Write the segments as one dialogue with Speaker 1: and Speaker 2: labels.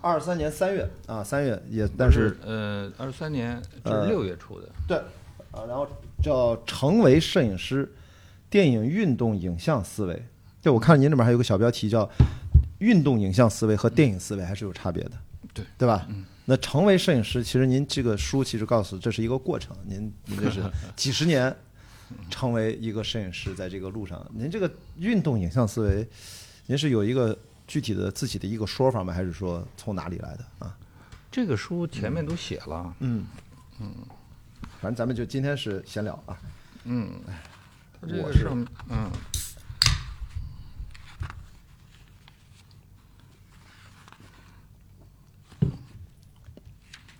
Speaker 1: 二三年三月啊，三月也，但
Speaker 2: 不
Speaker 1: 是
Speaker 2: 呃，二三年这
Speaker 1: 呃
Speaker 2: 是六月初的，
Speaker 1: 对，啊，然后叫成为摄影师，电影运动影像思维。就我看您这边还有个小标题叫“运动影像思维”和电影思维还是有差别的，
Speaker 2: 对
Speaker 1: 对吧？那成为摄影师，其实您这个书其实告诉这是一个过程，您您这是几十年成为一个摄影师，在这个路上，您这个运动影像思维，您是有一个具体的自己的一个说法吗？还是说从哪里来的啊？
Speaker 2: 这个书前面都写了，
Speaker 1: 嗯，反正咱们就今天是闲聊啊。
Speaker 2: 它这
Speaker 1: 我
Speaker 2: 个
Speaker 1: 是
Speaker 2: 上嗯，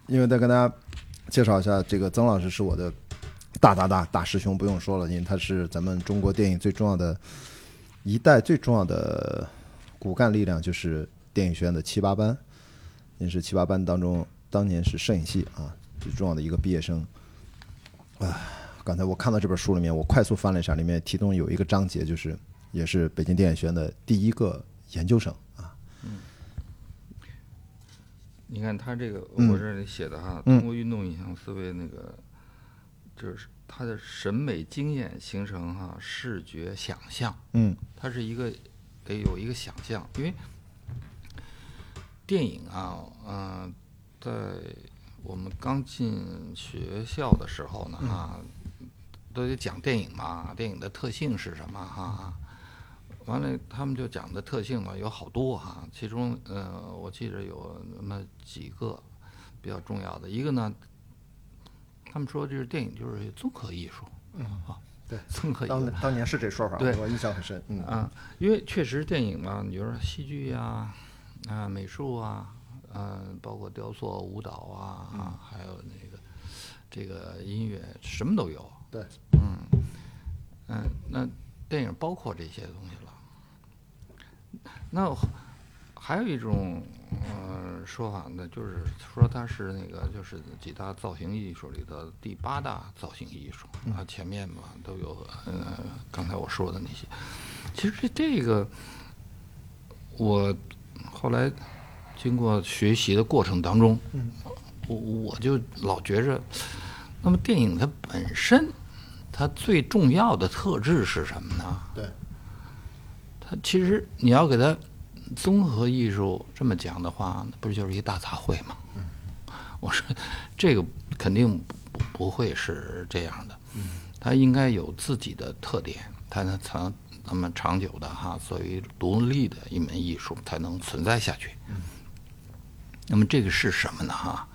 Speaker 1: 因为再跟大家介绍一下，这个曾老师是我的大大大大师兄，不用说了，因为他是咱们中国电影最重要的一代最重要的骨干力量，就是电影学院的七八班。您是七八班当中，当年是摄影系啊最重要的一个毕业生。啊，刚才我看到这本书里面，我快速翻了一下，里面其中有一个章节就是也是北京电影学院的第一个研究生啊，
Speaker 2: 你看它这个
Speaker 1: 嗯
Speaker 2: 我这里写的哈，
Speaker 1: 嗯
Speaker 2: 通过运动影像思维那个，就是他的审美经验形成哈视觉想象，
Speaker 1: 嗯
Speaker 2: 它是一个得有一个想象，因为电影啊，嗯、在我们刚进学校的时候
Speaker 1: 嗯
Speaker 2: 呢，哈、都得讲电影嘛，电影的特性是什么哈。完了，他们就讲的特性嘛，有好多哈，其中呃，我记着有那么几个比较重要的，一个呢，他们说就是电影就是综合艺术，嗯啊，
Speaker 1: 对
Speaker 2: 综合艺术，
Speaker 1: 当当年是这说法，
Speaker 2: 对
Speaker 1: 我印象很深，嗯
Speaker 2: 啊，因为确实电影嘛，你就说戏剧呀、啊，美术啊，嗯、包括雕塑、舞蹈啊，啊，还有那个这个音乐，什么都有。
Speaker 1: 对，
Speaker 2: 嗯嗯、那电影包括这些东西了。那还有一种呃说法呢，就是说它是那个就是几大造型艺术里的第八大造型艺术啊，前面嘛都有呃刚才我说的那些。其实这个我后来经过学习的过程当中，我我就老觉着，那么电影它本身它最重要的特质是什么呢？
Speaker 1: 对，
Speaker 2: 它其实你要给它综合艺术这么讲的话，那不就是一大杂烩吗？我说这个肯定不不不会是这样的，它应该有自己的特点，它能长那么长久的哈，作为独立的一门艺术才能存在下去。那么这个是什么呢？哈，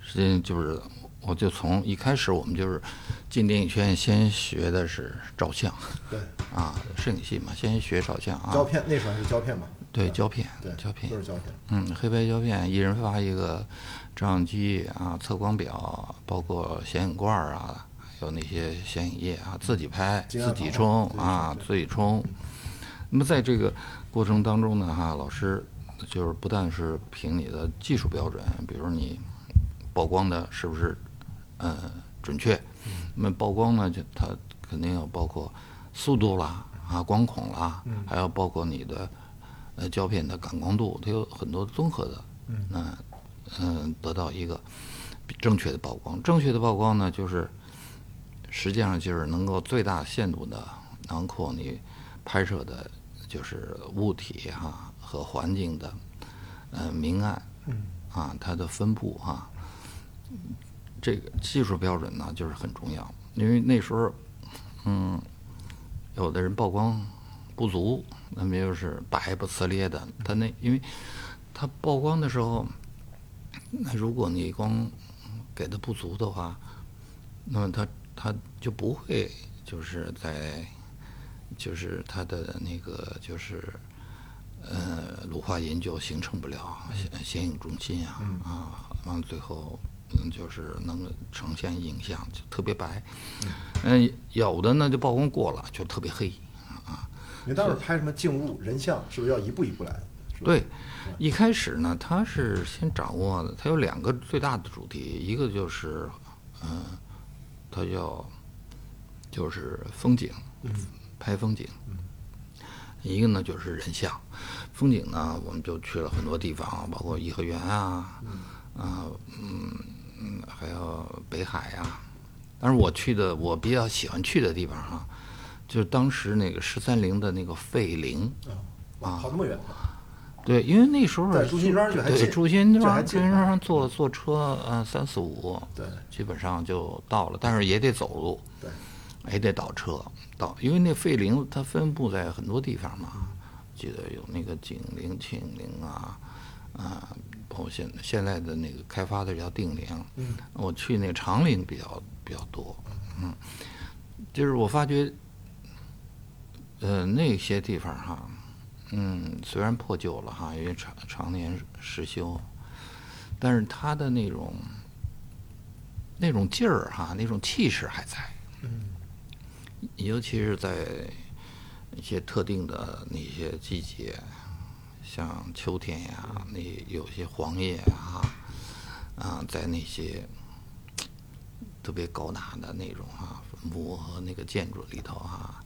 Speaker 2: 实际上就是，我就从一开始我们就是进电影学院先学的是照相
Speaker 1: 对，
Speaker 2: 啊，摄影系嘛，先学照相啊，
Speaker 1: 胶片那时候还是胶片嘛，
Speaker 2: 对胶片
Speaker 1: 对，，
Speaker 2: 胶片
Speaker 1: 都是胶片，
Speaker 2: 嗯，黑白胶片，一人发一个照相机啊，测光表，包括显影罐儿啊，还有那些显影液啊，自己拍，
Speaker 1: 尽量
Speaker 2: 自己
Speaker 1: 防
Speaker 2: 冲
Speaker 1: 自己
Speaker 2: 啊，自己冲。那么在这个过程当中呢，哈，老师就是不但是凭你的技术标准，比如你曝光的是不是呃准确，那么曝光呢，就它肯定要包括速度啦，啊，光孔啦，还要包括你的呃胶片的感光度，它有很多综合的，那嗯、得到一个比正确的曝光。正确的曝光呢，就是实际上就是能够最大限度的囊括你拍摄的，就是物体哈、和环境的呃明暗，啊，它的分布哈、这个技术标准呢就是很重要，因为那时候，嗯，有的人曝光不足，那么又是白不呲咧的，他那呃因为他曝光的时候，那如果你光给的不足的话，那么他他就不会就是在就是他的那个就是。呃，乳化银就形成不了显显影中心啊、啊，完了最后嗯就是能呈现影像就特别白，嗯，有的呢就曝光过了就特别黑，
Speaker 1: 你当时拍什么静物、人像，是不是要一步一步来的？是吧
Speaker 2: 对，一开始呢，他是先掌握的，他有两个最大的主题，一个就是，嗯、它
Speaker 1: 嗯
Speaker 2: 叫就是风景，拍风景；一个呢就是人像，风景呢我们就去了很多地方，包括颐和园啊，啊嗯嗯，还有北海啊。但是我去的我比较喜欢去的地方哈、就是当时那个十三陵的那个废陵，
Speaker 1: 哇，啊跑那么远，
Speaker 2: 对，因为那时候
Speaker 1: 在朱辛庄就还
Speaker 2: 对
Speaker 1: 近
Speaker 2: 朱辛
Speaker 1: 这还
Speaker 2: 庄，朱
Speaker 1: 近
Speaker 2: 辛庄坐坐车，呃，三四五，
Speaker 1: 对，
Speaker 2: 基本上就到了，但是也得走路，
Speaker 1: 对，
Speaker 2: 也得倒车倒，因为那废陵它分布在很多地方嘛，记得有那个景陵、庆陵啊，啊、包括现现在的那个开发的叫定陵，
Speaker 1: 嗯，
Speaker 2: 我去那个长陵比较比较多，嗯，就是我发觉，呃，那些地方哈，嗯，虽然破旧了哈，因为常常年失修，但是它的那种那种劲儿哈，那种气势还在，
Speaker 1: 嗯，
Speaker 2: 尤其是在一些特定的那些季节，像秋天呀，那有些黄叶啊，啊，在那些特别高大的那种啊坟墓和那个建筑里头啊，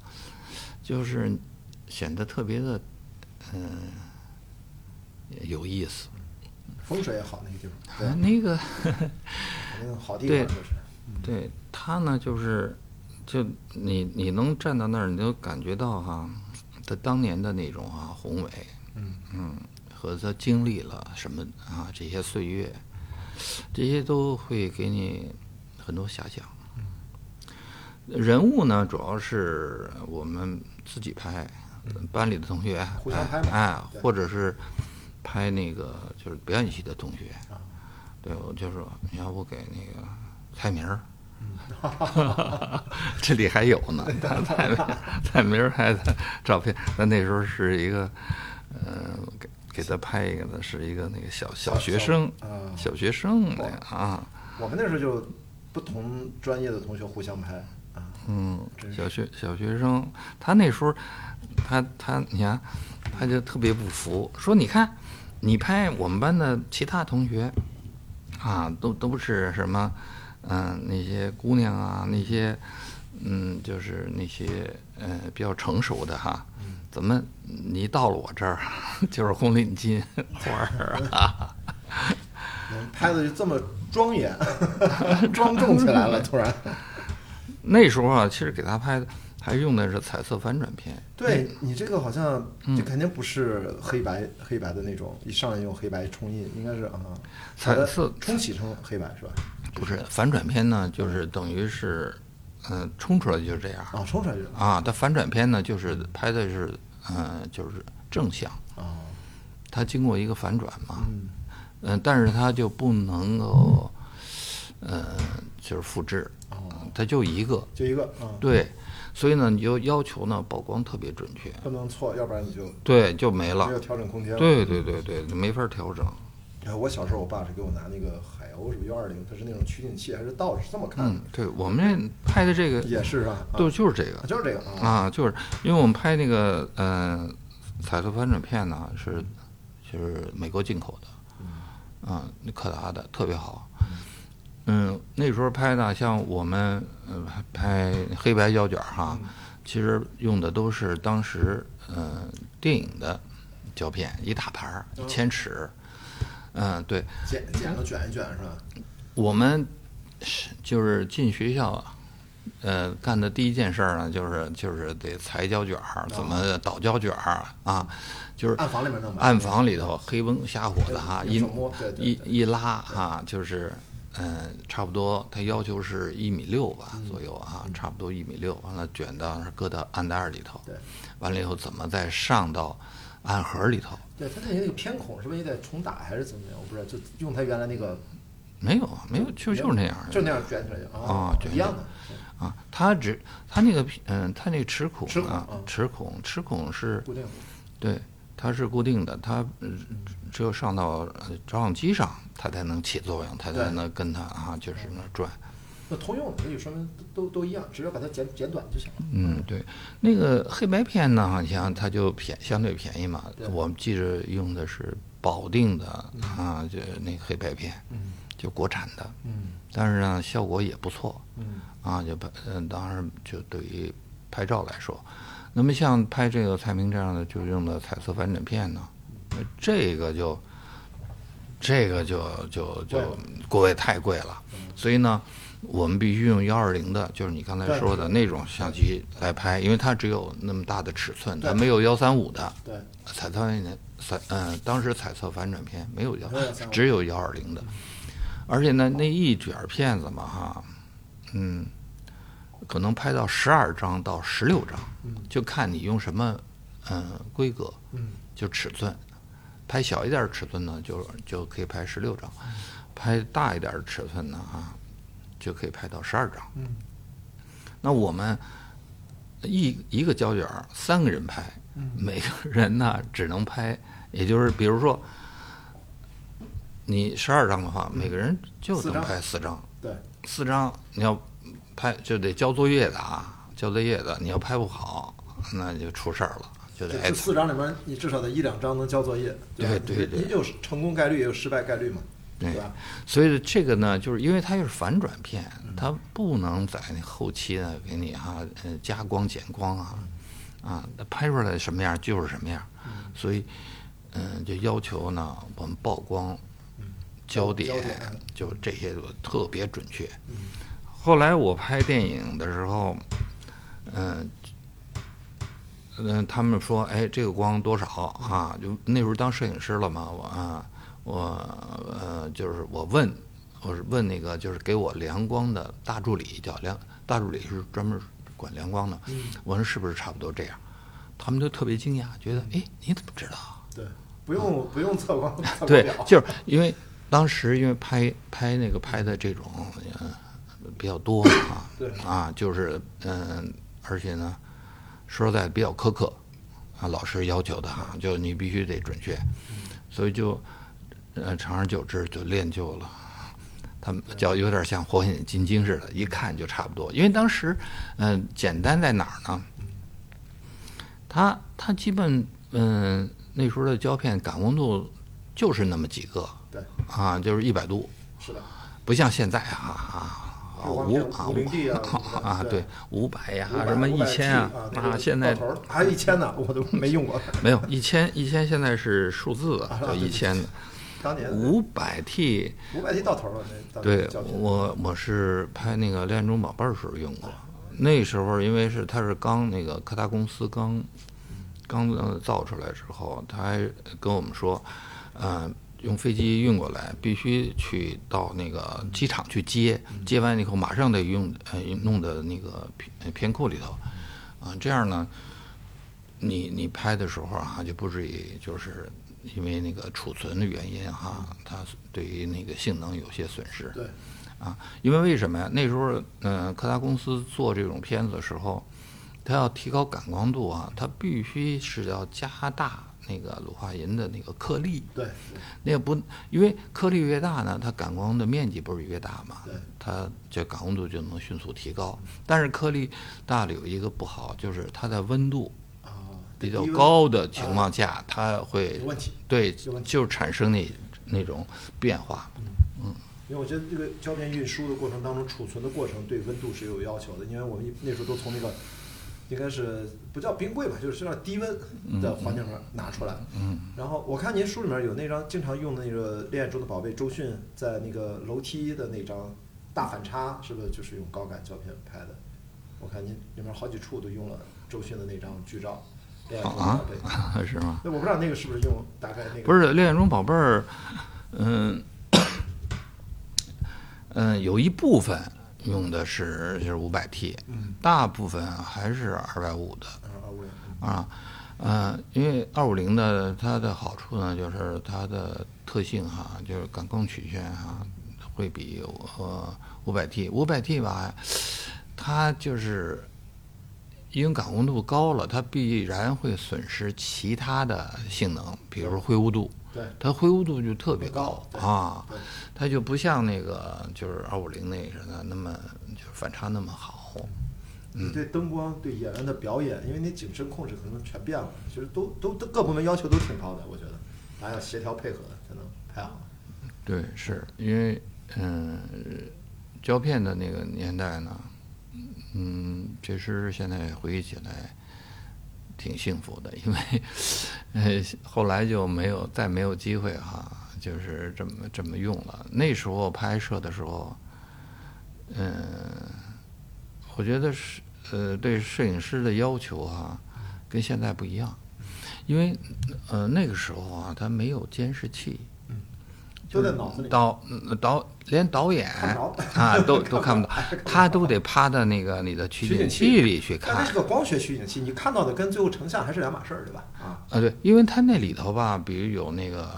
Speaker 2: 就是显得特别的，嗯、有意思。
Speaker 1: 嗯风水也好那个地方，
Speaker 2: 啊那个。
Speaker 1: 肯定好地方
Speaker 2: 对
Speaker 1: 就是。
Speaker 2: 对他呢，就是，就你你能站到那儿，你就感觉到哈、他当年的那种啊宏伟，
Speaker 1: 嗯
Speaker 2: 和他经历了什么啊这些岁月，这些都会给你很多遐想。人物呢，主要是我们自己拍，班里的同学
Speaker 1: 嗯互相拍嘛
Speaker 2: 哎，哎
Speaker 1: 对
Speaker 2: 或者是拍那个就是表演系的同学
Speaker 1: 啊。
Speaker 2: 对，我就说你要不给那个蔡明儿， 这里还有呢，蔡明儿蔡明儿拍的照片，那那时候是一个，呃，给给他拍一个的是一个那个小小学生，
Speaker 1: 啊，
Speaker 2: 小学生那个啊，
Speaker 1: 我们那时候就不同专业的同学互相拍啊，
Speaker 2: 嗯
Speaker 1: 真，是
Speaker 2: 小学小学生，他那时候，他他你看，他就特别不服，说你看，你拍我们班的其他同学，啊，都都不是什么，嗯、那些姑娘啊，那些，嗯，就是那些呃比较成熟的哈，怎么你到了我这儿 就是红领巾花儿啊？
Speaker 1: 嗯拍的就这么庄严， 庄重起来了，突然。
Speaker 2: 那时候啊，其实给他拍的还用的是彩色反转片，
Speaker 1: 对
Speaker 2: 嗯
Speaker 1: 你这个好像，这肯定不是黑白、黑白的那种，一上来用黑白冲印，应该是啊，
Speaker 2: 彩
Speaker 1: 把它
Speaker 2: 色
Speaker 1: 冲洗成黑白是吧？
Speaker 2: 不是反转片呢，就是等于是，嗯、冲出来就是这样
Speaker 1: 啊，冲出来就是
Speaker 2: 啊。它反转片呢，就是拍的是，嗯、就是正向，
Speaker 1: 啊，
Speaker 2: 它经过一个反转嘛，
Speaker 1: 嗯，
Speaker 2: 嗯、但是它就不能够，呃，就是复制，
Speaker 1: 哦，
Speaker 2: 它就一个，
Speaker 1: 就一个啊，
Speaker 2: 对，所以呢，你就要求呢曝光特别准确，
Speaker 1: 不能错，要不然你就
Speaker 2: 对，就没
Speaker 1: 没有
Speaker 2: 了，
Speaker 1: 调整空间了。
Speaker 2: 对对对对，没法调整，
Speaker 1: 然后我小时候，我爸是给我拿那个海鸥什么幺二零，它是那种取景器还是倒是这么看
Speaker 2: 嗯
Speaker 1: 的，，
Speaker 2: 对我们这拍的这个，
Speaker 1: 也是啊，啊
Speaker 2: 都就是这个
Speaker 1: 啊，就是这个啊，
Speaker 2: 啊，就是因为我们拍那个呃彩色反转片呢，是就是美国进口的，啊，那柯达的特别好。嗯，那时候拍的像我们呃拍黑白胶卷儿哈，其实用的都是当时呃电影的胶片，一大盘儿一千尺。嗯，对，
Speaker 1: 剪剪了卷一卷是吧？
Speaker 2: 我们是就是进学校啊，呃，干的第一件事儿呢，就是就是得裁胶卷儿，怎么倒胶卷儿啊，就是
Speaker 1: 哦暗房里面弄吧
Speaker 2: 暗房里头黑灯瞎火的哈，
Speaker 1: 对
Speaker 2: 一
Speaker 1: 手摸对对
Speaker 2: 一
Speaker 1: 对
Speaker 2: 一拉啊，就是嗯、呃差不多他要求是一米六吧
Speaker 1: 嗯
Speaker 2: 左右啊，差不多一米六，完了卷到那儿搁到暗袋儿里头
Speaker 1: 对，
Speaker 2: 完了以后怎么再上到暗盒儿里头？
Speaker 1: 对，它它有那个偏孔，是不是也得重打还是怎么样？我不知道，就用它原来那个，
Speaker 2: 没有没有，就就是那样儿，
Speaker 1: 就那样卷起来就
Speaker 2: 啊卷
Speaker 1: 一样的。
Speaker 2: 啊，它只它那个嗯，它那个齿孔
Speaker 1: 齿孔
Speaker 2: 啊
Speaker 1: 嗯，
Speaker 2: 齿孔齿孔是
Speaker 1: 固定的
Speaker 2: 对，它是固定的，它呃只有上到呃照相机上，它才能起作用，它才
Speaker 1: 对
Speaker 2: 能跟它啊就是那转。
Speaker 1: 那通用的，那就说明都都都一样，只要把它剪剪短就行了。
Speaker 2: 嗯，对，那个黑白片呢，好像它就便相对便宜嘛
Speaker 1: 对。
Speaker 2: 我们记着用的是保定的啊，就那个黑白片，
Speaker 1: 嗯
Speaker 2: 就国产的，
Speaker 1: 嗯
Speaker 2: 但是呢效果也不错。
Speaker 1: 嗯
Speaker 2: 呃啊，就拍，嗯，当然就对于拍照来说，那么像拍这个蔡明这样的，就用了彩色反整片呢，呃这个就这个就就就贵位太贵了，所以呢，我们必须用幺二零的，就是你刚才说的那种相机来拍，因为它只有那么大的尺寸，它
Speaker 1: 对
Speaker 2: 没有幺三五的
Speaker 1: 对，
Speaker 2: 彩色反整彩，嗯，当时彩色反整片没有幺
Speaker 1: 没有135，
Speaker 2: 只有幺二零的，而且呢，那一卷片子嘛哈，嗯，可能拍到十二张到十六张，就看你用什么嗯规格，
Speaker 1: 嗯，
Speaker 2: 就尺寸，拍小一点儿尺寸呢，就就可以拍十六张；
Speaker 1: 嗯
Speaker 2: 拍大一点儿尺寸呢，啊，就可以拍到十二张。
Speaker 1: 嗯，
Speaker 2: 那我们一一个胶卷儿三个人拍，
Speaker 1: 嗯
Speaker 2: 每个人呢只能拍，也就是比如说你十二张的话，每个人就
Speaker 1: 嗯四
Speaker 2: 能
Speaker 1: 张
Speaker 2: 拍四张。
Speaker 1: 对，
Speaker 2: 四张你要拍就得交作业的啊，交作业的，你要拍不好，那就出事儿了，就
Speaker 1: 就
Speaker 2: 得挨
Speaker 1: 这
Speaker 2: 打
Speaker 1: 四张里面，你至少得一两张能交作业，吧
Speaker 2: 对对对
Speaker 1: 你有成功概率，也有失败概率嘛，
Speaker 2: 对
Speaker 1: 对吧？
Speaker 2: 所以这个呢，就是因为它又是反转片，它不能在那后期呢给你哈、呃加光减光啊啊，它拍出来什么样就是什么样，所以嗯、就要求呢我们曝光焦点
Speaker 1: 嗯焦点嗯
Speaker 2: 就这些都特别准确。后来我拍电影的时候，嗯、嗯，他们说，哎，这个光多少啊？就那时候当摄影师了嘛，我啊，我呃，就是我问，我是问那个就是给我量光的大助理，叫量大助理是专门管量光的，我说是不是差不多这样？他们就特别惊讶，觉得，哎，你怎么知道啊？
Speaker 1: 对，不用不用测 光，测光
Speaker 2: 对
Speaker 1: 表，
Speaker 2: 就是因为当时因为拍拍那个拍的这种呃比较多啊，
Speaker 1: 对
Speaker 2: 啊，就是嗯、而且呢，说实在比较苛刻啊，老师要求的啊，就你必须得准确，所以就呃，长而久之就练就了。他们叫有点像火眼金睛似的，一看就差不多。因为当时，嗯、简单在哪儿呢？他他基本嗯、那时候的胶片感光度就是那么几个，
Speaker 1: 对，
Speaker 2: 啊，就是一百度，
Speaker 1: 是的，
Speaker 2: 不像现在啊啊
Speaker 1: 就光
Speaker 2: 五
Speaker 1: 片
Speaker 2: 啊
Speaker 1: 五零 D 啊
Speaker 2: 啊
Speaker 1: 什么的
Speaker 2: 啊
Speaker 1: 对
Speaker 2: 对五百呀
Speaker 1: 500
Speaker 2: 什么一千啊
Speaker 1: 500T
Speaker 2: 啊现在
Speaker 1: 到头儿还有一千呢，我都没用过，
Speaker 2: 没有一千一千现在是数字啊，叫一千的
Speaker 1: 当年
Speaker 2: 五百 T
Speaker 1: 五百 T 到头了，那当
Speaker 2: 对
Speaker 1: 年胶片
Speaker 2: 我我是拍那个《恋中宝贝》时候用过，那时候因为是它是刚那个科达公司刚刚呃造出来之后，他还跟我们说，呃，用飞机运过来，必须去到那个机场去接，接完以后马上得用呃弄到那个片片库里头，啊、这样呢，你你拍的时候啊，就不至于就是因为那个储存的原因哈、它对于那个性能有些损失。
Speaker 1: 对，
Speaker 2: 啊，因为为什么呀？那时候，嗯、呃，柯达公司做这种片子的时候，它要提高感光度啊，它必须是要加大那个鲁化银的那个颗粒。
Speaker 1: 对对
Speaker 2: 那个不，因为颗粒越大呢，它感光的面积不是越大嘛
Speaker 1: 对，
Speaker 2: 它这感光度就能迅速提高。但是颗粒大了有一个不好，就是它在温度
Speaker 1: 啊，
Speaker 2: 比较
Speaker 1: 低温啊
Speaker 2: 高的情况下，它会
Speaker 1: 有问题。
Speaker 2: 对
Speaker 1: 有问题
Speaker 2: 就产生那那种变化。
Speaker 1: 因为我觉得这个胶片运输的过程当中，储存的过程对温度是有要求的，因为我们一那时候都从那个应该是不叫冰柜吧，就是叫低
Speaker 2: 嗯
Speaker 1: 温的环境中拿出来。嗯。然后我看您书里面有那张经常用的那个《恋爱中的宝贝》，周迅在那个楼梯的那张大反差，是不是就是用高感胶片拍的？我看您里面好几处都用了周迅的那张剧照，《恋爱中的宝
Speaker 2: 啊
Speaker 1: 贝》。，
Speaker 2: 是吗？
Speaker 1: 那我不知道那个是不是用大概那个
Speaker 2: 不是《恋爱中宝贝儿》，嗯，嗯，有一部分用的是就是五百 T，
Speaker 1: 嗯
Speaker 2: 大部分还是二百五的
Speaker 1: 啊，我也
Speaker 2: 啊，呃，因为二五零的它的好处呢，就是它的特性哈、就是感光曲线哈、会比呃五百 T 五百 T 吧，它就是因为感光度高了，它必然会损失其他的性能，比如说灰污度，
Speaker 1: 对
Speaker 2: 它灰污度就特别高
Speaker 1: 高对
Speaker 2: 啊
Speaker 1: 对，
Speaker 2: 它就不像那个就是二五零那个的那么就是反差那么好。嗯
Speaker 1: 你对灯光、对演员的表演，因为你景深控制可能全变了，其实都都都各部门要求都挺高的，我觉得大家要协调配合才能拍好。
Speaker 2: 对，是因为嗯，胶片的那个年代呢，嗯，其实现在回忆起来，挺幸福的，因为呃后来就没有再没有机会哈、就是这么这么用了。那时候拍摄的时候，嗯、我觉得是呃对摄影师的要求哈、跟现在不一样，因为呃那个时候啊，他没有监视器，
Speaker 1: 就在脑子里。
Speaker 2: 导嗯导连导演
Speaker 1: 看不着
Speaker 2: 啊 都都看不到，他都得趴到那个你的取
Speaker 1: 取景
Speaker 2: 景
Speaker 1: 器
Speaker 2: 器里去
Speaker 1: 但那
Speaker 2: 看
Speaker 1: 是。个光学取景器，你看到的跟最后成像还是两码事儿，对吧？啊，
Speaker 2: 啊，对，因为它那里头吧，比如有那个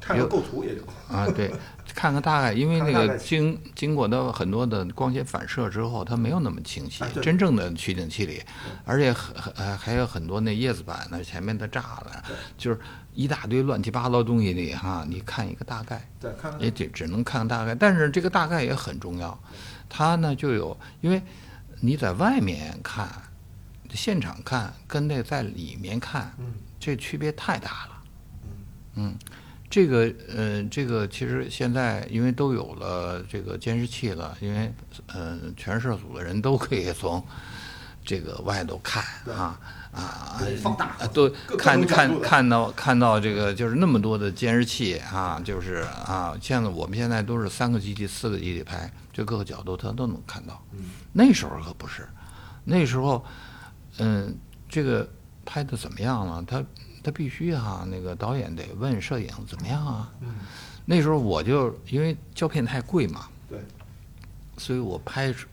Speaker 1: 看个构图也就。
Speaker 2: 啊，对，看看大概，因为
Speaker 1: 看
Speaker 2: 那
Speaker 1: 看大
Speaker 2: 个
Speaker 1: 概
Speaker 2: 经经过的很多的光线反射之后，它没有那么清晰
Speaker 1: 啊。对
Speaker 2: 真正的取景器里，而且很很呃还有很多那叶子板呢，前面的栅栏，就是一大堆乱七八糟东西里哈，你看一个大概。
Speaker 1: 对，看看
Speaker 2: 也只只能看大概，但是这个大概也很重要。它呢就有，因为你在外面看、现场看，跟那在里面看，
Speaker 1: 嗯
Speaker 2: 这区别太大了。嗯，这个呃，这个其实现在因为都有了这个监视器了，因为呃，全摄组的人都可以从这个外头看啊啊啊
Speaker 1: 对放大
Speaker 2: 啊都
Speaker 1: 各各
Speaker 2: 看
Speaker 1: 种角
Speaker 2: 看
Speaker 1: 度的
Speaker 2: 看到看到这个就是那么多的监视器啊，就是啊，现在我们现在都是三个基地、四个基地拍，就各个角度它都能看到。
Speaker 1: 嗯
Speaker 2: 那时候可不是，那时候，嗯，这个拍的怎么样了？他他必须哈、那个导演得问摄影怎么样啊？
Speaker 1: 嗯
Speaker 2: 那时候我就因为胶片太贵嘛，
Speaker 1: 对，
Speaker 2: 所以我拍出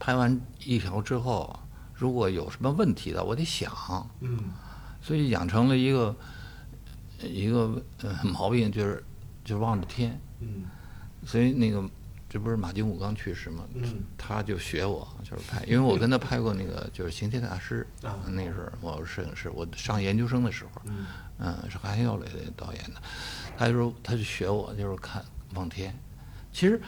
Speaker 2: 拍完一条之后，如果有什么问题的，我得想，
Speaker 1: 嗯，
Speaker 2: 所以养成了一个一个呃毛病，就是就望着天。
Speaker 1: 嗯，
Speaker 2: 所以那个这不是马金武刚去世吗？
Speaker 1: 嗯
Speaker 2: 他就学我，就是拍，因为我跟他拍过那个就是《刑天大师》
Speaker 1: 啊
Speaker 2: 那时候我是摄影师，我上研究生的时候，
Speaker 1: 嗯
Speaker 2: 嗯，是韩耀磊导演的，他就说他就学我，就是看望天，其实。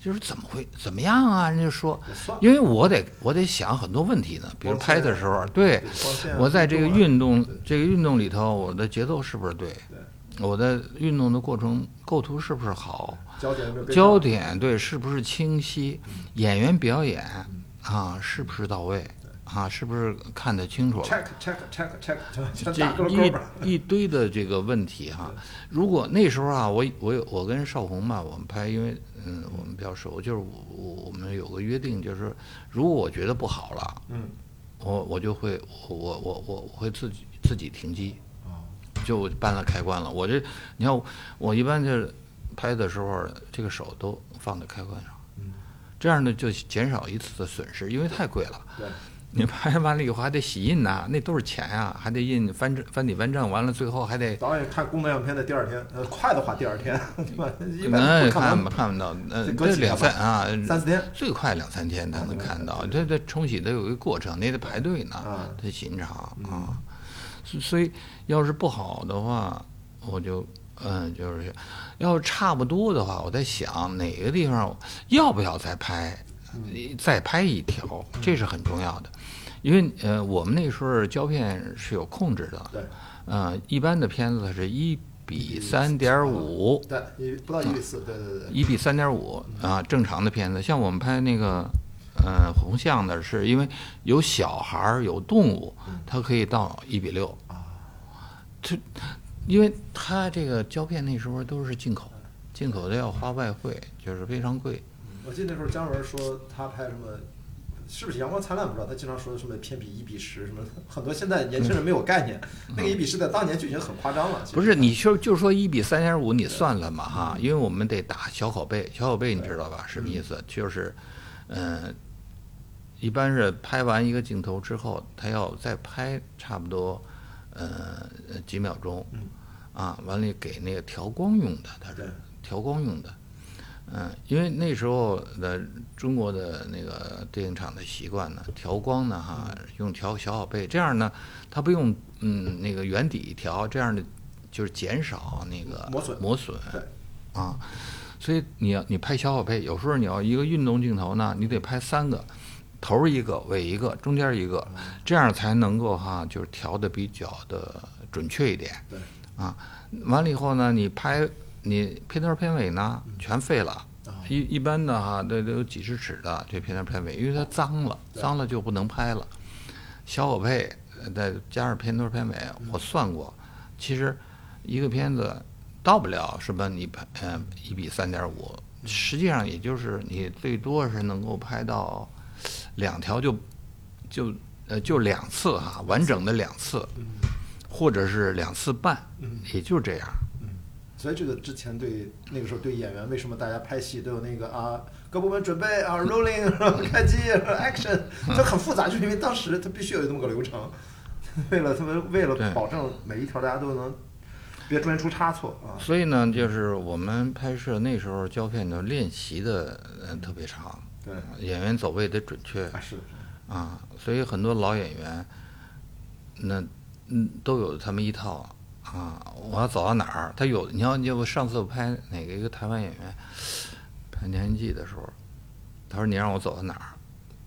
Speaker 2: 就是怎么会怎么样啊？人家说
Speaker 1: 也算，
Speaker 2: 因为我得我得想很多问题呢，比如
Speaker 1: 光线
Speaker 2: 拍的时候，对
Speaker 1: 对光线啊
Speaker 2: 哎我在这个
Speaker 1: 运动啊
Speaker 2: 运动这个运动里头，我的节奏是不是对？
Speaker 1: 对，
Speaker 2: 我在运动的过程构图是不是好？
Speaker 1: 焦点有没有跟上
Speaker 2: 焦点对是不是清晰？演员表演
Speaker 1: 嗯
Speaker 2: 啊是不是到位？啊是不是看得清楚了？
Speaker 1: check check check check，全
Speaker 2: 这
Speaker 1: 打个勾
Speaker 2: 一
Speaker 1: 吧。
Speaker 2: 一堆的这个问题哈、如果那时候啊，我我有我跟邵红嘛，我们拍，因为嗯我们比较熟，就是我我我们有个约定，就是如果我觉得不好了，
Speaker 1: 嗯，
Speaker 2: 我我就会我我我我我会自己自己停机，
Speaker 1: 哦
Speaker 2: 就搬了开关了。我这你看我一般就是拍的时候，这个手都放在开关上，
Speaker 1: 嗯
Speaker 2: 这样呢就减少一次的损失，因为太贵了。
Speaker 1: 对，
Speaker 2: 你拍完了以后还得洗印呐、那都是钱啊，还得印翻正翻底翻正，完了最后还得
Speaker 1: 导演看功能样片的第二天，呃，快的话第二天， 对吧？一般
Speaker 2: 那
Speaker 1: 不
Speaker 2: 看
Speaker 1: 看
Speaker 2: 不
Speaker 1: 完
Speaker 2: 哎看不到，嗯，
Speaker 1: 这隔
Speaker 2: 这
Speaker 1: 几
Speaker 2: 两
Speaker 1: 天
Speaker 2: 三啊，
Speaker 1: 三四天
Speaker 2: 最快两三天才能看到。这这冲洗得有一个过程，你得排队呢
Speaker 1: 啊，
Speaker 2: 得洗场啊。所所以要是不好的话，我就嗯，就是要是差不多的话，我在想哪个地方要不要再拍，再拍一条，这是很重要的。因为呃，我们那时候胶片是有控制的，
Speaker 1: 对，
Speaker 2: 呃，一般的片子是一比三点五，
Speaker 1: 对，一
Speaker 2: 嗯
Speaker 1: 不到一比四，对对对，
Speaker 2: 一比三点五啊，正常的片子，像我们拍那个，呃，红象的是因为有小孩儿有动物，它可以到一比六。这，因为它这个胶片那时候都是进口，进口的要花外汇，就是非常贵。
Speaker 1: 我记得那时候姜文说他拍什么，是不是《阳光灿烂》不知道，他经常说什么偏比一比十什么的，很多现在年轻人没有概念，那个一比十在当年就已经很夸张了。其实
Speaker 2: 嗯不是，你就就说一比三点五，你算了嘛哈，因为我们得打小拷贝，小拷贝你知道吧？什么意思？就是，嗯，一般是拍完一个镜头之后，他要再拍差不多，呃，呃几秒钟，
Speaker 1: 嗯
Speaker 2: 啊，完了给那个调光用的，它
Speaker 1: 啊对
Speaker 2: 是调光用的，嗯，因为那时候的中国的那个电影厂的习惯呢，调光呢哈，用调小拷贝，这样呢，它不用嗯那个原底调，这样的就是减少那个
Speaker 1: 磨损
Speaker 2: 磨损
Speaker 1: 对，
Speaker 2: 啊，所以你要你拍小拷贝，有时候你要一个运动镜头呢，你得拍三个。头儿一个，尾一个，中间一个，这样才能够哈，就是调的比较的准确一点。
Speaker 1: 对，
Speaker 2: 啊，完了以后呢，你拍你片头片尾呢全废了，
Speaker 1: 啊
Speaker 2: 一一般的哈，这都有几十尺的这片头片尾，因为它脏了，脏了就不能拍了。小宝贝，再加上片头片尾，我算过，其实一个片子到不了什么你拍嗯一比三点五，实际上也就是你最多是能够拍到两条就就呃就两次哈、完整的两次，
Speaker 1: 嗯
Speaker 2: 或者是两次半，也就这样。
Speaker 1: 所以这个之前对那个时候对演员为什么大家拍戏都有那个啊，各部门准备啊，rolling 开机 action，这
Speaker 2: 嗯
Speaker 1: 很复杂，就是因为当时它必须有这么个流程， 为了他们为了
Speaker 2: 对
Speaker 1: 保证每一条大家都能别中间出差错啊，
Speaker 2: 所以呢，就是我们拍摄那时候胶片的练习的呃特别长，
Speaker 1: 对，啊
Speaker 2: 演员走位得准确
Speaker 1: 啊是的，
Speaker 2: 啊，所以很多老演员，那嗯都有他们一套啊。我要走到哪儿，他有你要你我上次我拍哪个一个台湾演员拍《年记》的时候，他说你让我走到哪儿，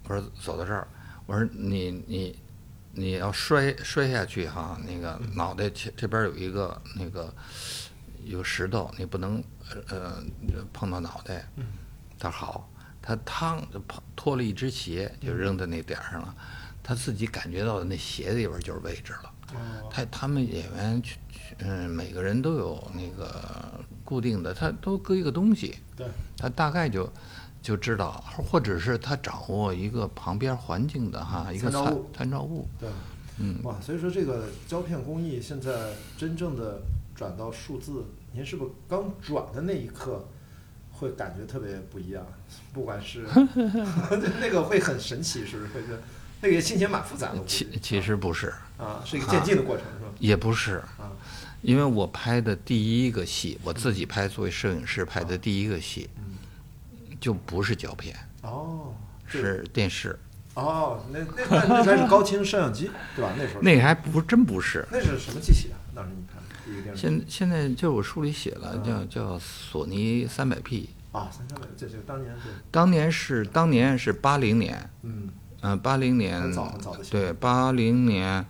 Speaker 2: 我说走到这儿，我说你你你要摔摔下去哈，那个脑袋前这边有一个那个有石头，你不能呃呃碰到脑袋。他说好，他趟就碰脱了一只鞋，就扔在那点儿上了，他自己感觉到那鞋里边就是位置了。
Speaker 1: 哦，
Speaker 2: 他他们演员去去嗯，每个人都有那个固定的，他都搁一个东西，
Speaker 1: 对，
Speaker 2: 他大概就就知道，或者是他掌握一个旁边环境的哈一
Speaker 1: 参
Speaker 2: 个
Speaker 1: 照
Speaker 2: 参
Speaker 1: 物
Speaker 2: 参照物。
Speaker 1: 对，
Speaker 2: 嗯，
Speaker 1: 哇，所以说这个胶片工艺现在真正的转到数字，您是不是刚转的那一刻会感觉特别不一样？不管 是 那个会很神奇，是不是？会是那个心情蛮复杂的，我
Speaker 2: 其
Speaker 1: 估计
Speaker 2: 其实不是，
Speaker 1: 啊，是一个渐进的过程，是吧？
Speaker 2: 也不是
Speaker 1: 啊，
Speaker 2: 因为我拍的第一个戏，我自己拍作为摄影师拍的第一个戏，就不是胶片，
Speaker 1: 嗯哦，对
Speaker 2: 是电视。
Speaker 1: 哦，那那那那才是高清摄像机，对吧？那时候
Speaker 2: 那个还不真不是。
Speaker 1: 那是什么机器啊？当时你看第一个电视
Speaker 2: 现现在就是我书里写了，
Speaker 1: 嗯
Speaker 2: 叫叫索尼三百 P。
Speaker 1: 啊，三千百，这是当年对，
Speaker 2: 当年是当年是八零年，
Speaker 1: 嗯，
Speaker 2: 嗯、八零年
Speaker 1: 很早很早的戏
Speaker 2: 对，八零年，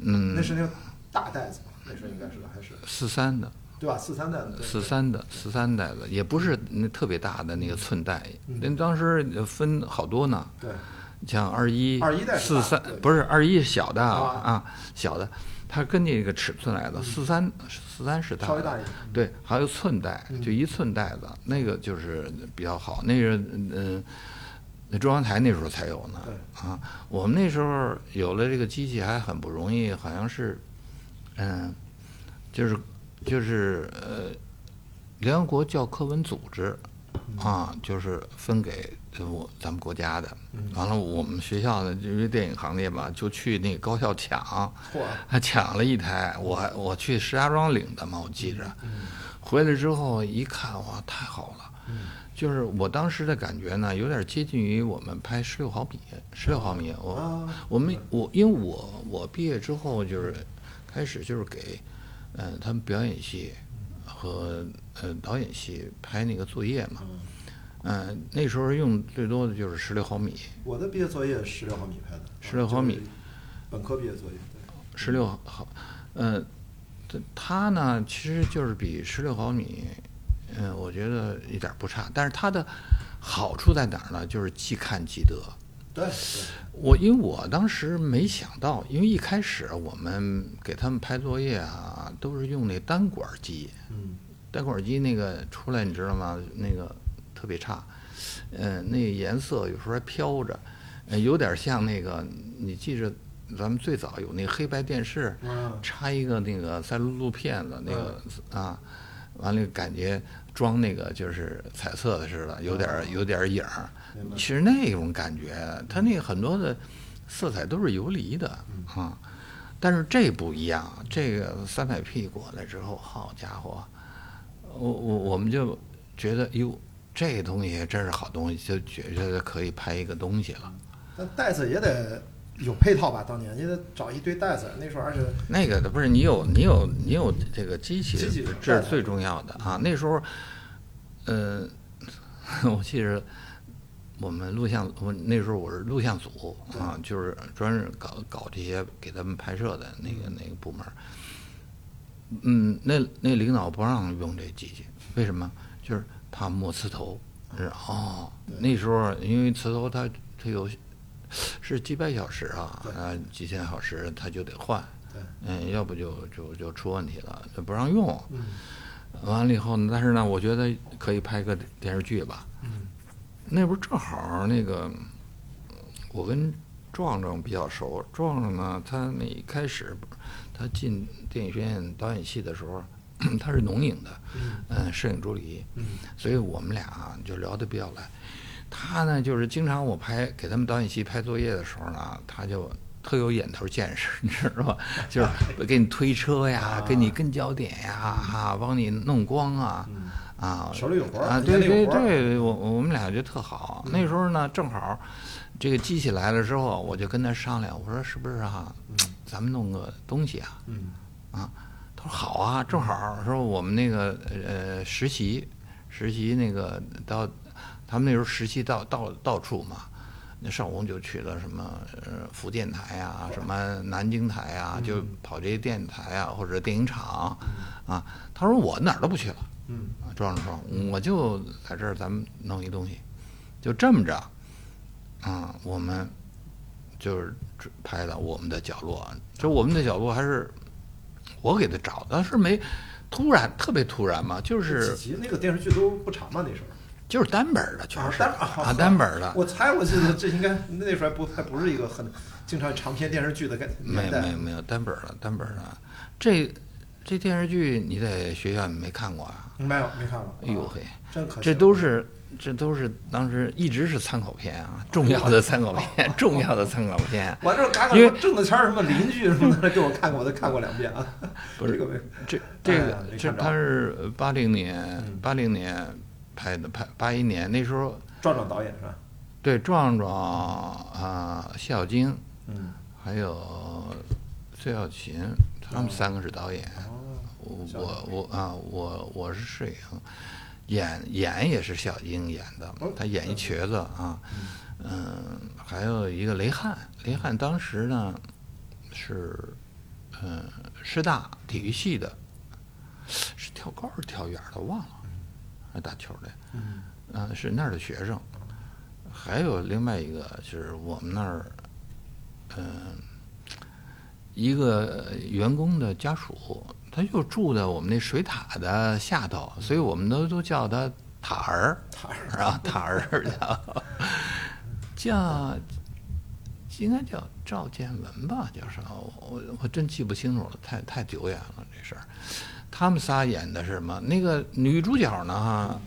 Speaker 2: 嗯
Speaker 1: 那，是那个大袋子吧？那时候应该是吧？还是
Speaker 2: 四三的，
Speaker 1: 对吧？四三代的，对
Speaker 2: 四三的，四三代的，也不是那特别大的那个寸带，
Speaker 1: 嗯
Speaker 2: 那、当时呃分好多呢，
Speaker 1: 对，
Speaker 2: 像二一、
Speaker 1: 21代是大
Speaker 2: 四
Speaker 1: 的
Speaker 2: 三
Speaker 1: 对
Speaker 2: 不是二一小的
Speaker 1: 啊嗯
Speaker 2: 小的，它是根据这个尺寸来的，四三四三是大的，
Speaker 1: 稍微大一点嗯
Speaker 2: 对，还有寸带，就一寸带子，那个就是比较好，那个嗯。那中央台那时候才有呢，啊，我们那时候有了这个机器还很不容易，好像是，嗯，就是就是呃，联合国教科文组织啊，就是分给呃我咱们国家的。完了，我们学校的因为电影行业嘛，就去那个高校抢，
Speaker 1: 嚯
Speaker 2: 还抢了一台。我还我去石家庄领的嘛，我记着。回来之后一看，哇，太好了！就是我当时的感觉呢，有点接近于我们拍十六毫米，十六毫米。我、
Speaker 1: 啊
Speaker 2: 我们我因为我我毕业之后就是开始就是给嗯、呃他们表演系和呃导演系拍那个作业嘛，嗯、那时候用最多的就是十六毫米，
Speaker 1: 我的毕业作业十六毫米拍的，
Speaker 2: 16毫米，
Speaker 1: 本科毕业作业，对，
Speaker 2: 十六毫，呃，这它呢其实就是比十六毫米，嗯、我觉得一点儿不差，但是它的好处在哪儿呢？就是即看即得。
Speaker 1: 对
Speaker 2: 我因为我当时没想到，因为一开始我们给他们拍作业啊，都是用那单管儿机，
Speaker 1: 嗯，
Speaker 2: 单管儿机那个出来你知道吗？那个特别差，嗯、那个颜色有时候还飘着，呃有点像那个，你记着咱们最早有那黑白电视，
Speaker 1: 嗯
Speaker 2: 呃插一个那个赛璐璐片子，那个、啊，完了感觉装那个就是彩色的似的，有点儿有点儿影儿。
Speaker 1: 嗯明白
Speaker 2: 其实那种感觉，它那个很多的色彩都是游离的
Speaker 1: 嗯
Speaker 2: 啊。但是这不一样，这个三百 P 过来之后，好家伙，我我我们就觉得哟，这东西真是好东西，就觉得可以拍一个东西了。
Speaker 1: 但袋子也得有配套吧？当年也得找一堆袋子，那时候而且
Speaker 2: 那个的不是你有你有你有这个机器
Speaker 1: 机器，
Speaker 2: 这是最重要的啊。那时候，呃， 我记着我们录像，我那时候我是录像组
Speaker 1: 嗯
Speaker 2: 啊，就是专门搞搞这些给他们拍摄的那个那个部门儿。嗯，那那领导不让用这机器，为什么？就是怕没磁头。是哦，那时候因为磁头它它有是几百小时啊
Speaker 1: 对，
Speaker 2: 啊几千小时他就得换，
Speaker 1: 对，
Speaker 2: 嗯，要不就就就出问题了，就不让用。
Speaker 1: 嗯
Speaker 2: 完了以后呢，但是呢，我觉得可以拍个电视剧吧。
Speaker 1: 嗯
Speaker 2: 那不是正好那个，我跟壮壮比较熟，壮壮呢，他那一开始他进电影学院导演系的时候， 他是农影的，
Speaker 1: 嗯
Speaker 2: 嗯，摄影助理，
Speaker 1: 嗯
Speaker 2: 所以我们俩啊就聊得比较来。他呢，就是经常我拍给他们导演系拍作业的时候呢，他就特有眼头见识，你知道吧？ 就是给你推车
Speaker 1: 啊
Speaker 2: 呀，给你跟焦点呀，哈、帮你弄光啊，
Speaker 1: 嗯
Speaker 2: 啊，
Speaker 1: 手里有活儿
Speaker 2: 啊，
Speaker 1: 人家
Speaker 2: 对
Speaker 1: 里
Speaker 2: 对
Speaker 1: 有活儿嗯
Speaker 2: 对，我我们俩就特好。那时候呢，正好这个机器来了之后，我就跟他商量，我说是不是啊，咱们弄个东西啊，
Speaker 1: 嗯
Speaker 2: 啊，他说好啊，正好说我们那个呃实习，实习那个到他们那时候实习到到到处嘛，那邵红就去了什么呃福建台啊，什么南京台啊，就跑这些电视台啊或者电影厂啊。他说我哪儿都不去了，
Speaker 1: 嗯
Speaker 2: 啊，庄庄说我就在这儿咱们弄一东西，就这么着，啊，我们就是拍的我们的角落，就我们的角落还是我给他找的，是没突然特别突然嘛，就
Speaker 1: 几
Speaker 2: 是
Speaker 1: 集那个电视剧都不长嘛，那时候。
Speaker 2: 就是单本儿的全是
Speaker 1: 啊单啊
Speaker 2: 啊单本儿的，
Speaker 1: 我猜我记得这应该那时候还不还不是一个很经常长篇电视剧的概年
Speaker 2: 没有
Speaker 1: 代。
Speaker 2: 没有没有单本儿的单本儿的，这这电视剧你在学校你没看过啊？
Speaker 1: 没有没看过。
Speaker 2: 哎呦
Speaker 1: 啊
Speaker 2: 嘿，
Speaker 1: 真可惜。
Speaker 2: 这都是这都是当时一直是参考片啊，
Speaker 1: 哎
Speaker 2: 重要的参考 片，重要的参考片。
Speaker 1: 我这嘎嘎
Speaker 2: 因为
Speaker 1: 说正子谦儿什么邻居什么的给我看过，我都看过两遍啊。
Speaker 2: 不是
Speaker 1: 这个没
Speaker 2: 这这
Speaker 1: 哎
Speaker 2: 个
Speaker 1: 没
Speaker 2: 这
Speaker 1: 看着嗯
Speaker 2: 他是八零年八零年拍的，拍八一年那时候
Speaker 1: 壮壮导演是吧？
Speaker 2: 对壮壮啊、谢小晶
Speaker 1: 嗯，
Speaker 2: 还有孙小琴，他
Speaker 1: 嗯
Speaker 2: 们三个是导演。
Speaker 1: 哦，
Speaker 2: 我
Speaker 1: 小
Speaker 2: 我我啊，我我是摄影，演演也是小英演的
Speaker 1: 哦，
Speaker 2: 他演一瘸子啊，嗯，还有一个雷汉，雷汉当时呢是，嗯，师大体育系的，是跳高是跳远的忘了，还打球的，
Speaker 1: 嗯
Speaker 2: 嗯，是那儿的学生，还有另外一个就是我们那儿，嗯、一个呃员工的家属，他就住在我们那水塔的下头，所以我们都都叫他塔儿，
Speaker 1: 塔儿
Speaker 2: 啊，塔儿叫，叫应该叫赵建文吧，叫啥？我我真记不清楚了，太太久远了这事儿。他们仨演的是什么？那个女主角呢？哈，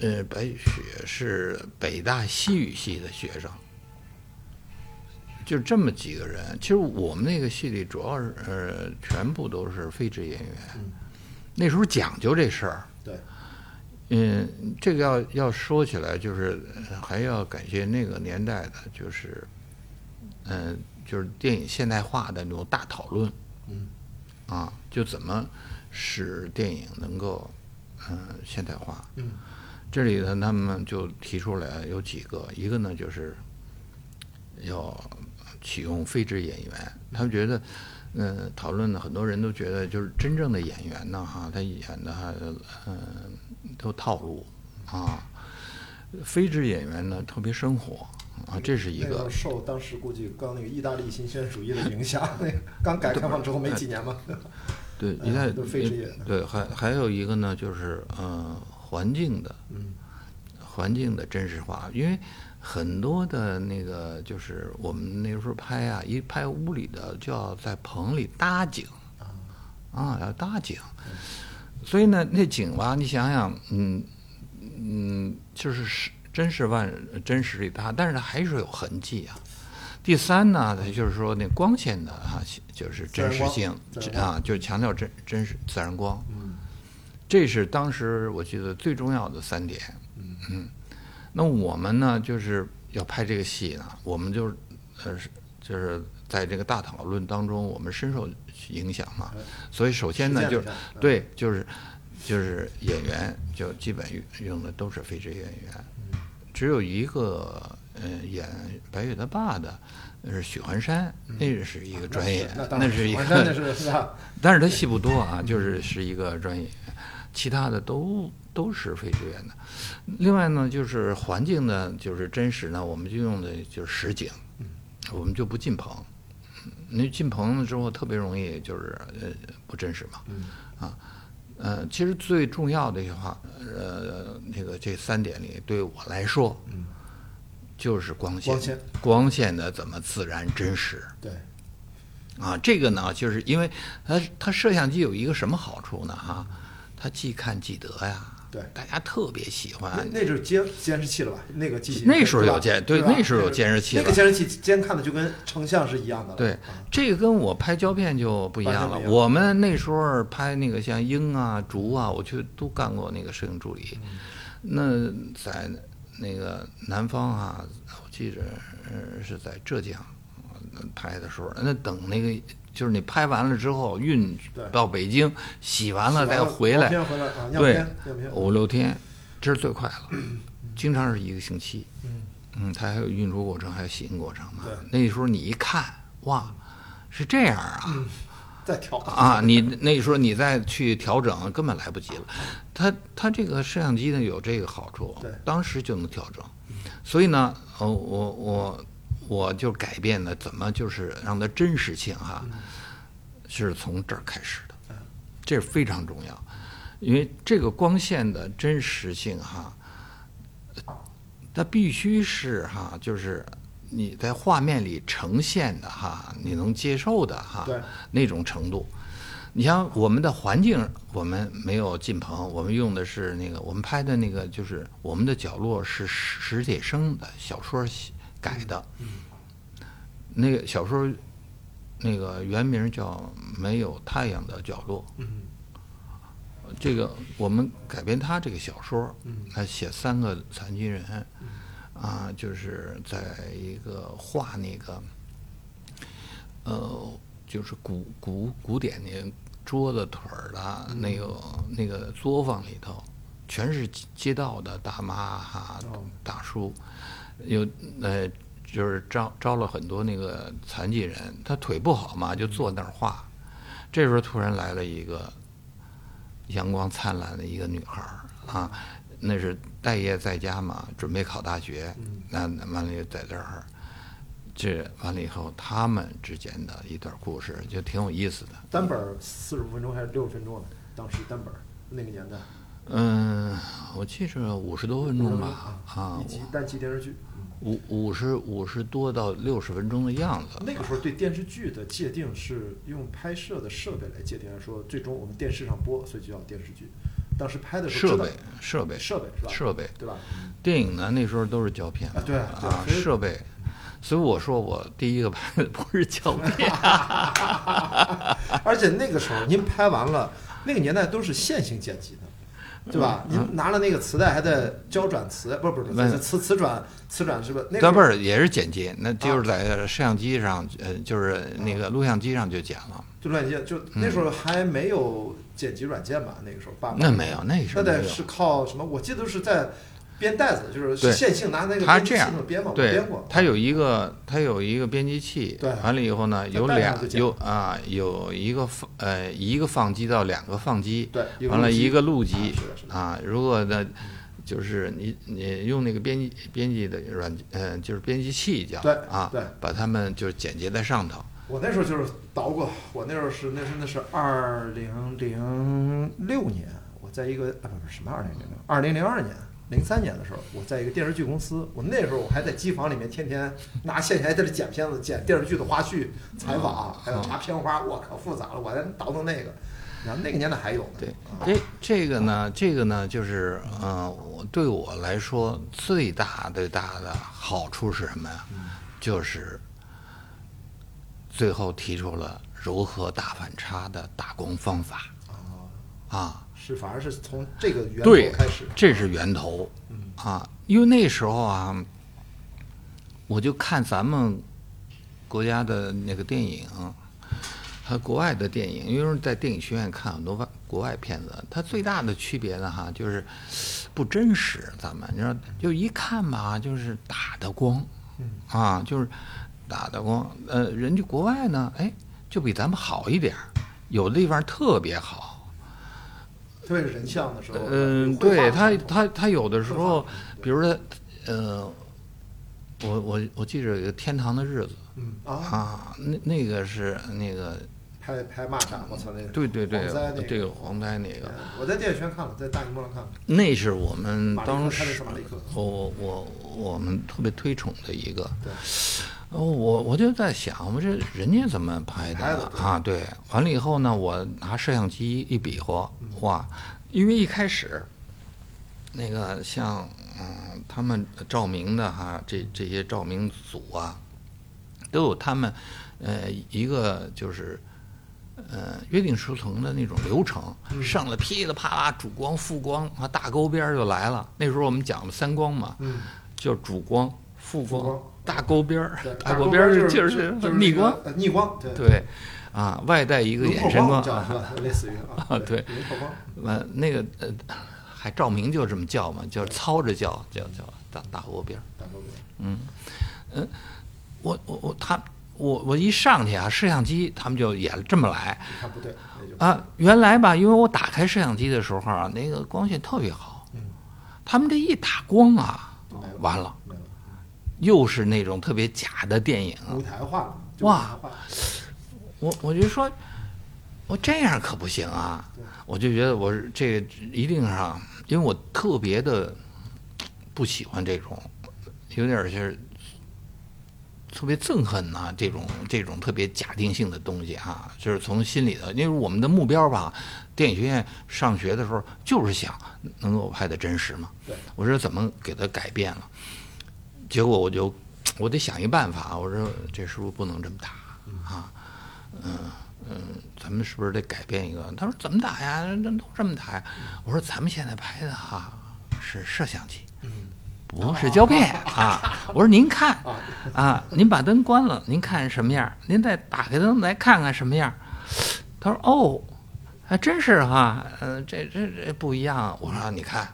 Speaker 2: 呃，白雪是北大西语系的学生，就这么几个人。其实我们那个系里主要是呃，全部都是非职业演员。
Speaker 1: 嗯
Speaker 2: 那时候讲究这事儿，
Speaker 1: 对，
Speaker 2: 嗯，这个要要说起来，就是呃还要感谢那个年代的，就是，嗯、就是电影现代化的那种大讨论
Speaker 1: 嗯
Speaker 2: 啊，就怎么使电影能够，嗯、现代化。
Speaker 1: 嗯
Speaker 2: 这里呢，他们就提出来有几个，一个呢就是要启用非职演员，他们觉得，嗯、讨论的很多人都觉得，就是真正的演员呢，哈，他演的还，嗯、都套路啊，非职演员呢特别生活啊，
Speaker 1: 嗯
Speaker 2: 这是一
Speaker 1: 那时
Speaker 2: 个
Speaker 1: 候，受当时估计刚那个意大利新鲜主义的影响，那个刚改革开放之后没几 年嘛。
Speaker 2: 对，
Speaker 1: 嗯
Speaker 2: 一代、
Speaker 1: 都是非职业的
Speaker 2: 对，还还有一个呢就是，嗯、环境的，
Speaker 1: 嗯
Speaker 2: 环境的真实化，因为很多的那个就是我们那时候拍啊，一拍屋里的就要在棚里搭景，
Speaker 1: 啊，
Speaker 2: 啊，要搭景，所以呢，那景吧，你想想，嗯嗯，就是是真是万真实里搭，但是它还是有痕迹啊。第三呢，它就是说那光线的啊，就是真实性
Speaker 1: 自然光自然光
Speaker 2: 啊，就是强调真真实自然光，
Speaker 1: 嗯
Speaker 2: 这是当时我记得最重要的三点。
Speaker 1: 嗯
Speaker 2: 那我们呢，就是要拍这个戏呢，我们就是呃，是就是在这个大讨论当中，我们深受影响嘛
Speaker 1: 嗯。
Speaker 2: 所以首先呢，
Speaker 1: 实践了
Speaker 2: 就
Speaker 1: 一
Speaker 2: 是
Speaker 1: 下嗯
Speaker 2: 对，就是就是演员就基本用的都是非职业演员，只有一个呃演白雪他爸的。呃是许幻山，嗯啊那是一个专业
Speaker 1: 那，当
Speaker 2: 那
Speaker 1: 然
Speaker 2: 是一个
Speaker 1: 完善那是是吧？
Speaker 2: 但是他戏不多啊，就是是一个专业。其他的都都是非支援的。另外呢，就是环境呢，就是真实呢，我们就用的就是实景，我们就不进棚。你进棚了之后，特别容易就是呃不真实嘛，啊，呃，其实最重要的一句话，呃，那个这三点里对我来说，
Speaker 1: 嗯
Speaker 2: 就是光线，
Speaker 1: 光线
Speaker 2: 光线的怎么自然真实，
Speaker 1: 对，
Speaker 2: 啊，这个呢，就是因为它它摄像机有一个什么好处呢？哈、它既看即得呀。
Speaker 1: 对
Speaker 2: 大家特别喜
Speaker 1: 那
Speaker 2: 欢。
Speaker 1: 那就是监监视器了吧？那个机器
Speaker 2: 啊那时候有
Speaker 1: 对吧
Speaker 2: 监对
Speaker 1: 对吧
Speaker 2: 那时候有监视器
Speaker 1: 那个
Speaker 2: 了
Speaker 1: 监视器监看的就跟成像是一样的了。
Speaker 2: 对
Speaker 1: 啊，
Speaker 2: 这个跟我拍胶片就不一样了
Speaker 1: 完全。不一样
Speaker 2: 我们那时候拍那个像鹰啊、竹啊，我去都干过那个摄影助理。
Speaker 1: 嗯
Speaker 2: 那在那个南方啊，我记着呃是在浙江呃拍的时候，那等那个就是你拍完了之后运
Speaker 1: 对
Speaker 2: 到北京，洗完了
Speaker 1: 洗完
Speaker 2: 再
Speaker 1: 了
Speaker 2: 回
Speaker 1: 照
Speaker 2: 来，
Speaker 1: 片回来啊样
Speaker 2: 对
Speaker 1: 片样片，
Speaker 2: 五六天，这是最快了，经常是一个星期。
Speaker 1: 嗯
Speaker 2: 嗯，它还有运输过程，还有洗印过程嘛
Speaker 1: 对。
Speaker 2: 那时候你一看，哇，是这样啊。
Speaker 1: 再调
Speaker 2: 啊，你那时候你再去调整，根本来不及了。它它这个摄像机呢有这个好处
Speaker 1: 对，
Speaker 2: 当时就能调整。所以呢，呃，我我我就改变了怎么就是让它真实性哈，是从这儿开始的
Speaker 1: 嗯，
Speaker 2: 这非常重要，因为这个光线的真实性哈，它必须是哈，就是你在画面里呈现的哈，你能接受的哈
Speaker 1: 对，
Speaker 2: 那种程度。你像我们的环境，我们没有进棚，我们用的是那个我们拍的那个，就是我们的角落是史史铁生的小说写改的。那个小说，那个原名叫《没有太阳的角落》。
Speaker 1: 嗯
Speaker 2: 这个我们改编他这个小说
Speaker 1: 嗯，
Speaker 2: 他写三个残疾人，啊，就是在一个画那个，呃，就是古古古典那桌子腿儿的
Speaker 1: 嗯
Speaker 2: 那个那个作坊里头，全是街街道的大妈哈、
Speaker 1: 哦
Speaker 2: 大叔，有呃。就是招招了很多那个残疾人，他腿不好嘛，就坐那儿画。这时候突然来了一个阳光灿烂的一个女孩儿啊，那是待业在家嘛，准备考大学，那那完了就在这儿，这完了以后，他们之间的一段故事就挺有意思的。
Speaker 1: 单本四十五分钟还是六十分钟啊？当时单本儿那个年代，
Speaker 2: 嗯，我记着五十多分钟吧，嗯啊
Speaker 1: 一，集单集电视剧，嗯
Speaker 2: 五五十五十多到六十分钟的样子。
Speaker 1: 那个时候对电视剧的界定是用拍摄的设备来界定，说最终我们电视上播，所以就叫电视剧。当时拍的时候
Speaker 2: 设
Speaker 1: 知道
Speaker 2: 备，设备，
Speaker 1: 设备是吧？
Speaker 2: 设备，
Speaker 1: 对吧？
Speaker 2: 电影呢，那时候都是胶片
Speaker 1: 啊对啊对
Speaker 2: 啊，
Speaker 1: 所以
Speaker 2: 设备，所以我说我第一个拍的不是胶片，
Speaker 1: 而且那个时候您拍完了，那个年代都是线性剪辑的，对吧？您拿了那个磁带，还在胶转磁，不是不是不
Speaker 2: 嗯没有
Speaker 1: 是磁磁转磁转是吧？ 那个时啊
Speaker 2: 德
Speaker 1: 候
Speaker 2: 贝尔也是剪辑，那就是在摄像机上，呃，就是那个录像机上就剪了。
Speaker 1: 就软件，就那时候还没有剪辑软件吧？那个时候爸爸
Speaker 2: 那没有，那时
Speaker 1: 啊那
Speaker 2: 候没
Speaker 1: 得
Speaker 2: 有。
Speaker 1: 是靠什么？我记得是在编带子，就是
Speaker 2: 对
Speaker 1: 线性拿那个
Speaker 2: 他
Speaker 1: 编辑
Speaker 2: 这
Speaker 1: 器
Speaker 2: 样
Speaker 1: 那么编嘛，我
Speaker 2: 对
Speaker 1: 编过，。
Speaker 2: 他有一个，他有一个编辑器，
Speaker 1: 对
Speaker 2: 完了以后呢，
Speaker 1: 在
Speaker 2: 有
Speaker 1: 带
Speaker 2: 俩
Speaker 1: 上就剪
Speaker 2: 有啊，有一个放呃一个放机到两个放机，
Speaker 1: 对有
Speaker 2: 完了
Speaker 1: 录机
Speaker 2: 一个录机
Speaker 1: 啊是的是的
Speaker 2: 啊。如果呢，就是你你用那个编辑编辑的软件呃，就是编辑器叫
Speaker 1: 对
Speaker 2: 啊
Speaker 1: 对，
Speaker 2: 把它们就是剪辑在上头。
Speaker 1: 我那时候就是捣鼓，我那时候是那是那是二零零六年，我在一个啊不不是什么二零零六，二零零二年。零三年的时候，我在一个电视剧公司，我那时候我还在机房里面天天拿线线还在这剪片子、剪电视剧的花絮、采
Speaker 2: 啊
Speaker 1: 访，还有拿片花，我靠，复杂了，我还倒腾那个。然后那个年代还有呢，
Speaker 2: 对，这这个呢，这个呢，就是嗯、呃我对我来说最大最大的好处是什么呀？就是最后提出了柔和大反差的打工方法
Speaker 1: 啊，
Speaker 2: 啊，
Speaker 1: 是反而是从这个源头
Speaker 2: 对
Speaker 1: 开始，，嗯
Speaker 2: 这是源头啊，因为那时候啊，我就看咱们国家的那个电影。和国外的电影，因为在电影学院看很多外国外片子，它最大的区别呢哈，就是不真实。咱们你说就一看吧，就是打的光，
Speaker 1: 嗯
Speaker 2: 啊，就是打的光。呃，人家国外呢，哎，就比咱们好一点儿有的地方特别好，
Speaker 1: 特别是人像的时候，
Speaker 2: 嗯，
Speaker 1: 绘画
Speaker 2: 对
Speaker 1: 的
Speaker 2: 他
Speaker 1: 时候
Speaker 2: 他他有的时
Speaker 1: 绘
Speaker 2: 候
Speaker 1: 画，
Speaker 2: 比如说，呃，我我我记着有个天堂的日子
Speaker 1: 嗯啊，
Speaker 2: 啊，那那个是那个，
Speaker 1: 拍拍蚂蚱，我操那个，
Speaker 2: 对对
Speaker 1: 蝗
Speaker 2: 对
Speaker 1: 灾那，
Speaker 2: 这个黄灾那个，
Speaker 1: 嗯我在电影院看了，在大荧幕上看了，
Speaker 2: 那是我们
Speaker 1: 马利克
Speaker 2: 嗯当
Speaker 1: 他那
Speaker 2: 时哦
Speaker 1: 是马利克
Speaker 2: 我我我我们特别推崇的一个
Speaker 1: 对。
Speaker 2: 哦，我我就在想，我这人家怎么拍
Speaker 1: 拍
Speaker 2: 的
Speaker 1: 的
Speaker 2: 啊？对，完了以后呢，我拿摄像机一比划，哇，因为一开始，那个像嗯他们照明的哈，这这些照明组啊，都有他们呃一个就是呃约定俗成的那种流程，上了噼里啪啦主光、副光啊，大沟边儿就来了。那时候我们讲了三光嘛，
Speaker 1: 嗯，
Speaker 2: 叫主光、副
Speaker 1: 副光
Speaker 2: 大沟边儿
Speaker 1: 对，
Speaker 2: 大
Speaker 1: 沟
Speaker 2: 沟边儿
Speaker 1: 就是
Speaker 2: 就是
Speaker 1: 就是
Speaker 2: 逆
Speaker 1: 那个
Speaker 2: 光，，
Speaker 1: 呃逆光，对，
Speaker 2: 对，啊，外带一个
Speaker 1: 轮
Speaker 2: 衍
Speaker 1: 廓
Speaker 2: 生
Speaker 1: 光
Speaker 2: 光，
Speaker 1: 叫是
Speaker 2: 啊
Speaker 1: 吧？类似于啊
Speaker 2: 啊，对
Speaker 1: 轮廓光，
Speaker 2: 呃，那个呃，还照明就这么叫嘛，叫操着叫，叫叫大大沟边儿。
Speaker 1: 大哥哥，
Speaker 2: 我我我他我我一上去啊，摄像机他们就也这么来，
Speaker 1: 你看不对，那就
Speaker 2: 啊，原来吧，因为我打开摄像机的时候啊，那个光线特别好。
Speaker 1: 嗯
Speaker 2: 他们这一打光啊
Speaker 1: 就没了，
Speaker 2: 完了，
Speaker 1: 没了
Speaker 2: 又是那种特别假的电影。
Speaker 1: 舞台化了，就
Speaker 2: 啊哇
Speaker 1: 舞台化了，
Speaker 2: 我我就说，我这样可不行啊！我就觉得我是这个一定上，因为我特别的不喜欢这种，有点儿是特别憎恨呐、这种这种特别假定性的东西啊，就是从心里头，因为我们的目标吧，电影学院上学的时候就是想能够拍的真实嘛
Speaker 1: 对。
Speaker 2: 我说怎么给它改变了？结果我就我得想一办法，我说这是不是不能这么打啊？嗯嗯，咱们是不是得改变一个？他说怎么打呀？那都这么打呀？我说咱们现在拍的哈是摄像机，不是胶片啊。我说您看啊，您把灯关了，您看什么样儿？您再打开灯来看看什么样儿？他说哦，还真是哈，嗯、这这这不一样啊。我说你看。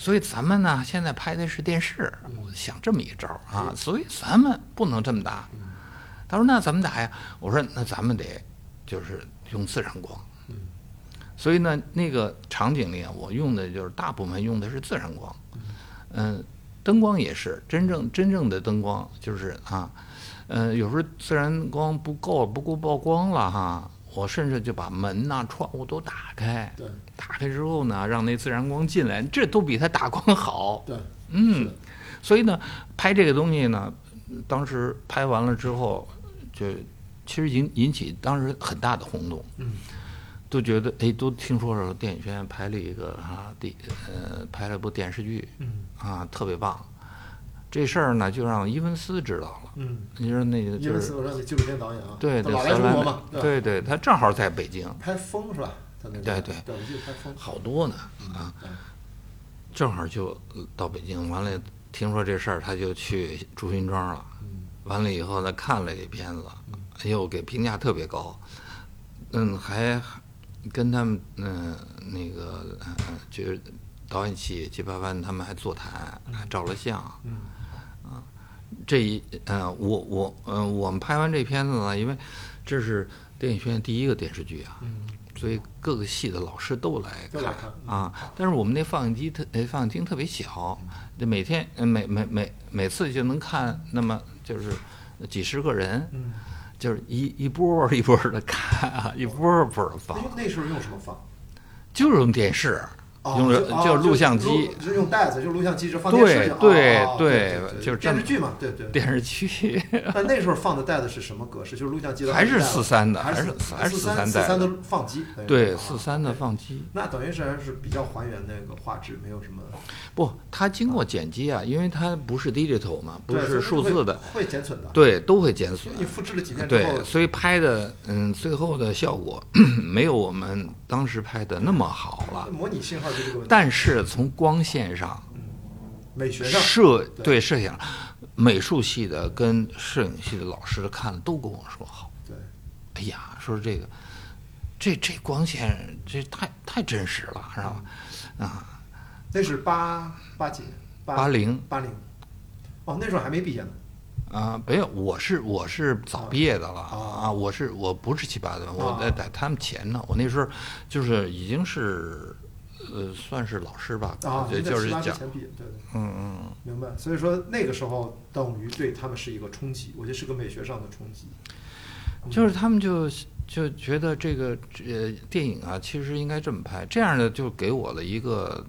Speaker 2: 所以咱们呢，现在拍的是电视，我想这么一招儿啊，所以咱们不能这么打。他说：“那怎么打呀？”我说：“那咱们得就是用自然光。”
Speaker 1: 嗯
Speaker 2: 所以呢，那个场景里啊，我用的就是大部分用的是自然光，嗯，灯光也是真正真正的灯光，就是啊，嗯，有时候自然光不够，不够曝光了哈，我甚至就把门呐、窗户都打开，
Speaker 1: 对
Speaker 2: 打开之后呢，让那自然光进来，这都比它打光好。
Speaker 1: 对，是
Speaker 2: 嗯
Speaker 1: 的，
Speaker 2: 所以呢，拍这个东西呢，当时拍完了之后，就其实引引起当时很大的轰动，
Speaker 1: 嗯，
Speaker 2: 都觉得哎，都听说了电影学院拍了一个啊电呃拍了部电视剧
Speaker 1: 嗯
Speaker 2: 啊，特别棒。这事儿呢，就让伊文斯知道了。
Speaker 1: 嗯，
Speaker 2: 你说那个
Speaker 1: 伊文
Speaker 2: 就
Speaker 1: 斯
Speaker 2: 是
Speaker 1: 我说那纪录片导演啊，
Speaker 2: 对
Speaker 1: 他
Speaker 2: 对
Speaker 1: 老
Speaker 2: 荷
Speaker 1: 来中国
Speaker 2: 兰
Speaker 1: 嘛，
Speaker 2: 的，
Speaker 1: 吧，
Speaker 2: 对对，他正好在北京，
Speaker 1: 拍风是吧？他那个
Speaker 2: 对对
Speaker 1: 对，我记得拍风，
Speaker 2: 好多呢啊，正好就呃到北京，完了听说这事儿，他就去朱辛庄了。
Speaker 1: 嗯，
Speaker 2: 完了以后呢，看了这片子，哎呦，给评价特别高，嗯，还跟他们嗯、那个呃，就是导演系季八班他们还座谈，还照了相，
Speaker 1: 嗯
Speaker 2: 啊，这一呃，我我呃，我们拍完这片子呢，因为这是电影学院第一个电视剧啊，
Speaker 1: 嗯
Speaker 2: 所以各个系的老师都来
Speaker 1: 都来看嗯
Speaker 2: 啊。但是我们那放映机特呃放映厅特别小，这
Speaker 1: 嗯
Speaker 2: 每天呃每每每每次就能看那么就是几十个人，
Speaker 1: 嗯，
Speaker 2: 就是一一波儿一波的看啊，一波儿一波的
Speaker 1: 那
Speaker 2: 放，
Speaker 1: 用那时候用什么放？
Speaker 2: 就是用电视，
Speaker 1: 哦
Speaker 2: 用
Speaker 1: 就
Speaker 2: 着
Speaker 1: 哦
Speaker 2: 就
Speaker 1: 就
Speaker 2: 录像机
Speaker 1: 录，就用袋子，就录像机，就放电视
Speaker 2: 对
Speaker 1: 就好
Speaker 2: 对
Speaker 1: 哦
Speaker 2: 对
Speaker 1: 对，
Speaker 2: 就是这
Speaker 1: 电
Speaker 2: 么
Speaker 1: 视剧嘛，对对。
Speaker 2: 电视剧。
Speaker 1: 但那时候放的袋子是什么格式？就是录像机的
Speaker 2: 还
Speaker 1: 放
Speaker 2: 是
Speaker 1: 带子
Speaker 2: 43的
Speaker 1: 还
Speaker 2: 还是还是
Speaker 1: 四
Speaker 2: 43
Speaker 1: 四
Speaker 2: 带
Speaker 1: 三啊
Speaker 2: 的
Speaker 1: 的放机，等于
Speaker 2: 对，
Speaker 1: 是
Speaker 2: 四三的放机
Speaker 1: 那等于是还是比较还原那个画质，没有什么
Speaker 2: 不，它经过剪辑啊，因为它不是 digital 嘛，不
Speaker 1: 对所以
Speaker 2: 是数
Speaker 1: 会
Speaker 2: 字的，
Speaker 1: 会减损的。，
Speaker 2: 对，都会减损。
Speaker 1: 你复制了几遍之后
Speaker 2: 对，，所以拍的，嗯，最后的效果 没有我们当时拍的那么好了，
Speaker 1: 模拟信号就这个问题，
Speaker 2: 但是从光线上、
Speaker 1: 美学上
Speaker 2: 摄
Speaker 1: 对
Speaker 2: 对摄影、美术系的跟摄影系的老师看了，都跟我说好。
Speaker 1: 对，
Speaker 2: 哎呀，说这个，这这光线这太太真实了，知道吧？啊，
Speaker 1: 那是八八几
Speaker 2: 八零
Speaker 1: 八零，哦，那时候还没毕业呢。
Speaker 2: 啊，没有，我是我是早毕业的了
Speaker 1: 啊
Speaker 2: 啊，我是我不是七八的，我
Speaker 1: 啊
Speaker 2: 在在他们前呢，我那时候就是已经是呃算是老师吧，
Speaker 1: 啊，
Speaker 2: 就
Speaker 1: 您在
Speaker 2: 就是
Speaker 1: 十八之
Speaker 2: 讲，
Speaker 1: 前毕业，对对，
Speaker 2: 嗯嗯，
Speaker 1: 明白。所以说那个时候等于对他们是一个冲击，我觉得是个美学上的冲击。嗯
Speaker 2: 就是他们就就觉得这个呃电影啊，其实应该这么拍，这样的就给我了一个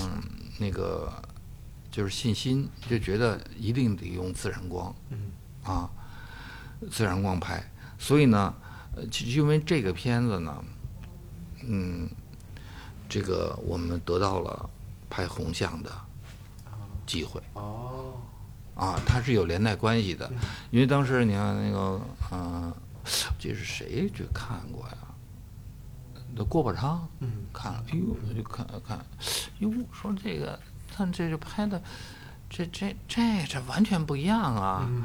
Speaker 2: 嗯那个就是信心，就觉得一定得用自然光，
Speaker 1: 嗯
Speaker 2: 啊，自然光拍。所以呢，呃，其因为这个片子呢，嗯，这个我们得到了拍红象的
Speaker 1: 啊，
Speaker 2: 机会
Speaker 1: 哦，
Speaker 2: 啊，它是有连带关系的
Speaker 1: 嗯。
Speaker 2: 因为当时你看那个，嗯、这是谁去看过呀？那郭宝昌
Speaker 1: 嗯
Speaker 2: 看了，哎呦，我就看看，哟，说这个，看这就拍的，这这这这完全不一样啊。
Speaker 1: 嗯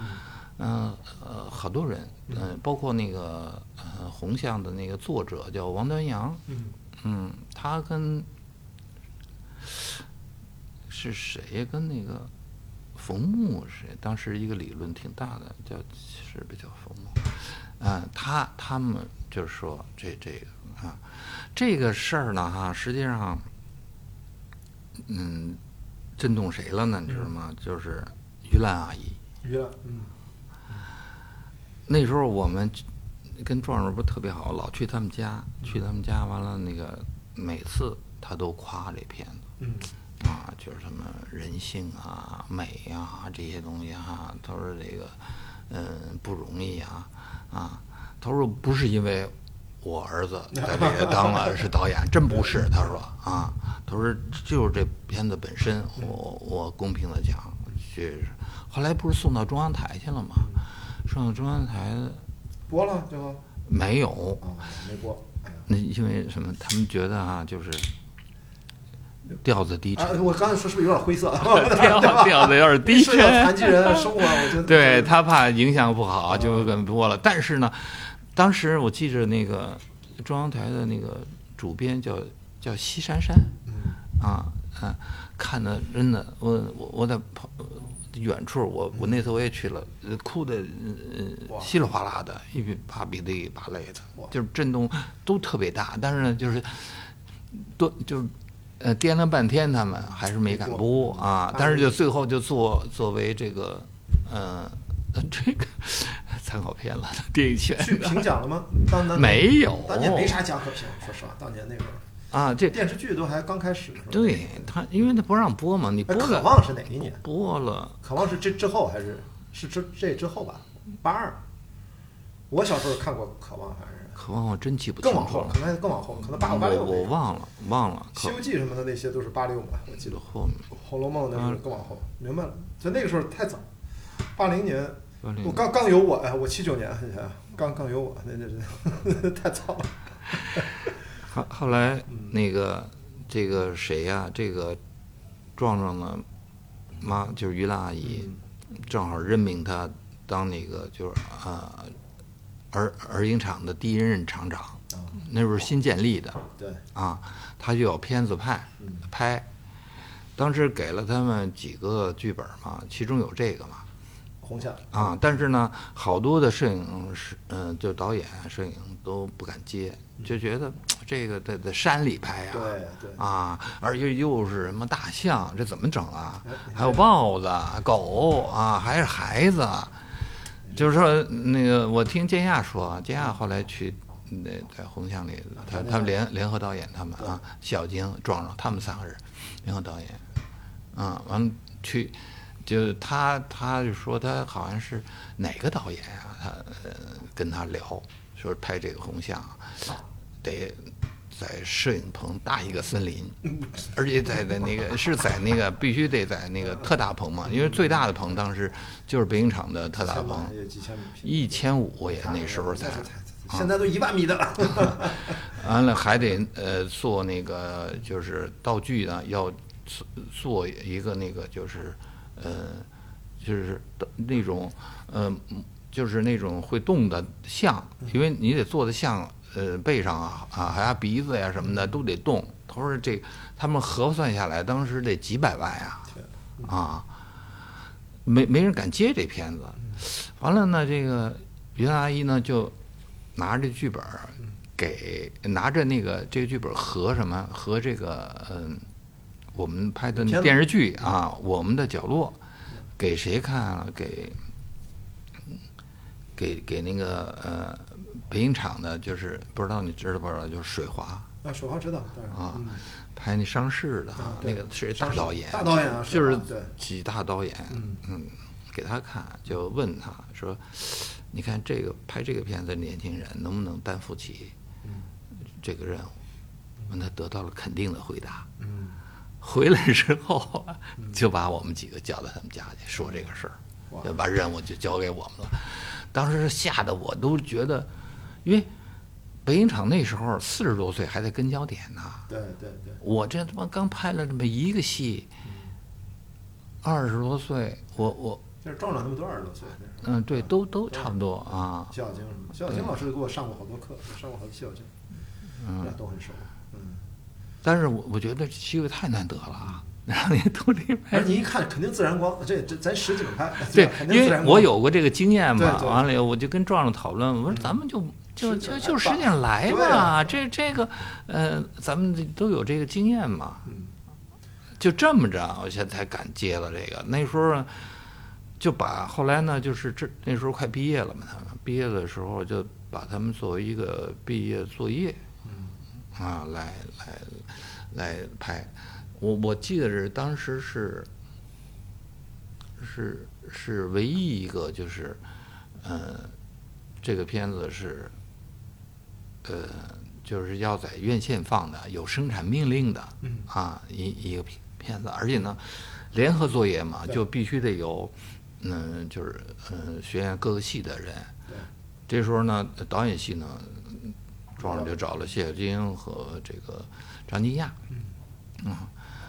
Speaker 2: 嗯呃，好多人，嗯、包括那个呃红象的那个作者叫王端阳，
Speaker 1: 嗯，
Speaker 2: 嗯，他跟是谁呀？跟那个冯木是谁当时一个理论挺大的，叫是不是叫冯木？嗯、他他们就是说这这个啊，这个事儿呢哈，实际上，嗯，震动谁了呢？你知道吗？就是于兰阿姨。
Speaker 1: 娱乐，嗯
Speaker 2: 那时候我们跟壮壮不是特别好，老去他们家，去他们家完了那个每次他都夸这片子
Speaker 1: 嗯
Speaker 2: 啊，就是什么人性啊、美啊这些东西哈、他说这个嗯不容易啊啊，他说不是因为。我儿子在这个当了是导演，真不是。他说啊，他说就是这片子本身，我我公平的讲，就是后来不是送到中央台去了吗？送到中央台
Speaker 1: 播了最后
Speaker 2: 没有，
Speaker 1: 啊没播，哎呀。
Speaker 2: 那因为什么？他们觉得啊，就是调子低
Speaker 1: 啊，
Speaker 2: 沉，
Speaker 1: 我刚才说是不是有点 灰色？
Speaker 2: 调调子有点 低
Speaker 1: 是要啊残
Speaker 2: 沉，
Speaker 1: 疾人生活，啊我觉得
Speaker 2: 对他怕影响不好，就跟播
Speaker 1: 哦
Speaker 2: 了。但是呢，当时我记着那个中央台的那个主编叫叫西珊珊
Speaker 1: 嗯
Speaker 2: 啊啊，看的真的，我我我在旁远处，我我那次我也去了，呃哭的
Speaker 1: 哇
Speaker 2: 稀里哗啦的，一比把鼻涕一把泪的
Speaker 1: 哇，
Speaker 2: 就是震动都特别大，但是呢，就是多就是呃掂量半天，他们还是没敢
Speaker 1: 没
Speaker 2: 播啊
Speaker 1: 啊。
Speaker 2: 但是就最后就作作为这个呃这个参考片了，电影圈
Speaker 1: 去评奖了吗？当当
Speaker 2: 没有
Speaker 1: 当年没啥奖可评，说实话，当年那个
Speaker 2: 啊，这
Speaker 1: 电视剧都还刚开始。是吧，
Speaker 2: 对他，因为他不让播嘛，你
Speaker 1: 哎，
Speaker 2: 播
Speaker 1: 渴
Speaker 2: 了
Speaker 1: 望是哪一年？
Speaker 2: 播了。
Speaker 1: 渴望是这之后还是是这这之后吧？八二，我小时候看过渴望，反正是
Speaker 2: 渴望我真记不清
Speaker 1: 更
Speaker 2: 楚
Speaker 1: 往后，
Speaker 2: 了
Speaker 1: 可，能更往后，可能八五八
Speaker 2: 我
Speaker 1: 六。
Speaker 2: 我忘了忘了。
Speaker 1: 《西
Speaker 2: 渴
Speaker 1: 游记》什么的那些都是八六嘛，我记得《
Speaker 2: 后面
Speaker 1: 红楼梦》
Speaker 2: 嗯
Speaker 1: 那是更往后。明白了，就那个时候太早，八零年
Speaker 2: 八零
Speaker 1: 我刚刚有我，哎，我七九年，你想想，刚刚有我，那那这 太早了。
Speaker 2: 后后来
Speaker 1: 嗯
Speaker 2: 那个这个谁呀、这个壮壮的妈就是于兰阿姨，
Speaker 1: 嗯
Speaker 2: 正好任命他当那个就是啊儿儿影厂的第一任厂长，
Speaker 1: 啊，
Speaker 2: 那时候新建立的
Speaker 1: 对，
Speaker 2: 啊，他就有片子派
Speaker 1: 嗯
Speaker 2: 拍。当时给了他们几个剧本嘛，其中有这个嘛，
Speaker 1: 红夏，
Speaker 2: 啊，但是呢，好多的摄影师，嗯、就导演、摄影都不敢接，就觉得这个在在山里拍呀、
Speaker 1: 嗯对对
Speaker 2: 啊，而且又是什么大象，这怎么整啊
Speaker 1: 哎？
Speaker 2: 还有豹子、狗啊，还是孩子，
Speaker 1: 嗯
Speaker 2: 就是说那个，我听建亚说啊，建亚后来去那在红巷里，他他们联联合导演他们啊，小晶、壮壮他们三个人联合导演，啊，完了去，就他他就说他好像是哪个导演啊，他呃跟他聊，说拍这个红像啊得在摄影棚搭一个森林，而且在在那个是在那个必须得在那个特大棚嘛，因为最大的棚当时就是北影厂的特大
Speaker 1: 千
Speaker 2: 棚
Speaker 1: 吧，也几千米平，
Speaker 2: 一千五也那时候才啊
Speaker 1: 才，现在都一万米的了。
Speaker 2: 完了还得呃做那个就是道具呢，要做做一个那个就是呃就是那种呃就是那种会动的象，因为你得做的像呃背上啊啊还有鼻子呀、什么的都得动。他说这他们核算下来，当时得几百万呀、
Speaker 1: 天
Speaker 2: 啊，没没人敢接这片子。完了呢，这个于兰阿姨呢就拿着这剧本儿给拿着那个这个剧本和什么和这个嗯、我们拍的
Speaker 1: 片子嗯
Speaker 2: 电视剧啊，我们的角落给谁看啊？给给给那个呃北影厂的，就是不知道你知道不知道，就是水华
Speaker 1: 啊，手画知道，当然
Speaker 2: 啊
Speaker 1: 嗯
Speaker 2: 拍那商事的哈
Speaker 1: 啊，对
Speaker 2: 那个是大
Speaker 1: 商事
Speaker 2: 导演，
Speaker 1: 大导演啊是
Speaker 2: 就是
Speaker 1: 吧对
Speaker 2: 几大导演，
Speaker 1: 嗯
Speaker 2: 嗯，给他看就问他说，你看这个拍这个片子的年轻人能不能担负起
Speaker 1: 嗯
Speaker 2: 这个任务？问他得到了肯定的回答。
Speaker 1: 嗯，
Speaker 2: 回来之后啊就把我们几个叫到他们家去说这个事儿，
Speaker 1: 哇
Speaker 2: 就把任务就交给我们了。当时吓得我都觉得，因为北影厂那时候四十多岁还在跟焦点呢，
Speaker 1: 对对对，嗯
Speaker 2: 我这他妈刚拍了这么一个戏，二十多岁，我我
Speaker 1: 就是壮壮他们都二十多岁，那时候
Speaker 2: 嗯对，都都差不多啊，
Speaker 1: 徐小晶什么的，徐小晶老师给我上过好多课，上过好多徐小晶，
Speaker 2: 嗯
Speaker 1: 那都很熟，嗯，
Speaker 2: 但是我我觉得这机会太难得 了，啊让你都这
Speaker 1: 而
Speaker 2: 拍
Speaker 1: 且。你一看肯定自然光，这这咱实景拍，
Speaker 2: 对
Speaker 1: 哎啊吧肯，定
Speaker 2: 因
Speaker 1: 自
Speaker 2: 为
Speaker 1: 然光。
Speaker 2: 我有过这个经验嘛
Speaker 1: 对，对
Speaker 2: 完了以后我就跟壮壮讨论，我说咱们就就
Speaker 1: 实
Speaker 2: 就
Speaker 1: 景来吧
Speaker 2: 就十点来
Speaker 1: 对
Speaker 2: 吧，
Speaker 1: 啊
Speaker 2: 这这个，呃，咱们都有这个经验嘛，
Speaker 1: 嗯，
Speaker 2: 就这么着，我现在才敢接了这个。那时候就把后来呢，就是这那时候快毕业了嘛，他们毕业的时候就把他们作为一个毕业作业，
Speaker 1: 嗯
Speaker 2: 啊，来来来拍。我我记得是当时是是是唯一一个就是，呃，这个片子是，呃，就是要在院线放的，有生产命令的，
Speaker 1: 嗯
Speaker 2: 啊，一一个片片子，而且呢，联合作业嘛，
Speaker 1: 对
Speaker 2: 就必须得有，嗯，就是嗯、学院各个系的人。
Speaker 1: 对，
Speaker 2: 这时候呢，导演系呢，庄上就找了谢小晶和这个张金亚，啊，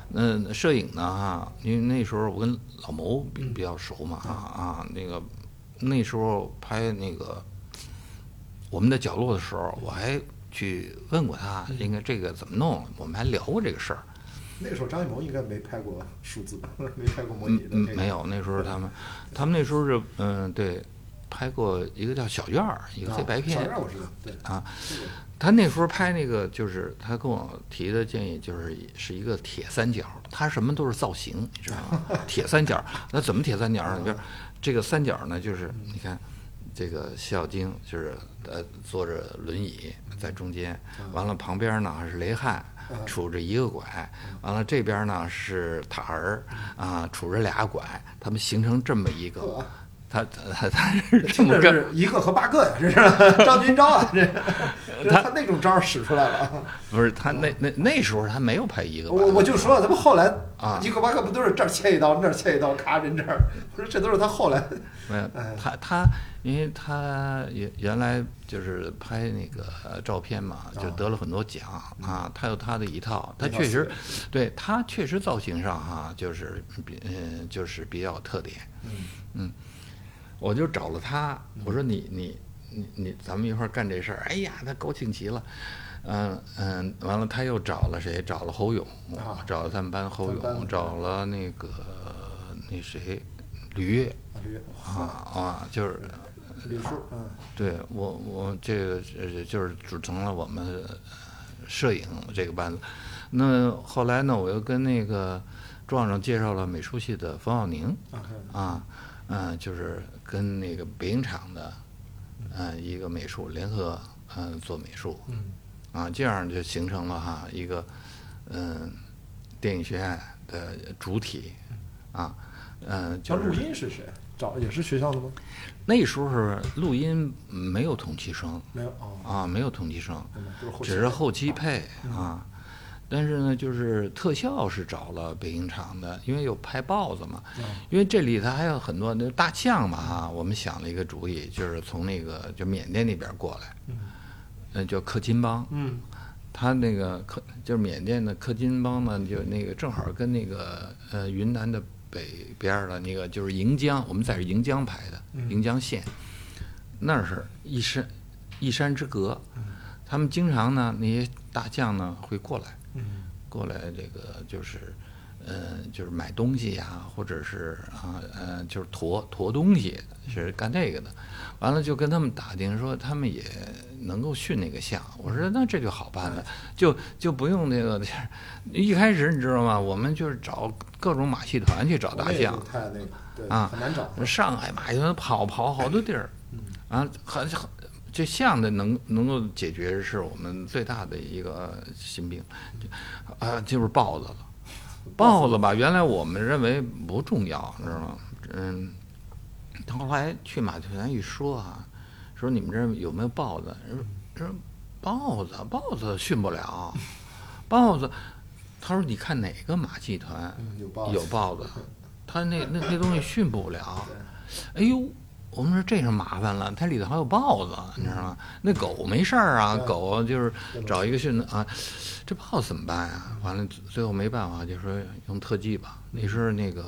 Speaker 2: 那摄影呢哈，因为那时候我跟老谋比比较熟嘛啊啊，那个那时候拍那个我们的角落的时候，我还去问过他，应该这个怎么弄，我们还聊过这个事儿，
Speaker 1: 那个时候张艺谋应该没拍过数字， 没拍过模拟的
Speaker 2: 嗯
Speaker 1: 这个，
Speaker 2: 嗯，没有，那时候他们他们那时候是嗯对，拍过一个叫小院儿，一个
Speaker 1: 啊
Speaker 2: 黑白
Speaker 1: 小
Speaker 2: 片
Speaker 1: 院我知道，对，
Speaker 2: 啊，
Speaker 1: 这个
Speaker 2: 他那时候拍那个，就是他跟我提的建议，就是是一个铁三角，他什么都是造型，你知道 吗？铁三角，那怎么铁三角呢？
Speaker 1: 嗯
Speaker 2: 就是这个三角呢，就是你看，这个谢小晶就是呃坐着轮椅在中间，
Speaker 1: 嗯
Speaker 2: 完了旁边呢是雷汉。杵着一个拐，
Speaker 1: 嗯
Speaker 2: 完了这边呢是塔儿，啊，杵着俩拐，他们形成这么一个，他他他是这
Speaker 1: 听
Speaker 2: 么
Speaker 1: 着
Speaker 2: 个
Speaker 1: 是一个和八个呀，这是张军招啊，这这
Speaker 2: 他
Speaker 1: 他那种招儿使出来了啊。
Speaker 2: 不是他那那那时候他没有拍一个吧，
Speaker 1: 我我就说他们后来
Speaker 2: 啊
Speaker 1: 一个八个不都是这儿切一刀，那儿切一刀，咔人这儿，我说这都是他后来
Speaker 2: 没有
Speaker 1: 哎，
Speaker 2: 他他，因为他原原来就是拍那个呃照片嘛，就得了很多奖啊，他有他的一套，他
Speaker 1: 一套
Speaker 2: 确
Speaker 1: 思
Speaker 2: 实
Speaker 1: 维，
Speaker 2: 对他确实造型上哈、就是比嗯就是比较有特点，嗯，我就找了他，我说你你你你，咱们一块儿干这事儿，哎呀，他高兴极了。嗯嗯，完了，他又找了谁？找了侯勇，
Speaker 1: 啊
Speaker 2: 找了他们班侯
Speaker 1: 他们班
Speaker 2: 勇，找了那个那谁，吕越，
Speaker 1: 吕
Speaker 2: 啊啊，就是
Speaker 1: 吕叔，嗯，
Speaker 2: 对我我这个呃就是组成了我们呃摄影这个班子。那后来呢，我又跟那个壮壮介绍了美术系的冯晓宁
Speaker 1: 啊
Speaker 2: 啊，嗯、就是跟那个北影厂的呃一个美术联合嗯、呃做美术，
Speaker 1: 嗯
Speaker 2: 啊，这样就形成了哈一个嗯、电影学院的主体啊，嗯、
Speaker 1: 叫
Speaker 2: 就是
Speaker 1: 录音是谁？找也是学校的吗？
Speaker 2: 那时候是录音没有统计声
Speaker 1: 没有哦，
Speaker 2: 啊，没有统计声，
Speaker 1: 明白都是后期
Speaker 2: 只是后期配啊。但是呢，就是特效是找了北影厂的，因为有拍豹子嘛，
Speaker 1: 嗯
Speaker 2: 因为这里头还有很多那大象嘛哈、我们想了一个主意，就是从那个就缅甸那边过来，嗯，叫克钦邦，
Speaker 1: 嗯，
Speaker 2: 他那个克就是缅甸的克钦邦呢，就那个正好跟那个呃云南的北边儿的那个就是盈江，我们在盈江拍的，盈江县那儿是一山一山之隔，
Speaker 1: 嗯
Speaker 2: 他
Speaker 1: 嗯
Speaker 2: 们经常呢那些大将呢会过来，过来这个就是呃，就是买东西呀、或者是啊呃，就是驮驮东西是干这个的。完了就跟他们打听说他们也能够训那个象，我说那这就好办了，就就不用那个。一开始你知道吗？我们就是找各种马戏团去找
Speaker 1: 国
Speaker 2: 大
Speaker 1: 内
Speaker 2: 象
Speaker 1: 就，太那个，对，
Speaker 2: 啊
Speaker 1: 很难找。
Speaker 2: 上海马戏团跑跑好多地儿，啊，很很这象的能能够解决是我们最大的一个呃心病，就啊就是豹子了，豹子吧，原来我们认为不重要，你知道吗？嗯，但后来去马戏团一说啊，说你们这儿有没有豹子？说说豹子，豹子训不了， 豹子，他说你看哪个马戏团？
Speaker 1: 嗯有豹子
Speaker 2: 有豹子，他那那那东西训不了。哎呦，我们说这是麻烦了，它里头还有豹子，你知道吗？那狗没事儿啊，
Speaker 1: 对
Speaker 2: 狗就是找一个训的啊，这豹子怎么办啊？完了，最后没办法，就说用特技吧。那时候那个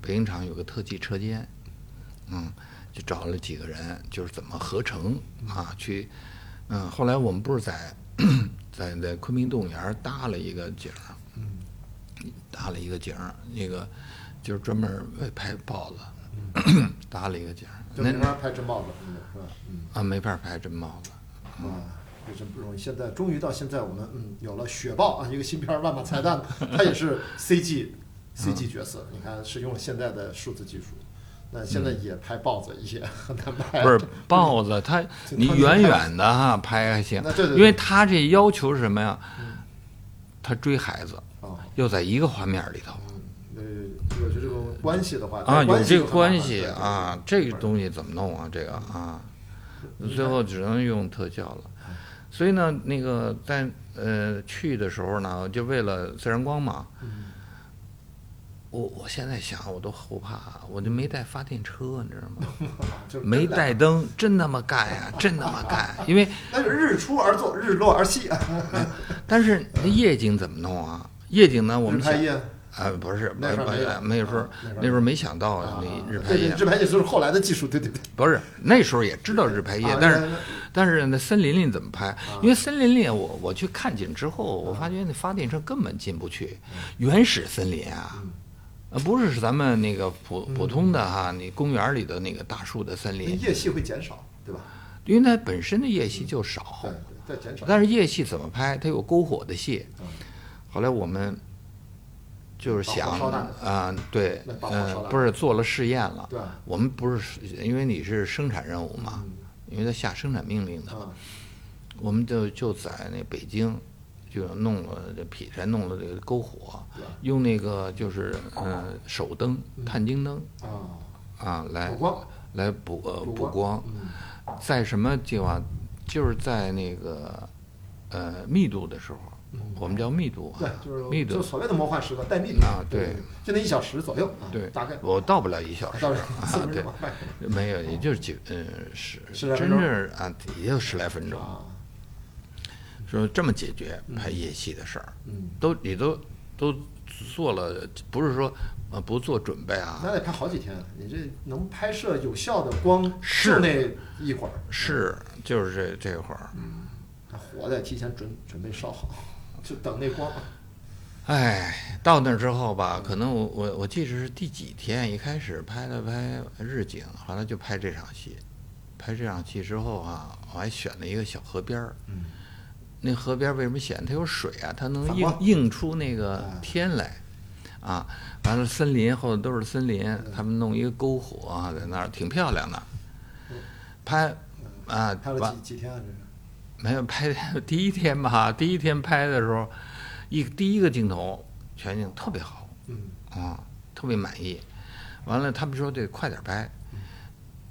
Speaker 2: 北影厂有个特技车间，嗯，就找了几个人，就是怎么合成啊，去，嗯，后来我们不是在 在在昆明动物园儿搭了一个景儿，
Speaker 1: 嗯
Speaker 2: 搭了一个景儿，那个就是专门为拍豹子 搭了一个景儿，
Speaker 1: 就
Speaker 2: 那
Speaker 1: 没法拍真豹子，嗯是吧？嗯
Speaker 2: 啊没法拍真豹子，
Speaker 1: 啊，这真不容易。现在终于到现在，我们嗯有了雪豹啊，一个新片儿万马彩蛋，它也是 CG CG 角色，你看是用了现在的数字技术。那现在也拍豹子也很难拍，
Speaker 2: 嗯不是豹子，它
Speaker 1: 哎这
Speaker 2: 你
Speaker 1: 它能
Speaker 2: 远
Speaker 1: 拍
Speaker 2: 远的哈拍还行
Speaker 1: 那对对，嗯对
Speaker 2: 因为它这要求是什么呀？它追孩子
Speaker 1: 啊，
Speaker 2: 要在一个画面里头。
Speaker 1: 呃，有这种关系的话
Speaker 2: 啊，有这个关
Speaker 1: 关
Speaker 2: 系啊，这个东西怎么弄啊？这个啊，最后只能用特效了。
Speaker 1: 嗯
Speaker 2: 所以呢，那个在呃去的时候呢，就为了自然光嘛，
Speaker 1: 嗯
Speaker 2: 我我现在想我都后怕，我就没带发电车，你知道吗？
Speaker 1: 就是
Speaker 2: 没
Speaker 1: 真的
Speaker 2: 带灯，真他妈干呀，真他妈干！因为
Speaker 1: 那是日出而作，日落而息。啊
Speaker 2: 但是那夜景怎么弄啊？夜景呢，我们
Speaker 1: 日拍
Speaker 2: 想
Speaker 1: 夜
Speaker 2: 啊，不是，
Speaker 1: 那时候
Speaker 2: 不
Speaker 1: 没有
Speaker 2: 没时候
Speaker 1: 啊那时候
Speaker 2: 那时候没想到
Speaker 1: 啊
Speaker 2: 那日拍
Speaker 1: 对
Speaker 2: 夜
Speaker 1: 对，日拍夜就是后来的技术，对对对。
Speaker 2: 不是那时候也知道日拍夜，
Speaker 1: 啊
Speaker 2: 哎但
Speaker 1: 那
Speaker 2: 是
Speaker 1: 那
Speaker 2: 但是那森林里怎么拍？因为森林里我我去看景之后，我发觉那发电车根本进不去，
Speaker 1: 嗯
Speaker 2: 原始森林啊。呃，不是咱们那个普
Speaker 1: 嗯
Speaker 2: 普通的哈，你公园里的那个大树的森林，
Speaker 1: 夜戏会减少，对吧？
Speaker 2: 因为它本身的夜戏就少，
Speaker 1: 对，嗯对，再减少。
Speaker 2: 但是夜戏怎么拍？它有篝火的戏
Speaker 1: 嗯。
Speaker 2: 后来我们就是
Speaker 1: 把
Speaker 2: 想
Speaker 1: 火烧大
Speaker 2: 啊、对
Speaker 1: 那，把火烧
Speaker 2: 呃，
Speaker 1: 大
Speaker 2: 不是做了试验了。
Speaker 1: 对嗯啊
Speaker 2: 我们不是因为你是生产任务嘛，因为它下生产命令的，
Speaker 1: 啊，
Speaker 2: 我们就就在那北京。就弄了这劈柴，弄了这个篝火
Speaker 1: 对啊，
Speaker 2: 用那个就是呃手灯、探晶灯
Speaker 1: 啊，
Speaker 2: 啊来
Speaker 1: 补光
Speaker 2: 来补呃
Speaker 1: 补
Speaker 2: 补
Speaker 1: 光
Speaker 2: 光，
Speaker 1: 嗯，
Speaker 2: 在什么地方？就是在那个呃密度的时候，我们叫密度啊
Speaker 1: 嗯对，，就是
Speaker 2: 密度
Speaker 1: 就。所谓的魔幻时刻，带密
Speaker 2: 啊对，
Speaker 1: 就那一小时左右，啊
Speaker 2: 对，
Speaker 1: 大概
Speaker 2: 我到不了一小时
Speaker 1: 到
Speaker 2: 啊
Speaker 1: 时候四，分
Speaker 2: 对
Speaker 1: 钟吧，
Speaker 2: 没有，也就是几呃十，
Speaker 1: 十来分
Speaker 2: 真
Speaker 1: 钟
Speaker 2: 正啊也就十来分钟。
Speaker 1: 啊，
Speaker 2: 说这么解决拍夜戏的事儿，
Speaker 1: 嗯，
Speaker 2: 都你都都做了，不是说呃不做准备啊，
Speaker 1: 那得拍好几天，你这能拍摄有效的光
Speaker 2: 是
Speaker 1: 就那一会儿，
Speaker 2: 是就是这这会儿，
Speaker 1: 那火得提前准准备烧好， 就等那光。
Speaker 2: 哎，到那儿之后吧，可能我我我记得是第几天，一开始拍了拍日景，后来就拍这场戏。拍这场戏之后啊，我还选了一个小河边儿。
Speaker 1: 嗯
Speaker 2: 那河边儿为什么选？它有水啊，它能
Speaker 1: 反
Speaker 2: 映
Speaker 1: 光
Speaker 2: 映出那个
Speaker 1: 啊
Speaker 2: 天来。啊，完了森林后头都是森林，他们弄一个篝火啊，在那儿挺漂亮的。拍啊，
Speaker 1: 嗯拍了
Speaker 2: 完
Speaker 1: 几几天啊？这是
Speaker 2: 没有拍 第一天吧，第一天拍的时候，一第一个镜头全景特别好
Speaker 1: 嗯，
Speaker 2: 啊，特别满意。完了，他们说得快点拍，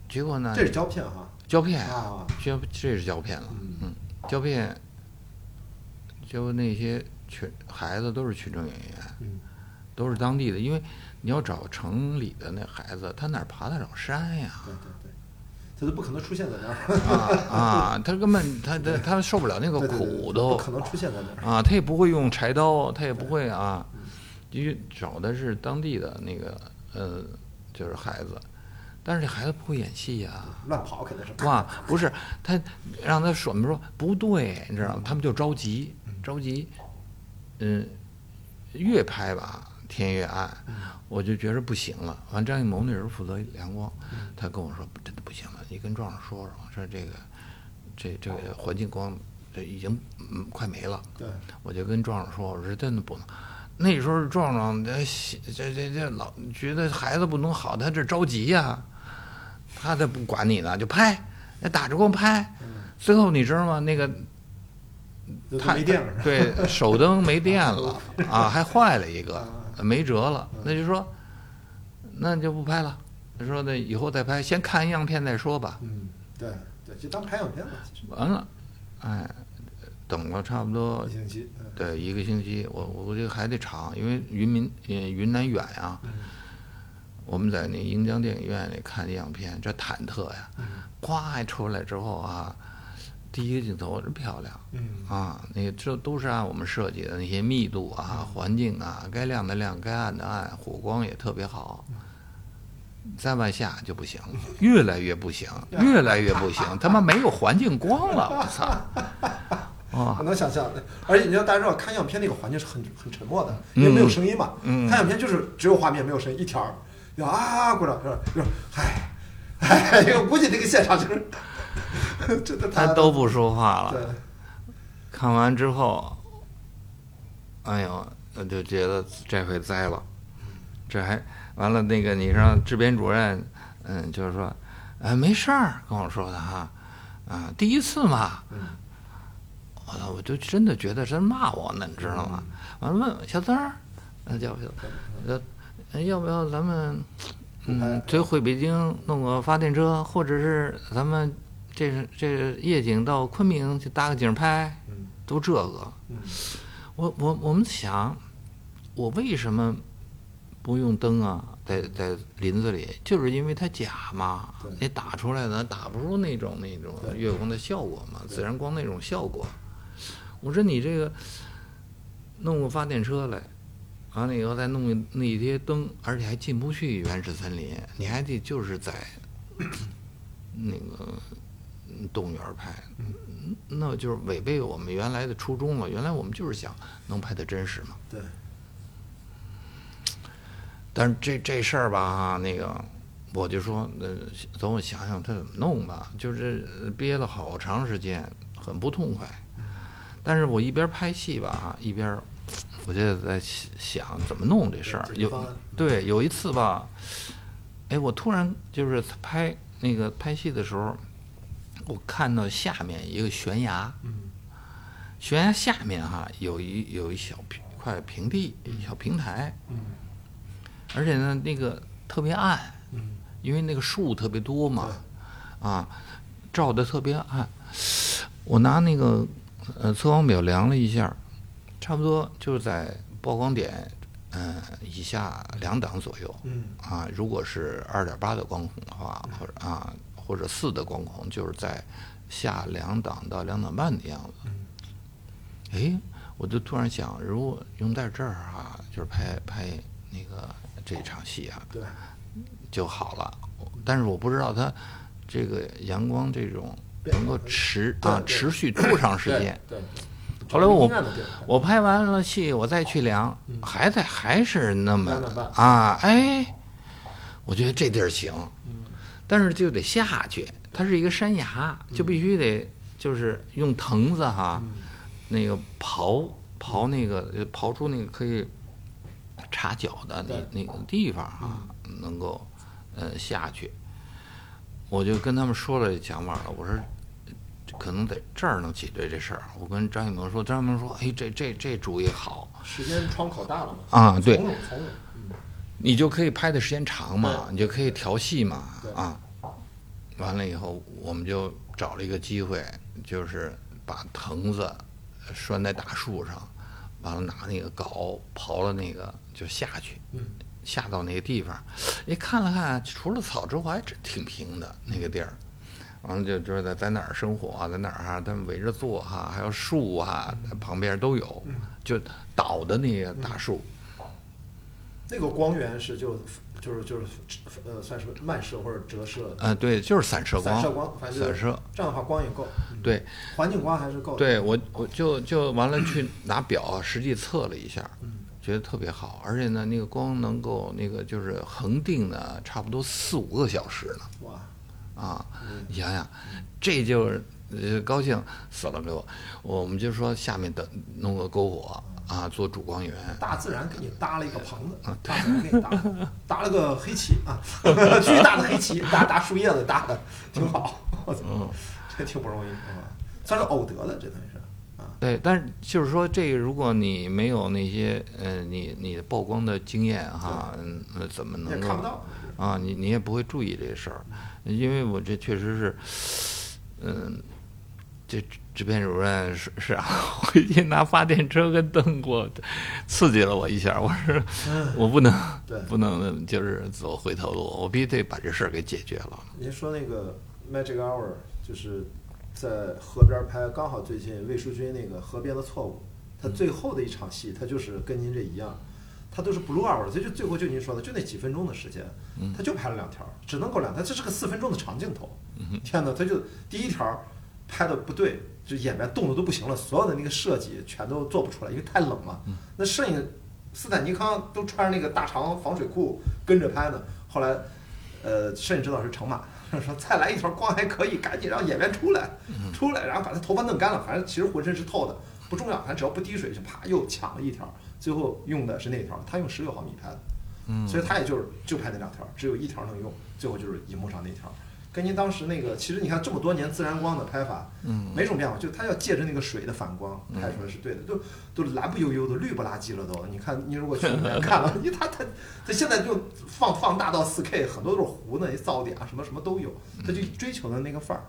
Speaker 2: 结果呢，
Speaker 1: 这是胶片哈，
Speaker 2: 胶片
Speaker 1: 啊
Speaker 2: 胶这是胶片了，
Speaker 1: 嗯
Speaker 2: 嗯，胶片，就那些群孩子都是群众演员，
Speaker 1: 嗯
Speaker 2: 都是当地的，因为你要找城里的那孩子，他哪儿爬得了 山呀？
Speaker 1: 对对对，它都不可能出现在那儿，
Speaker 2: 啊啊，他根本他他他受不了那个
Speaker 1: 对对对
Speaker 2: 苦
Speaker 1: 不
Speaker 2: 头，
Speaker 1: 可能出现在那儿。
Speaker 2: 啊，他也不会用柴刀，他也不会啊，因为找的是当地的那个呃，就是孩子，但是这孩子不会演戏呀、
Speaker 1: 乱跑肯定是
Speaker 2: 哇，不是他让他说，我们说不对，你知道吗？他们就着急，着急，嗯，越拍吧，天越暗，我就觉着不行了。完，张艺谋那时候负责阳光，他跟我说真的不行了，你跟壮壮说说，说这个这这个环境光这已经嗯快没了。
Speaker 1: 对，
Speaker 2: 我就跟壮壮说，我说真的不能。那时候壮壮这这这这老觉得孩子不能好，他这着急呀、他才不管你呢，就拍，那打着光拍。最后你知道吗？那个
Speaker 1: 都
Speaker 2: 太
Speaker 1: 嗯没电了，
Speaker 2: 对，手灯没 电了啊，还坏了一个，
Speaker 1: 啊
Speaker 2: 没辙了，那就说，那就不拍了。他说那以后再拍，先看样片再说吧。
Speaker 1: 嗯，对对，就当排场片吧，其实
Speaker 2: 完了，哎，等了差不多
Speaker 1: 一星期，嗯
Speaker 2: 对一个星期，我我这个还得长，因为云民呃云南远啊，
Speaker 1: 嗯
Speaker 2: 我们在那盈江电影院里看样片，这忐忑呀，咵一出来之后啊，第一个镜头真漂亮。
Speaker 1: 嗯，
Speaker 2: 啊，那个这都是按我们设计的那些密度啊、环境啊，该亮的亮，该暗的暗，火光也特别好。再往下就不行了，越来越不行，越来越不行，他妈没有环境光了，我操！
Speaker 1: 我
Speaker 2: 啊，
Speaker 1: 能想象，而且你知道，大家知道看样片那个环境是很很沉默的，因为没有声音嘛，
Speaker 2: 嗯
Speaker 1: 看样片就是只有画面没有声音，一条儿，就啊鼓掌，就是就是，唉， 唉，因为我估计那个现场就是 真的太
Speaker 2: 他都不说话
Speaker 1: 对
Speaker 2: 了。看完之后，哎呦，我就觉得这回栽了，这还完了。那个你让制片主任，嗯，就是说，哎，没事儿，跟我说的哈，啊，第一次嘛，我操，我就真的觉得真骂我呢，你知道吗？完了问小曾儿，那叫不叫？呃，哎要不要咱们，嗯，这回北京弄个发电车，或者是咱们这是这是夜景到昆明去搭个景拍，
Speaker 1: 嗯
Speaker 2: 都这个。
Speaker 1: 嗯
Speaker 2: 我我我们想，我为什么不用灯啊？在在林子里，就是因为它假嘛
Speaker 1: 对，
Speaker 2: 你打出来的打不出那种那种
Speaker 1: 对
Speaker 2: 月光的效果嘛，
Speaker 1: 对
Speaker 2: 自然光那种效果。我说你这个弄个发电车来，完了以后再弄一那些灯，而且还进不去原始森林，你还得就是在 那个嗯动物园儿拍，嗯那就是违背我们原来的初衷了。原来我们就是想能拍的真实嘛。
Speaker 1: 对，
Speaker 2: 但是这这事儿吧，那个我就说，呃，等我想想他怎么弄吧，就是呃憋了好长时间，很不痛快。但是我一边拍戏吧，一边儿我就在想怎么弄这事儿。
Speaker 1: 解决
Speaker 2: 有
Speaker 1: 方案
Speaker 2: 对，有一次吧，哎，我突然就是拍那个拍戏的时候，我看到下面一个悬崖，
Speaker 1: 嗯
Speaker 2: 悬崖下面哈有一有一小平块平地，一小平台，
Speaker 1: 嗯
Speaker 2: 而且呢那个特别暗，
Speaker 1: 嗯，
Speaker 2: 因为那个树特别多嘛，啊，照的特别暗。我拿那个呃测光表量了一下，差不多就是在曝光点嗯、呃以下两档左右。
Speaker 1: 嗯
Speaker 2: 啊，如果是二点八的光孔的话，或者啊或者四的光孔，就是在下两档到两档半的样子。哎，我就突然想，如果用在这儿啊，就是拍拍那个这场戏啊，
Speaker 1: 对，
Speaker 2: 就好了。但是我不知道它这个阳光这种
Speaker 1: 对
Speaker 2: 能够持
Speaker 1: 对
Speaker 2: 啊
Speaker 1: 对
Speaker 2: 持续多长时间？
Speaker 1: 对，对
Speaker 2: 后来我
Speaker 1: 阴暗的地儿
Speaker 2: 我拍完了戏，我再去量，还在还是嗯那么
Speaker 1: 两点半
Speaker 2: 啊，哎，我觉得这地儿行，但是就得下去，它是一个山崖，就必须得就是用藤子哈，
Speaker 1: 嗯
Speaker 2: 那个刨刨那个呃刨出那个可以插脚的那那个地方啊，能够呃下去。我就跟他们说了这想法了，我说可能在这儿能解决这事儿。我跟张艺谋说，张艺谋说，哎，这这这主意好
Speaker 1: 时间窗口大了嘛，
Speaker 2: 啊，对
Speaker 1: 从，容从容，嗯
Speaker 2: 你就可以拍的时间长嘛，
Speaker 1: 对
Speaker 2: 你就可以调戏嘛
Speaker 1: 对，
Speaker 2: 啊，完了以后我们就找了一个机会，就是把藤子拴在大树上，完了拿那个镐刨了那个就下去，
Speaker 1: 嗯
Speaker 2: 下到那个地方，一看了看，除了草之外，还真挺平的那个地儿。完了就就是在在哪儿生活啊，在哪儿啊，他们围着坐哈、还有树啊，旁边都有，
Speaker 1: 嗯
Speaker 2: 就倒的那个大树。
Speaker 1: 那个光源是就就是就是呃，算是漫射或者折射的，
Speaker 2: 呃，对，就是散射光，
Speaker 1: 散射光，反正就是
Speaker 2: 散射。
Speaker 1: 这样的话光也够，嗯
Speaker 2: 对，
Speaker 1: 环境光还是够的。嗯
Speaker 2: 对我我就就完了去拿表啊实际测了一下，觉得特别好，而且呢，那个光能够那个就是恒定呢，差不多四五个小时呢。
Speaker 1: 哇，
Speaker 2: 啊，
Speaker 1: 嗯
Speaker 2: 你想想，这就是呃高兴死了给我。我们就说下面等弄个篝火啊，做主光源。
Speaker 1: 大自然给你搭了一个棚
Speaker 2: 啊
Speaker 1: 子，大自然给你搭了，搭了个黑旗啊， 巨大的黑旗，搭搭树叶子搭的，挺好，我操，
Speaker 2: 嗯
Speaker 1: 这挺不容易，啊，算是偶得的，这等于是啊，
Speaker 2: 对，但是就是说，这个如果你没有那些呃，你你的曝光的经验哈，嗯呃，怎么
Speaker 1: 你也
Speaker 2: 能
Speaker 1: 看不
Speaker 2: 够
Speaker 1: 到，
Speaker 2: 啊？你你也不会注意这事儿，因为我这确实是，嗯，这制片主任是是啊， 回去拿发电车跟灯给我刺激了我一下，我说
Speaker 1: 嗯，
Speaker 2: 我不能
Speaker 1: 对
Speaker 2: 不能就是走回头路，我必须得把这事儿给解决了。
Speaker 1: 您说那个 Magic Hour 就是在河边拍，刚好最近魏淑君那个《河边的错误》，他最后的一场戏，他就是跟您这一样，他都是 blue hour，他就最后就您说的就那几分钟的时间，他就拍了两条，只能够两条，这是个四分钟的长镜头，天哪，他就第一条拍的不对。就演员冻得都不行了，所有的那个设计全都做不出来，因为太冷了。那摄影斯坦尼康都穿着那个大长防水裤跟着拍呢。后来呃，摄影指导是程马，说再来一条光还可以，赶紧让演员出来，出来，然后把他头发弄干了，反正其实浑身是透的，不重要，反正只要不滴水就啪又抢了一条，最后用的是那条，他用十六毫米拍的，所以他也就是就拍那两条，只有一条能用，最后就是荧幕上那条。跟您当时那个，其实你看这么多年自然光的拍法，嗯，没什么变化，就它要借着那个水的反光拍出来是对的，都都蓝不悠悠的，绿不拉几了都。你看，你如果去里面看了，你它它它现在就放放大到四 K，很多都是糊的，噪点啊什么什么都有，它就追求的那个范儿。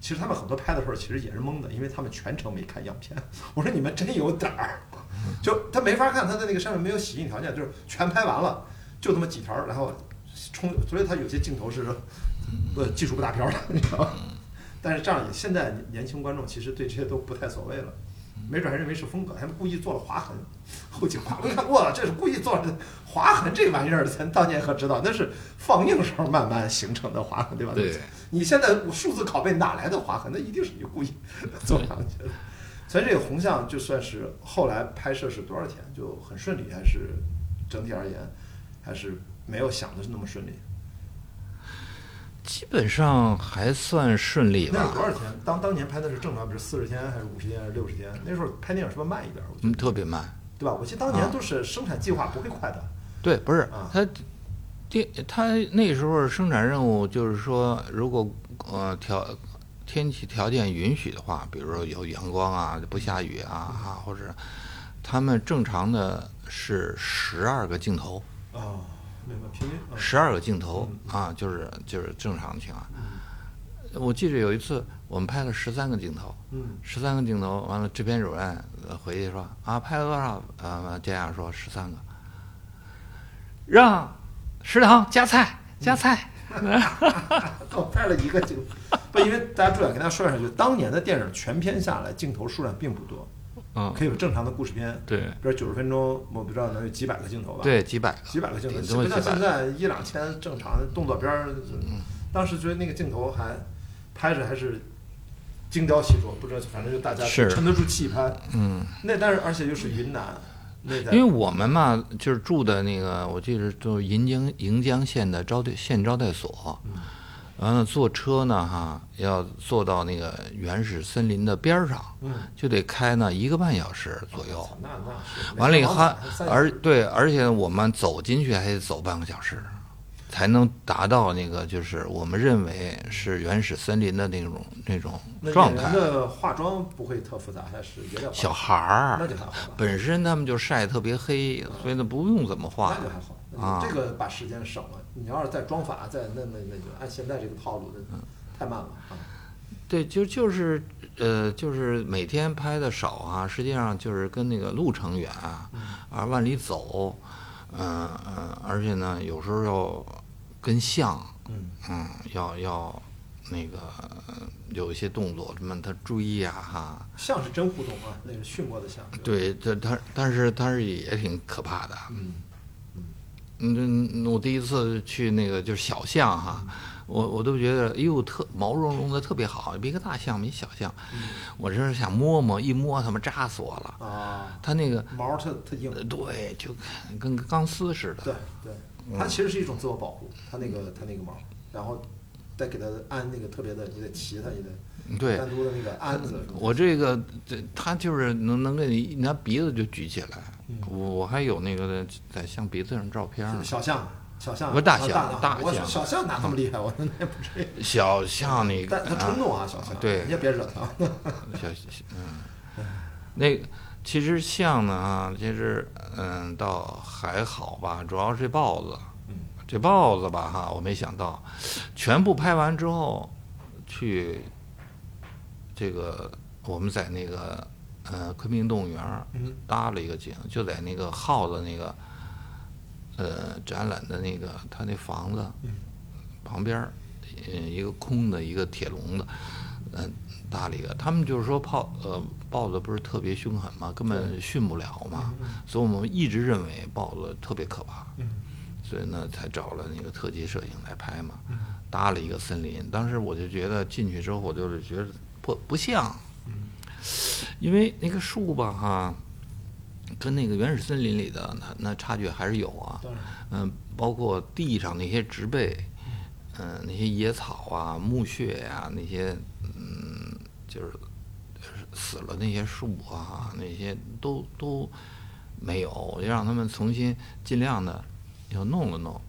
Speaker 1: 其实他们很多拍的时候其实也是蒙的，因为他们全程没看样片。我说你们真有胆儿， 就他没法看，他在那个上面没有洗印条件，就是全拍完了，就那么几条儿，然后冲，所以他有些镜头是呃技术不达标的，你知道吗？ 但是这样也现在年轻观众其实对这些都不太所谓了，没准还认为是风格，还故意做了划痕，后期划痕看过了，这是故意做的划痕这玩意儿，咱当年可知道那是放映时候慢慢形成的划痕，对吧？
Speaker 2: 对，
Speaker 1: 你现在数字拷贝哪来的划痕？那一定是你故意做上去的。所以这个红象就算是后来拍摄是多少天，就很顺利，还是整体而言还是没有想的那么顺利。
Speaker 2: 基本上还算顺利
Speaker 1: 那
Speaker 2: 吧
Speaker 1: 是。多少天？当当年拍的是正常，比如四十天还是五十天还是六十天？那时候拍电影是不是慢一点？我觉
Speaker 2: 嗯，
Speaker 1: 得，
Speaker 2: 特别慢。
Speaker 1: 对吧？我记得当年都是生产计划不会快的，
Speaker 2: 对，不是
Speaker 1: 啊
Speaker 2: 他，电他那时候生产任务就是说，如果呃条天气条件允许的话，比如说有阳光啊，不下雨啊，啊或者他们正常的是十二个镜头，
Speaker 1: 啊，明白？平均啊，
Speaker 2: 十二个镜头
Speaker 1: 嗯
Speaker 2: 啊，就是就是正常的情况。我记得有一次我们拍了十三个镜头，
Speaker 1: 嗯
Speaker 2: 十三个镜头，完了制片主任呃回去说啊拍了多少？呃，这样说十三个，让食堂加菜加菜，
Speaker 1: 我拍了一个镜头，不，因为大家注意啊，跟大家说一下，就当年的电影全片下来镜头数量并不多，
Speaker 2: 嗯，
Speaker 1: 可以有正常的故事片，
Speaker 2: 对
Speaker 1: 比如九十分钟，我不知道能有几百个镜头吧？，
Speaker 2: 对，几百个，
Speaker 1: 几百个镜头，
Speaker 2: 顶
Speaker 1: 不
Speaker 2: 多几
Speaker 1: 像
Speaker 2: 百
Speaker 1: 现
Speaker 2: 个，
Speaker 1: 在一两千正常的动作片儿。当时觉得那个镜头还拍着还是精雕细琢，不知道反正就大家
Speaker 2: 是
Speaker 1: 沉得住气拍。嗯，那但是而且又是云南，那在
Speaker 2: 因为我们嘛就是住的那个，我记得就是银江盈江县的招待县招待所，
Speaker 1: 嗯
Speaker 2: 完了坐车呢哈要坐到那个原始森林的边儿上，
Speaker 1: 嗯
Speaker 2: 就得开呢一个半小时左右。
Speaker 1: 那那是
Speaker 2: 完了以
Speaker 1: 那
Speaker 2: 后
Speaker 1: 往返还三，
Speaker 2: 而对，而且我们走进去还得走半个小时，才能达到那个就是我们认为是原始森林的那种那种
Speaker 1: 那
Speaker 2: 状
Speaker 1: 演
Speaker 2: 态
Speaker 1: 员。的化妆不会特复杂，还是有点
Speaker 2: 小
Speaker 1: 化
Speaker 2: 孩
Speaker 1: 那
Speaker 2: 儿
Speaker 1: 就还好吧，
Speaker 2: 本身他们就晒特别黑，所以呢不用怎么化
Speaker 1: 那就还好，
Speaker 2: 啊
Speaker 1: 那就这个把时间省了。你要是再装法，再那那那就按现在这个套路，
Speaker 2: 嗯
Speaker 1: 那太慢了啊。
Speaker 2: 对，就就是呃，就是每天拍的少啊，实际上就是跟那个路程远啊，而万里走，嗯、呃、嗯，而且呢，有时候要跟像，
Speaker 1: 嗯
Speaker 2: 要要那个呃有一些动作什么，他注意啊哈。
Speaker 1: 像是真互动啊，那是训过的像。吧，
Speaker 2: 对，这他但是他是也挺可怕的。啊
Speaker 1: 嗯，
Speaker 2: 嗯嗯，我第一次去那个就是小巷哈，我我都觉得，哎呦，特毛茸茸的，特别好，比个大象，比小象。
Speaker 1: 嗯
Speaker 2: 我真是想摸摸，一摸他妈扎死我了。
Speaker 1: 啊，
Speaker 2: 它那个，
Speaker 1: 毛儿特特硬，
Speaker 2: 呃对，就跟跟钢丝似的。
Speaker 1: 对对，它其实是一种自我保护，它那
Speaker 2: 嗯
Speaker 1: 个它那个毛儿，然后再给它安那个特别的，你得骑它，你得
Speaker 2: 对
Speaker 1: 单独的那个鞍子什么的。
Speaker 2: 我这个，这它就是能能给你拿鼻子就举起来。
Speaker 1: 嗯
Speaker 2: 我我还有那个在象鼻子上照片呢。
Speaker 1: 小象，小象
Speaker 2: 嗯不是大
Speaker 1: 啊
Speaker 2: 象
Speaker 1: 大
Speaker 2: 大
Speaker 1: 我
Speaker 2: 象嗯
Speaker 1: 小象哪那么厉害？我那也不至于。
Speaker 2: 小象 你，
Speaker 1: 但它
Speaker 2: 啊
Speaker 1: 冲动啊，小象，
Speaker 2: 对
Speaker 1: 你也别惹它。
Speaker 2: 小嗯，那个其实象呢啊，其实嗯倒还好吧，主要是这豹子，这豹子吧哈，我没想到，全部拍完之后去这个我们在那个呃昆明动物园儿
Speaker 1: 嗯
Speaker 2: 搭了一个景，就在那个耗子那个呃展览的那个他那房子旁边儿，呃一个空的一个铁笼子，嗯、搭了一个。他们就是说豹呃豹子不是特别凶狠嘛，根本训不了嘛，
Speaker 1: 嗯
Speaker 2: 所以我们一直认为豹子特别可怕，所以呢才找了那个特级摄影来拍嘛，
Speaker 1: 嗯
Speaker 2: 搭了一个森林。当时我就觉得进去之后，我就是觉得不不像，
Speaker 1: 嗯
Speaker 2: 因为那个树吧哈。跟那个原始森林里的那那差距还是有啊，
Speaker 1: 当然
Speaker 2: 嗯，包括地上那些植被，嗯、那些野草啊、墓穴呀、那些嗯，就是就是死了那些树啊，那些都都没有，我就让他们重新尽量的又弄了弄。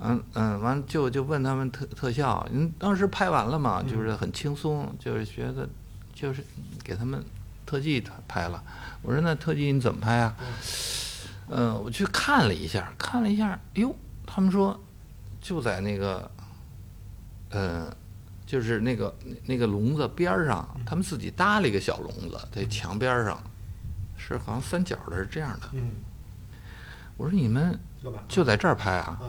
Speaker 2: 嗯嗯，完了就就问他们特特效，嗯，当时拍完了嘛，就是很轻松，就是觉得就是给他们特技拍了。我说那特技你怎么拍啊？嗯，我去看了一下，看了一下，哟，他们说就在那个，呃，就是那个那个笼子边儿上，他们自己搭了一个小笼子，在墙边儿上，是好像三角的，是这样的。
Speaker 1: 嗯，
Speaker 2: 我说你们
Speaker 1: 干嘛？
Speaker 2: 就在这儿拍啊？
Speaker 1: 啊，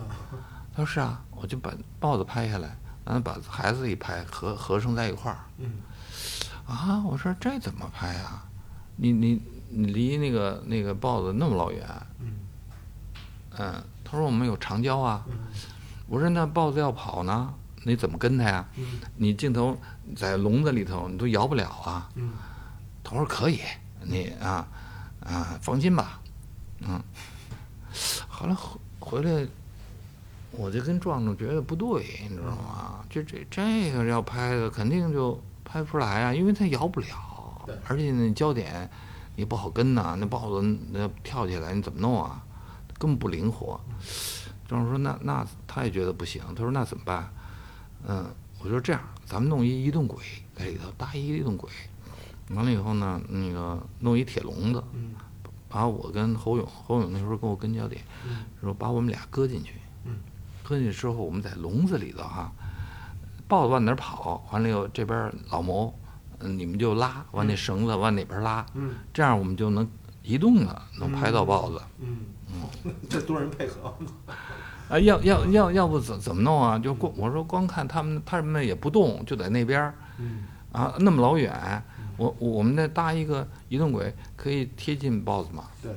Speaker 2: 他说是啊，我就把豹子拍下来，然后把孩子一拍，合合成在一块儿。
Speaker 1: 嗯，
Speaker 2: 啊，我说这怎么拍啊？你你你离那个那个豹子那么老远，
Speaker 1: 嗯
Speaker 2: 嗯，他说我们有长焦啊。我说那豹子要跑呢，你怎么跟它呀？
Speaker 1: 嗯
Speaker 2: 你镜头在笼子里头，你都摇不了啊。
Speaker 1: 嗯，
Speaker 2: 他说可以，你啊啊放心吧，嗯。后来回回来，我就跟壮壮觉得不对，你知道吗？这这这个要拍的肯定就拍不出来啊，因为它摇不了
Speaker 1: 对，
Speaker 2: 而且那焦点也不好跟呐、那豹子那跳起来你怎么弄啊？根本不灵活。壮壮说那那他也觉得不行，他说那怎么办？嗯，我说这样，咱们弄一移动轨在里头搭一移动轨，完了以后呢，那个弄一铁笼子，
Speaker 1: 嗯
Speaker 2: 把我跟侯勇，侯勇那时候跟我跟焦点，
Speaker 1: 嗯
Speaker 2: 说把我们俩搁进去，
Speaker 1: 嗯
Speaker 2: 搁进去之后，我们在笼子里头哈、豹子往哪儿跑，完了以后这边老谋，嗯你们就拉，往那绳子往哪边拉，
Speaker 1: 嗯
Speaker 2: 这样我们就能移动了，能拍到豹子。
Speaker 1: 嗯，这多人配合，
Speaker 2: 啊，要要要要不怎怎么弄啊？就光我说光看他们，他们也不动，就在那边儿
Speaker 1: 嗯
Speaker 2: 啊，那么老远，我我们再搭一个移动轨，可以贴近豹子吗？
Speaker 1: 对，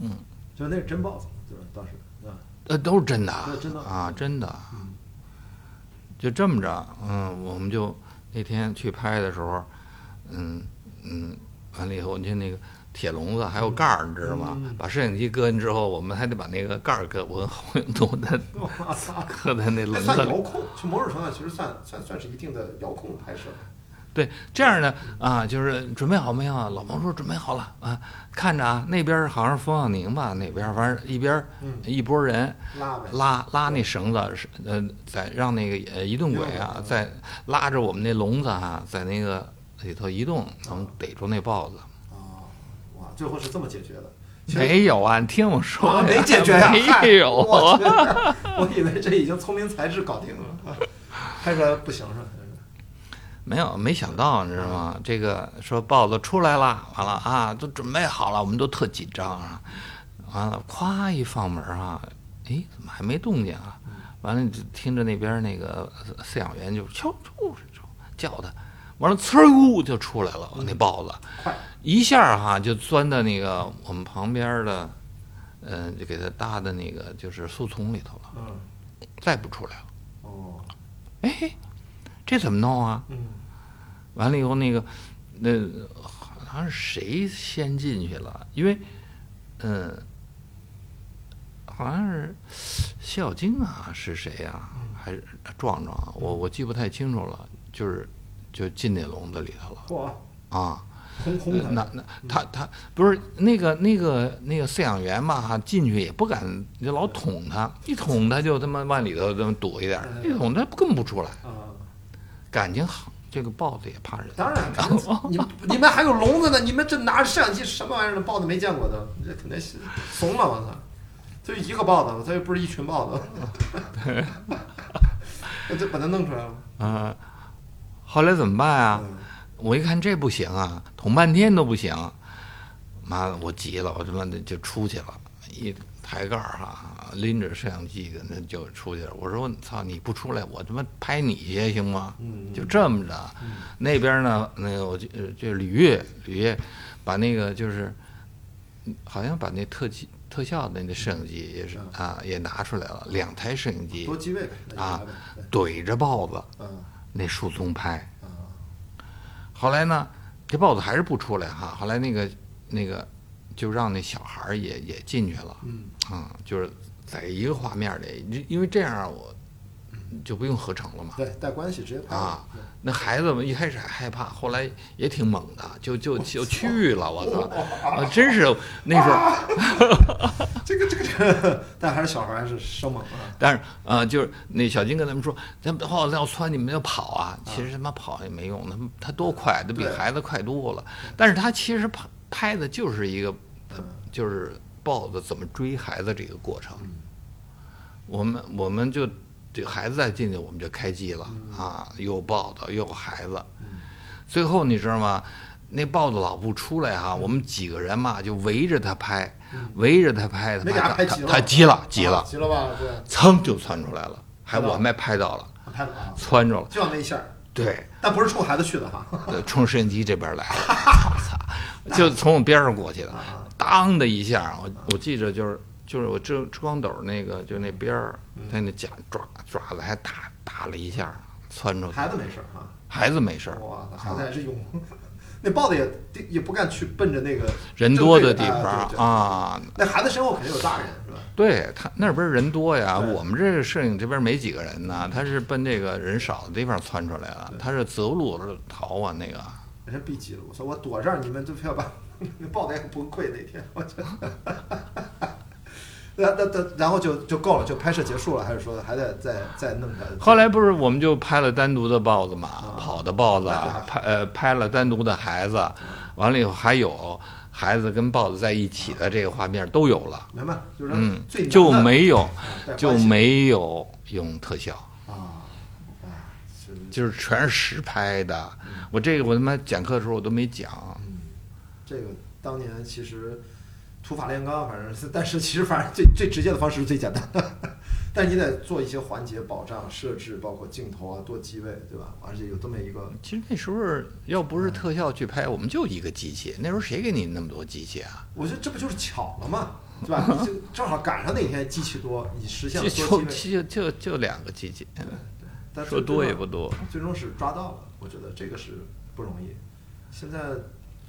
Speaker 2: 嗯，
Speaker 1: 就那是真豹子，就是当时啊，
Speaker 2: 呃，都是真的啊
Speaker 1: 对，真的
Speaker 2: 啊，真的
Speaker 1: 嗯。
Speaker 2: 就这么着，嗯，我们就那天去拍的时候，嗯嗯，完了以后，你看那个铁笼子还有盖儿，你知道吗
Speaker 1: 嗯？
Speaker 2: 把摄影机搁进之后，我们还得把那个盖儿搁，我跟侯永东 在
Speaker 1: 我操，
Speaker 2: 搁在那
Speaker 1: 这
Speaker 2: 笼
Speaker 1: 算
Speaker 2: 子
Speaker 1: 遥
Speaker 2: 里。
Speaker 1: 控，就某种程度上其实算算算是一定的遥控拍摄，
Speaker 2: 对，这样呢，啊，就是准备好没有啊？老毛说准备好了啊，看着啊，那边儿好像是冯小宁吧，那边儿反正一边儿
Speaker 1: 嗯
Speaker 2: 一拨人，
Speaker 1: 拉呗，
Speaker 2: 拉拉那绳子，是呃，在让那个呃移动轨啊
Speaker 1: 嗯，
Speaker 2: 在拉着我们那笼子啊，在那个里头移动，能逮住那豹子。
Speaker 1: 啊，哇，最后是这么解决的，其实
Speaker 2: 没有啊，你听我说，
Speaker 1: 没解决呀、嗨
Speaker 2: 没有
Speaker 1: 我
Speaker 2: 啊
Speaker 1: 觉。得我以为这已经聪明才智搞定了，拍出来不行是吧？
Speaker 2: 没有，没想到，你知道吗？这个说豹子出来了，完了啊，都准备好了，我们都特紧张啊。完了，咵一放门啊，诶，怎么还没动静啊？完了，就听着那边那个呃饲养员就敲啾啾叫他，完了呲儿咕就出来了，那豹子
Speaker 1: 快，
Speaker 2: 一下哈、就钻到那个我们旁边的，呃嗯、就给它搭的那个就是树丛里头了，
Speaker 1: 嗯，
Speaker 2: 再不出来了。
Speaker 1: 哦，哦，
Speaker 2: 哎，这怎么弄啊？
Speaker 1: 嗯，
Speaker 2: 完了以后，那个，那好像是谁先进去了？因为，嗯、好像是谢小晶啊，是谁呀、还是壮壮啊？我我记不太清楚了。就是就进那笼子里头了
Speaker 1: 嚯，
Speaker 2: 啊。
Speaker 1: 轰轰
Speaker 2: 呃
Speaker 1: 的，
Speaker 2: 那那他他不是那个那个那个饲养员吧？哈，进去也不敢，就老捅他，一捅他就他妈往里头这么躲一点儿，
Speaker 1: 哎
Speaker 2: 一捅他更不出来。
Speaker 1: 啊，
Speaker 2: 感情好，这个豹子也怕人。
Speaker 1: 当 然，你们你们还有笼子呢，你们这拿着摄像机什么玩意儿的豹子没见过的，这肯定是怂了，我操！就一个豹子，它又不是一群豹子， 那就把它弄出来了。嗯
Speaker 2: 啊，后来怎么办啊？我一看这不行啊，捅半天都不行，妈的，我急了，我他妈的就出去了，一抬盖儿啊，拎着摄像机跟他就出去了。我说操，你不出来，我他妈拍你去行吗？
Speaker 1: 嗯嗯
Speaker 2: 就这么着。那边呢，那个我就呃就吕越，吕越把那个就是，嗯好像把那特技特效的那摄像机也是
Speaker 1: 嗯
Speaker 2: 啊，也拿出来了，两台摄影机
Speaker 1: 多机位呗，那就
Speaker 2: 啊
Speaker 1: 来呗，
Speaker 2: 怼着豹子。
Speaker 1: 对嗯
Speaker 2: 那树丛拍。
Speaker 1: 嗯
Speaker 2: 后来呢，这豹子还是不出来哈。后来那个那个就让那小孩儿也也进去了，
Speaker 1: 嗯
Speaker 2: 嗯，就是在一个画面里，因为这样我就不用合成了嘛。
Speaker 1: 对，带关系直接拍
Speaker 2: 啊，那孩子们一开始还害怕，后来也挺猛的，就就就去了，我操！啊，真是那时候，
Speaker 1: 对这个这个这个，但还是小孩儿还是生猛啊，
Speaker 2: 但是啊，就是那小金跟他们说，咱们后要窜，你们要跑啊！其实他妈跑也没用，他们他多快，他比
Speaker 1: 对
Speaker 2: 孩子快多了。但是他其实拍拍的就是一个，呃
Speaker 1: 嗯
Speaker 2: 就是豹子怎么追孩子这个过程。
Speaker 1: 嗯
Speaker 2: 我们我们就这孩子再进去，我们就开机了
Speaker 1: 嗯
Speaker 2: 啊，又豹子又孩子。最后你知道吗？那豹子老不出来
Speaker 1: 嗯
Speaker 2: 哈、我们几个人嘛就围着他拍，围着他拍，
Speaker 1: 没给
Speaker 2: 他
Speaker 1: 他
Speaker 2: 拍
Speaker 1: 嗯拍
Speaker 2: 他
Speaker 1: 急了
Speaker 2: 他急了，急了
Speaker 1: 啊。急了吧？对，
Speaker 2: 噌就窜出来了，还
Speaker 1: 拍到
Speaker 2: 我们还拍到了，
Speaker 1: 拍了啊，
Speaker 2: 窜 着了，
Speaker 1: 就要那一下儿，
Speaker 2: 对，
Speaker 1: 但不是冲孩子去的哈，
Speaker 2: 呃冲摄像机这边来了， 我操，就从我边上过去的，当的一下，啊我我记着就是就是我遮遮光斗那个就那边儿，他那夹爪爪子还打打了一下，窜出去，
Speaker 1: 孩子没事儿哈。
Speaker 2: 孩子没事儿，啊
Speaker 1: 哇，那孩子还是勇， 那豹子也也不敢去奔着那个
Speaker 2: 人多的地方
Speaker 1: 啊。对对
Speaker 2: 啊，
Speaker 1: 那孩子身后肯定有大人是吧？
Speaker 2: 对他那边人多呀，
Speaker 1: 对
Speaker 2: 我们这摄影这边没几个人呢，他是奔这个人少的地方窜出来了，他是择路而逃啊那个。
Speaker 1: 人家逼急了，我说我躲这儿，你们就非要把 那豹子也崩溃那天，我觉得。 那那那，然后就就够了，就拍摄结束了，还是说还得再再弄它？
Speaker 2: 后来不是我们就拍了单独的豹子嘛，
Speaker 1: 啊
Speaker 2: 跑的豹子
Speaker 1: 那就好，
Speaker 2: 拍呃拍了单独的孩子，完了以后还有孩子跟豹子在一起的这个画面都有了，
Speaker 1: 明白，就是说
Speaker 2: 嗯
Speaker 1: 最，难的
Speaker 2: 就没有
Speaker 1: 带关系
Speaker 2: 就没有用特效，
Speaker 1: 啊啊，是
Speaker 2: 就是全是实拍的。我这个我他妈讲课的时候我都没讲，
Speaker 1: 这个当年其实土法炼钢，反正是，但是其实反正最最直接的方式是最简单的， 但是你得做一些环节保障、设置，包括镜头啊、多机位，对吧？而且有这么一个，
Speaker 2: 其实那时候要不是特效去拍，我们就一个机器，那时候谁给你那么多机器啊？
Speaker 1: 我觉得这不就是巧了嘛，对吧？你就正好赶上那天机器多，你实现
Speaker 2: 就
Speaker 1: 了多
Speaker 2: 就
Speaker 1: 机位，
Speaker 2: 就就就两个机器，
Speaker 1: 但是
Speaker 2: 说多也
Speaker 1: 最终
Speaker 2: 不多。
Speaker 1: 最终是抓到了，我觉得这个是不容易。现在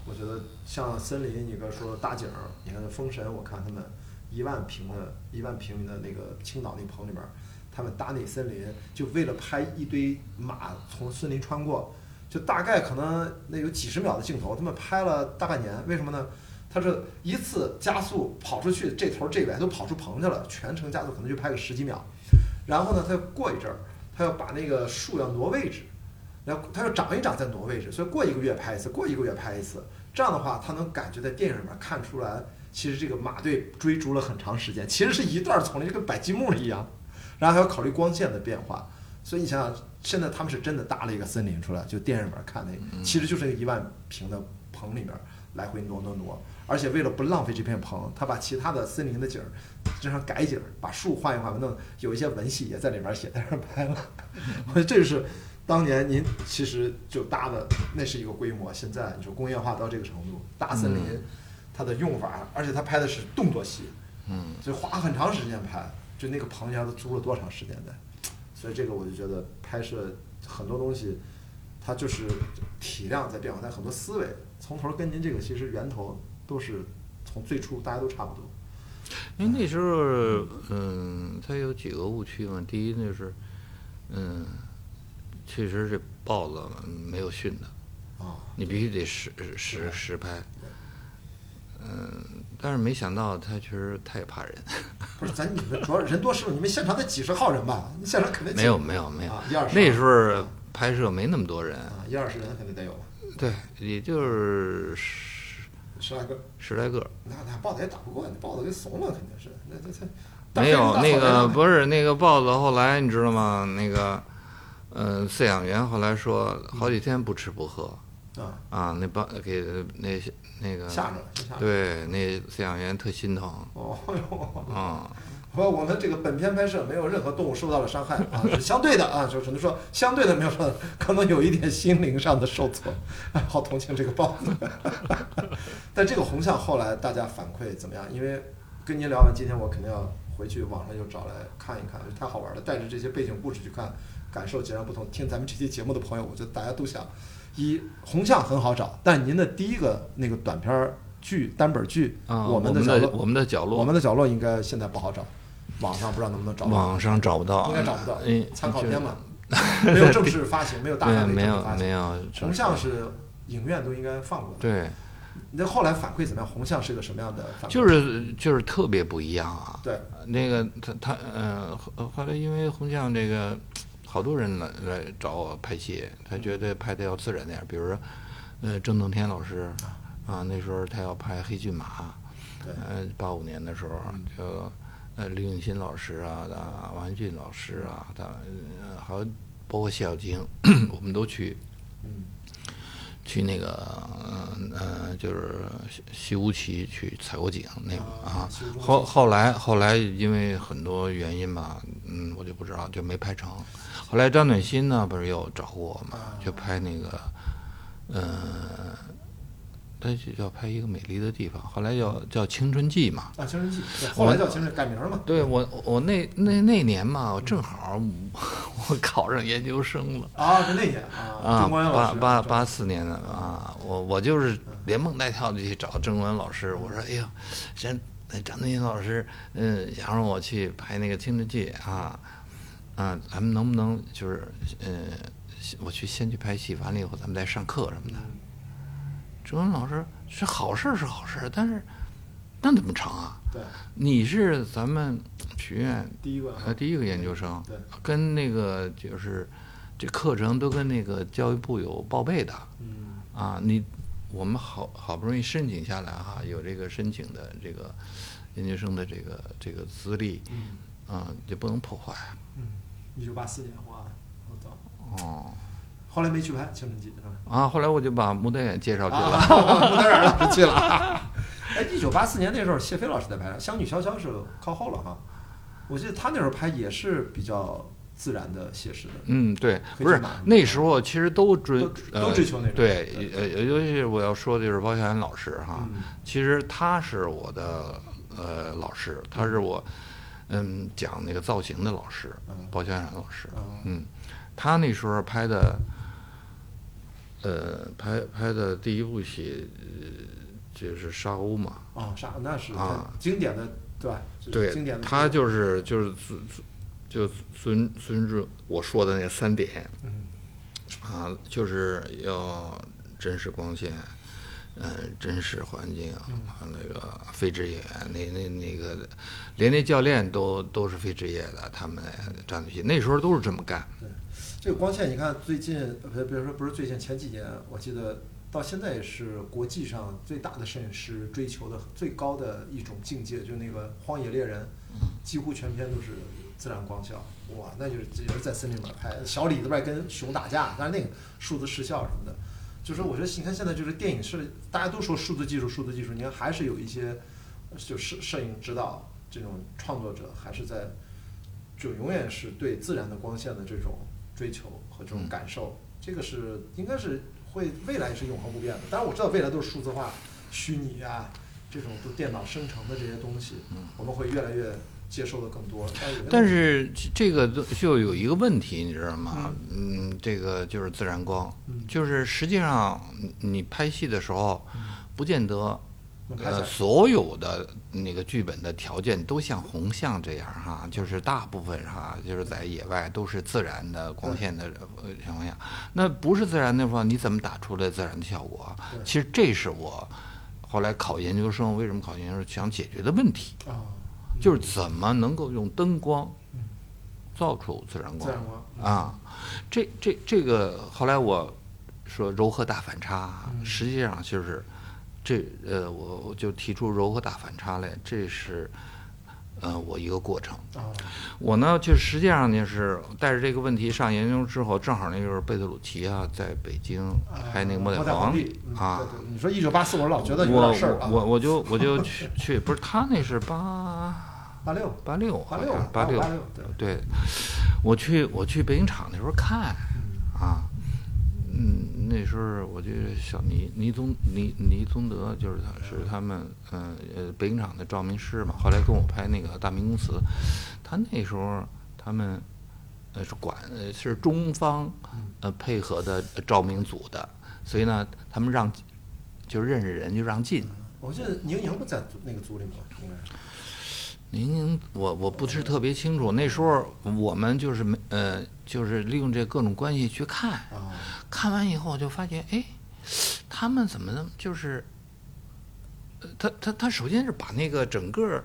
Speaker 1: 我觉得像森林，你刚说大景儿，你看封神，我看他们一万平的、一万平米的那个青岛那棚里边儿，他们搭那森林，就为了拍一堆马从森林穿过，就大概可能那有几十秒的镜头，他们拍了大半年，为什么呢？他是一次加速跑出去，这头儿这边都跑出棚去了，全程加速可能就拍个十几秒，然后呢，他过一阵儿，他要把那个树要挪位置，然后他要长一长再挪位置，所以过一个月拍一次，过一个月拍一次。这样的话，他能感觉在电影里面看出来，其实这个马队追逐了很长时间，其实是一段丛林，就跟摆积木一样。然后还要考虑光线的变化，所以你想想，现在他们是真的搭了一个森林出来，就电影里面看那个，其实就是那一万平的棚里面来回挪挪挪。而且为了不浪费这片棚，他把其他的森林的景儿经常改景儿，把树换一换，弄有一些文戏也在里面写，在那儿拍了。 我觉得这是当年您其实就搭的那是一个规模，现在你说工业化到这个程度，大森林它的用法，而且它拍的是动作戏，嗯，就花很长时间拍，就那个棚家都租了多长时间的，所以这个我就觉得拍摄很多东西，它就是体量在变化，但很多思维从头跟您这个其实源头都是从最初大家都差不多。
Speaker 2: 因为那时候，嗯，它有几个误区嘛。第一呢就是，嗯，确实这豹子没有训的，
Speaker 1: 啊，
Speaker 2: 你必须得实实实拍。嗯，但是没想到它确实太怕人。
Speaker 1: 不是，咱你们主要人多是你们现场得几十号人吧？你现场肯定
Speaker 2: 没有没有没有
Speaker 1: 啊一二，十
Speaker 2: 那时候拍摄没那么多人，
Speaker 1: 啊，一二十人肯定得有，
Speaker 2: 对，也就是十
Speaker 1: 十来个。
Speaker 2: 十来个。
Speaker 1: 那那豹子也打不过，那豹子给怂了，肯定是。那这这但
Speaker 2: 没有
Speaker 1: 非
Speaker 2: 那
Speaker 1: 常大
Speaker 2: 个
Speaker 1: 好人啊
Speaker 2: 不是那个豹子，后来你知道吗？那个，呃，饲养员后来说好几天不吃不喝
Speaker 1: 啊，
Speaker 2: 啊，那豹给那些那个
Speaker 1: 吓着了，吓着了。
Speaker 2: 对那饲养员特心疼
Speaker 1: 哦哟，
Speaker 2: 啊。
Speaker 1: 说我们这个本片拍摄没有任何动物受到了伤害啊，是相对的啊，就只能说相对的没有受到，可能有一点心灵上的受挫，哎好同情这个豹子。 但这个红象后来大家反馈怎么样？因为跟您聊完，今天我肯定要回去网上又找来看一看，太好玩了。带着这些背景故事去看，感受截然不同。听咱们这期节目的朋友，我觉得大家都想，一红象很好找，但您的第一个那个短片儿剧单本剧，
Speaker 2: 啊，
Speaker 1: 我
Speaker 2: 我
Speaker 1: 们的
Speaker 2: 们
Speaker 1: 角
Speaker 2: 的
Speaker 1: 落
Speaker 2: 我们的角落，
Speaker 1: 我们的角落应该现在不好找，网上不知道能不能找到，
Speaker 2: 网上找不到，
Speaker 1: 应该找不到
Speaker 2: 嗯，，
Speaker 1: 参考
Speaker 2: 就
Speaker 1: 片嘛， 没有正式发行，没有大
Speaker 2: 对，
Speaker 1: 范围
Speaker 2: 没
Speaker 1: 正式
Speaker 2: 有
Speaker 1: 发行
Speaker 2: 没。有
Speaker 1: 红象是影院都应该放过的，
Speaker 2: 对，
Speaker 1: 那后来反馈怎么样？红象是个什么样的反馈？
Speaker 2: 就是就是特别不一样啊。
Speaker 1: 对，
Speaker 2: 那个他他呃，后后来因为红象这个，好多人来来找我拍戏，他觉
Speaker 1: 嗯
Speaker 2: 得拍的要自然点儿，比如说，呃，郑洞天老师，啊，那时候他要拍《黑骏马》，
Speaker 1: 对
Speaker 2: 呃，八五年的时候
Speaker 1: 嗯
Speaker 2: 就，呃，李永新老师啊，啊，王一俊老师啊，他呃还有包括谢 小晶，我们都去。
Speaker 1: 嗯
Speaker 2: 去那个呃呃，就是西西乌旗去采过景那个
Speaker 1: 啊
Speaker 2: 啊
Speaker 1: 西乌旗，
Speaker 2: 后后来后来因为很多原因吧，嗯，我就不知道就没拍成。后来张暖心呢，不是又找过我嘛，
Speaker 1: 啊
Speaker 2: 就拍那个，呃，他就要拍一个美丽的地方，后来要叫青春记嘛。
Speaker 1: 啊，青春记，对后来叫青春改名了嘛？
Speaker 2: 对我我那那那年嘛，我正好我 考上研究生了。
Speaker 1: 啊，就那年啊，
Speaker 2: 啊，
Speaker 1: 郑光元老
Speaker 2: 八
Speaker 1: 师，
Speaker 2: 八八四年的啊，我我就是连蹦带跳的去找郑文老师，我说哎呀，张张东英老师，嗯，想让我去拍那个《青春记》啊，啊，咱们能不能就是嗯，我去先去拍戏，完了以后咱们再上课什么的。郑文老师是好事儿是好事儿，但是那怎么成啊？
Speaker 1: 对，
Speaker 2: 你是咱们学院
Speaker 1: 第一个啊
Speaker 2: 呃，第一个研究生，
Speaker 1: 对
Speaker 2: 跟那个就是这课程都跟那个教育部有报备的
Speaker 1: 嗯
Speaker 2: 啊。你我们好好不容易申请下来哈、有这个申请的这个研究生的这个这个资历，
Speaker 1: 嗯
Speaker 2: 啊，就不能破坏
Speaker 1: 嗯，一九八四年花的，我操，
Speaker 2: 哦。
Speaker 1: 后来没去拍青春记嗯是吧？
Speaker 2: 啊，后来我就把穆德远介绍去了，
Speaker 1: 啊，我当然了，不去了。哎，一九八四年那时候，谢飞老师在拍《湘女潇潇》是靠后了哈。我记得他那时候拍也是比较自然的、写实的。
Speaker 2: 嗯，对，
Speaker 1: 可以
Speaker 2: 不是
Speaker 1: 去哪儿
Speaker 2: 那时候其实都追
Speaker 1: 都
Speaker 2: 呃
Speaker 1: 都追求那种
Speaker 2: 对
Speaker 1: 对，
Speaker 2: 呃，尤其是我要说的就是包小安老师哈
Speaker 1: 嗯，
Speaker 2: 其实他是我的呃老师，他是我嗯讲那个造型的老师
Speaker 1: 嗯，
Speaker 2: 包小安老师，
Speaker 1: 嗯，
Speaker 2: 嗯，他那时候拍的呃拍拍的第一部戏呃就是《沙鸥》嘛，
Speaker 1: 哦，啥？那是
Speaker 2: 啊
Speaker 1: 经典的，对吧？
Speaker 2: 对
Speaker 1: 经典，的。
Speaker 2: 他就是就是尊就尊尊重我说的那三点
Speaker 1: 嗯，
Speaker 2: 啊，就是要真实光线，嗯、真实环境，啊，那个非职业，那那那个，连那教练都都是非职业的，他们战队系那时候都是这么干，
Speaker 1: 这个光线，你看最近，呃不是，比如说不是最近，前几年我记得到现在也是国际上最大的摄影师追求的最高的一种境界，就是那个《荒野猎人》，几乎全片都是自然光效，哇，那就是也是在森林里面拍，小李子外跟熊打架，但是那个数字视效什么的，就是我觉得你看现在就是电影是大家都说数字技术，数字技术，你看还是有一些呃就摄摄影指导这种创作者还是在就永远是对自然的光线的这种追求和这
Speaker 2: 嗯
Speaker 1: 种感受，这个是应该是会未来是永恒不变的。当然我知道未来都是数
Speaker 2: 嗯
Speaker 1: 字化、虚拟啊这种都电脑生成的这些东西，我们会越来越接受的更多。
Speaker 2: 但是嗯这个就有一个问题，你知道吗？嗯，这个就是自然光，
Speaker 1: 嗯
Speaker 2: 就是实际上你拍戏的时候，不见得
Speaker 1: 能拍下
Speaker 2: 呃
Speaker 1: 来
Speaker 2: 所有的那个剧本的条件都像红像这样哈，就是大部分哈，就是在野外都是自然的光线的呃情况下，那不是自然的话，你怎么打出来自然的效果啊
Speaker 1: 对？
Speaker 2: 其实这是我后来考研究生为什么考研究生想解决的问题。
Speaker 1: 啊，
Speaker 2: 就是怎么能够用灯光造出自然
Speaker 1: 自
Speaker 2: 光
Speaker 1: 然光嗯
Speaker 2: 啊？这这这个后来我说柔和大反差啊，
Speaker 1: 嗯
Speaker 2: 实际上就是这呃，我我就提出柔和大反差来，这是呃我一个过程。
Speaker 1: 啊，
Speaker 2: 我呢，就实际上就是带着这个问题上研究之后，正好那就是贝特鲁奇啊，在北京拍那个《末
Speaker 1: 末
Speaker 2: 代
Speaker 1: 啊代
Speaker 2: 皇
Speaker 1: 帝
Speaker 2: 帝》啊，
Speaker 1: 嗯对对你说一九八四，我老觉得有
Speaker 2: 我
Speaker 1: 点事儿啊。
Speaker 2: 我我就我就去去，不是他那是八
Speaker 1: 八六
Speaker 2: 八六
Speaker 1: 八
Speaker 2: 好
Speaker 1: 六啊
Speaker 2: 像
Speaker 1: 八
Speaker 2: 六嗯
Speaker 1: 八六对，
Speaker 2: 对，我去我去北影厂那时候看啊，嗯，那时候我觉得小倪倪宗倪倪宗德就是他是他们嗯呃北影厂的照明师嘛，后来跟我拍那个《大明宫词》，他那时候他们呃是管呃是中方呃配合的呃照明组的，所以呢他们让就认识人就让进。
Speaker 1: 我记得宁宁不在组那个组里吗？应该是
Speaker 2: 宁宁，我我不是特别清楚。那时候我们就是没呃，就是利用这各种关系去看，
Speaker 1: 啊，
Speaker 2: 看完以后就发现，哎，他们怎么能就是，呃他他他首先是把那个整个儿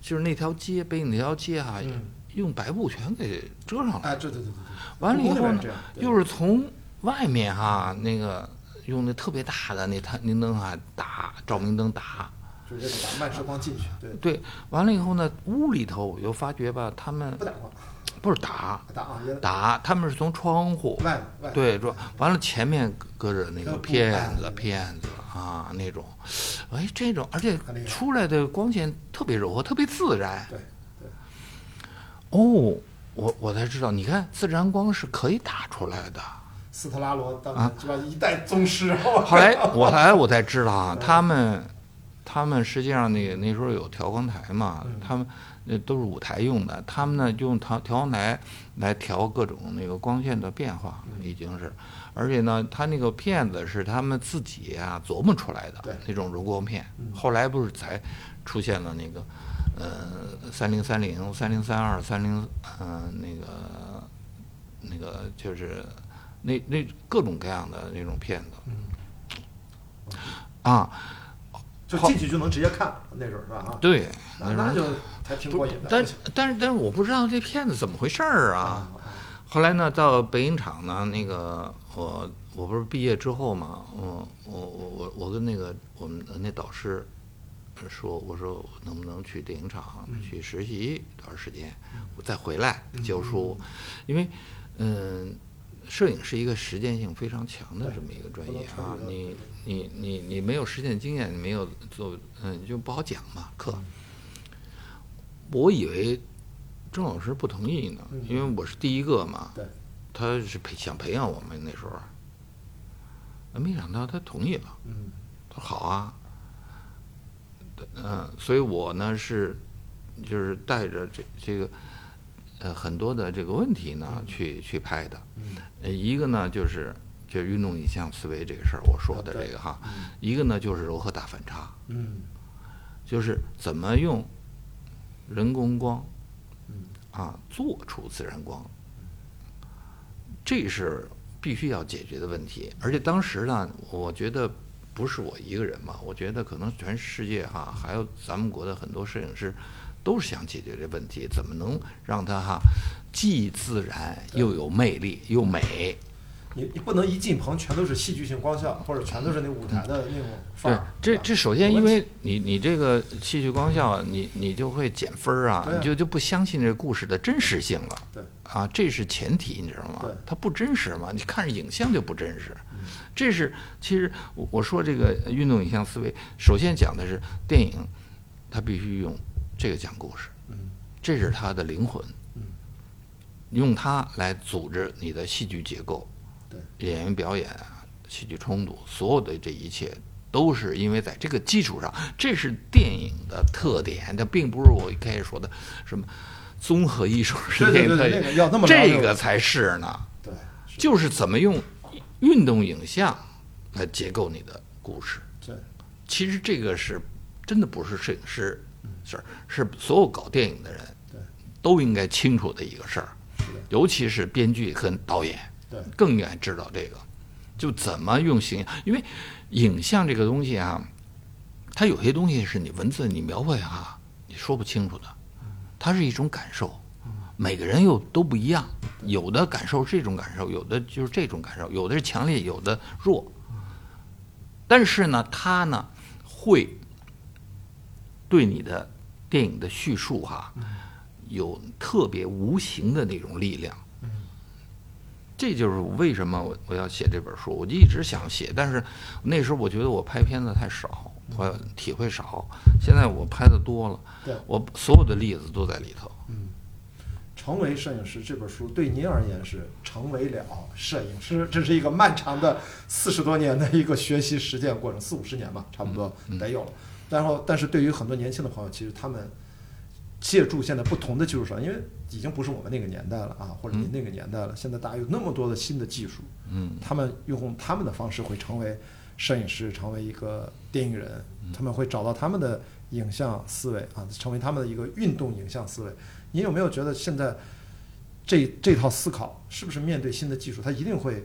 Speaker 2: 就是那条街北影那条街哈、
Speaker 1: 嗯
Speaker 2: 用白布全给遮上了。
Speaker 1: 哎，对对对对对，
Speaker 2: 啊完了以
Speaker 1: 故宫那
Speaker 2: 后
Speaker 1: 边
Speaker 2: 呢
Speaker 1: 这样，对
Speaker 2: 又是从外面哈、那个用那特别大的那探明灯啊打照明灯打。
Speaker 1: 就是这种打漫射光进去，对，
Speaker 2: 对，完了以后呢，屋里头我又发觉吧，他们
Speaker 1: 不打光，
Speaker 2: 不是打
Speaker 1: 打啊，也
Speaker 2: 打，他们是从窗户
Speaker 1: 外外
Speaker 2: 对说完了，前面搁着那
Speaker 1: 那
Speaker 2: 个
Speaker 1: 布
Speaker 2: 片
Speaker 1: 哎
Speaker 2: 子
Speaker 1: 对
Speaker 2: 片子啊那种，哎这种，而且
Speaker 1: 很厉害
Speaker 2: 出来的光线特别柔和，特别自然
Speaker 1: 对对，
Speaker 2: 哦。我我才知道，你看自然光是可以打出来的。
Speaker 1: 斯特拉罗当
Speaker 2: 啊
Speaker 1: 年是吧一代宗师，后
Speaker 2: 后来我后来我才知道啊，他们他们实际上那个那时候有调光台嘛，他们那都是舞台用的，他们呢用调调光台来调各种那个光线的变化，已经是，而且呢，他那个片子是他们自己啊琢磨出来
Speaker 1: 对
Speaker 2: 的那种柔光片，后来不是才出现了那个呃三零三零、三零三二、三零嗯那个那个就是那那各种各样的那种片子。啊，
Speaker 1: 就进去就能直接看，那时候是吧啊，
Speaker 2: 对，
Speaker 1: 那
Speaker 2: 时候
Speaker 1: 那就还挺过瘾的，
Speaker 2: 但但是但是我不知道这片子怎么回事儿啊。
Speaker 1: 嗯
Speaker 2: 后来呢，到北影厂呢，那个我我不是毕业之后嘛，我我我我我跟那个我们的那导师说，我说我能不能去电影厂
Speaker 1: 嗯
Speaker 2: 去实习一段时间，我再回来教书，因为嗯。摄影是一个实践性非常强的这么一个专业啊，
Speaker 1: 不能
Speaker 2: 你你你你没有实践经验，你没有做，嗯，你就不好讲嘛课。我以为郑老师不同意呢，因为我是第一个嘛，
Speaker 1: 嗯对，
Speaker 2: 他是培想培养我们那时候，啊没想到他同意了，
Speaker 1: 嗯，
Speaker 2: 他说好啊，嗯、所以我呢是就是带着这这个呃很多的这个问题呢、
Speaker 1: 嗯
Speaker 2: 去去拍的，呃一个呢就是就是运动影像思维这个事儿我说的
Speaker 1: 对
Speaker 2: 这个哈，一个呢就是柔和大反差，
Speaker 1: 嗯
Speaker 2: 就是怎么用人工光
Speaker 1: 嗯
Speaker 2: 啊做出自然光，这是必须要解决的问题。而且当时呢，我觉得不是我一个人嘛，我觉得可能全世界哈、还有咱们国的很多摄影师。都是想解决这问题，怎么能让它哈既自然又有魅力又美？
Speaker 1: 你你不能一进棚全都是戏剧性光效，或者全都是那舞台的那种范
Speaker 2: 对
Speaker 1: 儿，，
Speaker 2: 这
Speaker 1: 是吧
Speaker 2: 这首先，
Speaker 1: 有问
Speaker 2: 因
Speaker 1: 题
Speaker 2: 为你你这个戏剧光效啊，你你就会减分儿啊
Speaker 1: 对，啊
Speaker 2: 你就就不相信这故事的真实性了。
Speaker 1: 对
Speaker 2: 啊，这是前提，你知道吗
Speaker 1: 对？嗯
Speaker 2: 它不真实嘛，你看着影像就不真实。这是其实我我说这个运动影像思维，首先讲的是电影，它必须用这个讲故事，
Speaker 1: 嗯
Speaker 2: 这是它的灵魂
Speaker 1: 嗯，
Speaker 2: 用它来组织你的戏剧结构，
Speaker 1: 对
Speaker 2: 啊演员表演、戏剧冲突，所有的这一切都是因为在这个基础上，这是电影的特点，这并不是我一开始说的什么综合艺术是
Speaker 1: 对
Speaker 2: 电
Speaker 1: 对对
Speaker 2: 影特
Speaker 1: 那个要那么
Speaker 2: 点，
Speaker 1: 聊
Speaker 2: 这
Speaker 1: 就
Speaker 2: 个才是呢，
Speaker 1: 对，
Speaker 2: 就是怎么用运动影像来结构你的故事。
Speaker 1: 对，
Speaker 2: 其实这个是真的不是摄影师事儿，是所有搞电影的人
Speaker 1: 对
Speaker 2: 都应该清楚的一个事儿
Speaker 1: 的，
Speaker 2: 尤其是编剧和导演，
Speaker 1: 对
Speaker 2: 更应该知道这个，就怎么用形，因为影像这个东西啊，它有些东西是你文字你描绘啊，你说不清楚的，它是一种感受，每个人又都不一样，有的感受是这种感受，有的就是这种感受，有的是强烈，有的弱。但是呢，它呢会对你的电影的叙述哈、有特别无形的那种力量。这就是为什么我我要写这本书，我就一直想写，但是那时候我觉得我拍片子太少，我体会少。现在我拍的多了，
Speaker 1: 对
Speaker 2: 我所有的例子都在里头。
Speaker 1: 成为摄影师这本书对您而言是成为了摄影师，这是一个漫长的四十多年的一个学习实践过程，四五十年吧，差不多得有了。然后，但是对于很多年轻的朋友，其实他们借助现在不同的技术手段，因为已经不是我们那个年代了啊，或者您那个年代了，现在大家有那么多的新的技术，
Speaker 2: 嗯，
Speaker 1: 他们用他们的方式会成为摄影师，成为一个电影人，他们会找到他们的影像思维啊，成为他们的一个运动影像思维。你有没有觉得现在这这套思考是不是面对新的技术，它一定会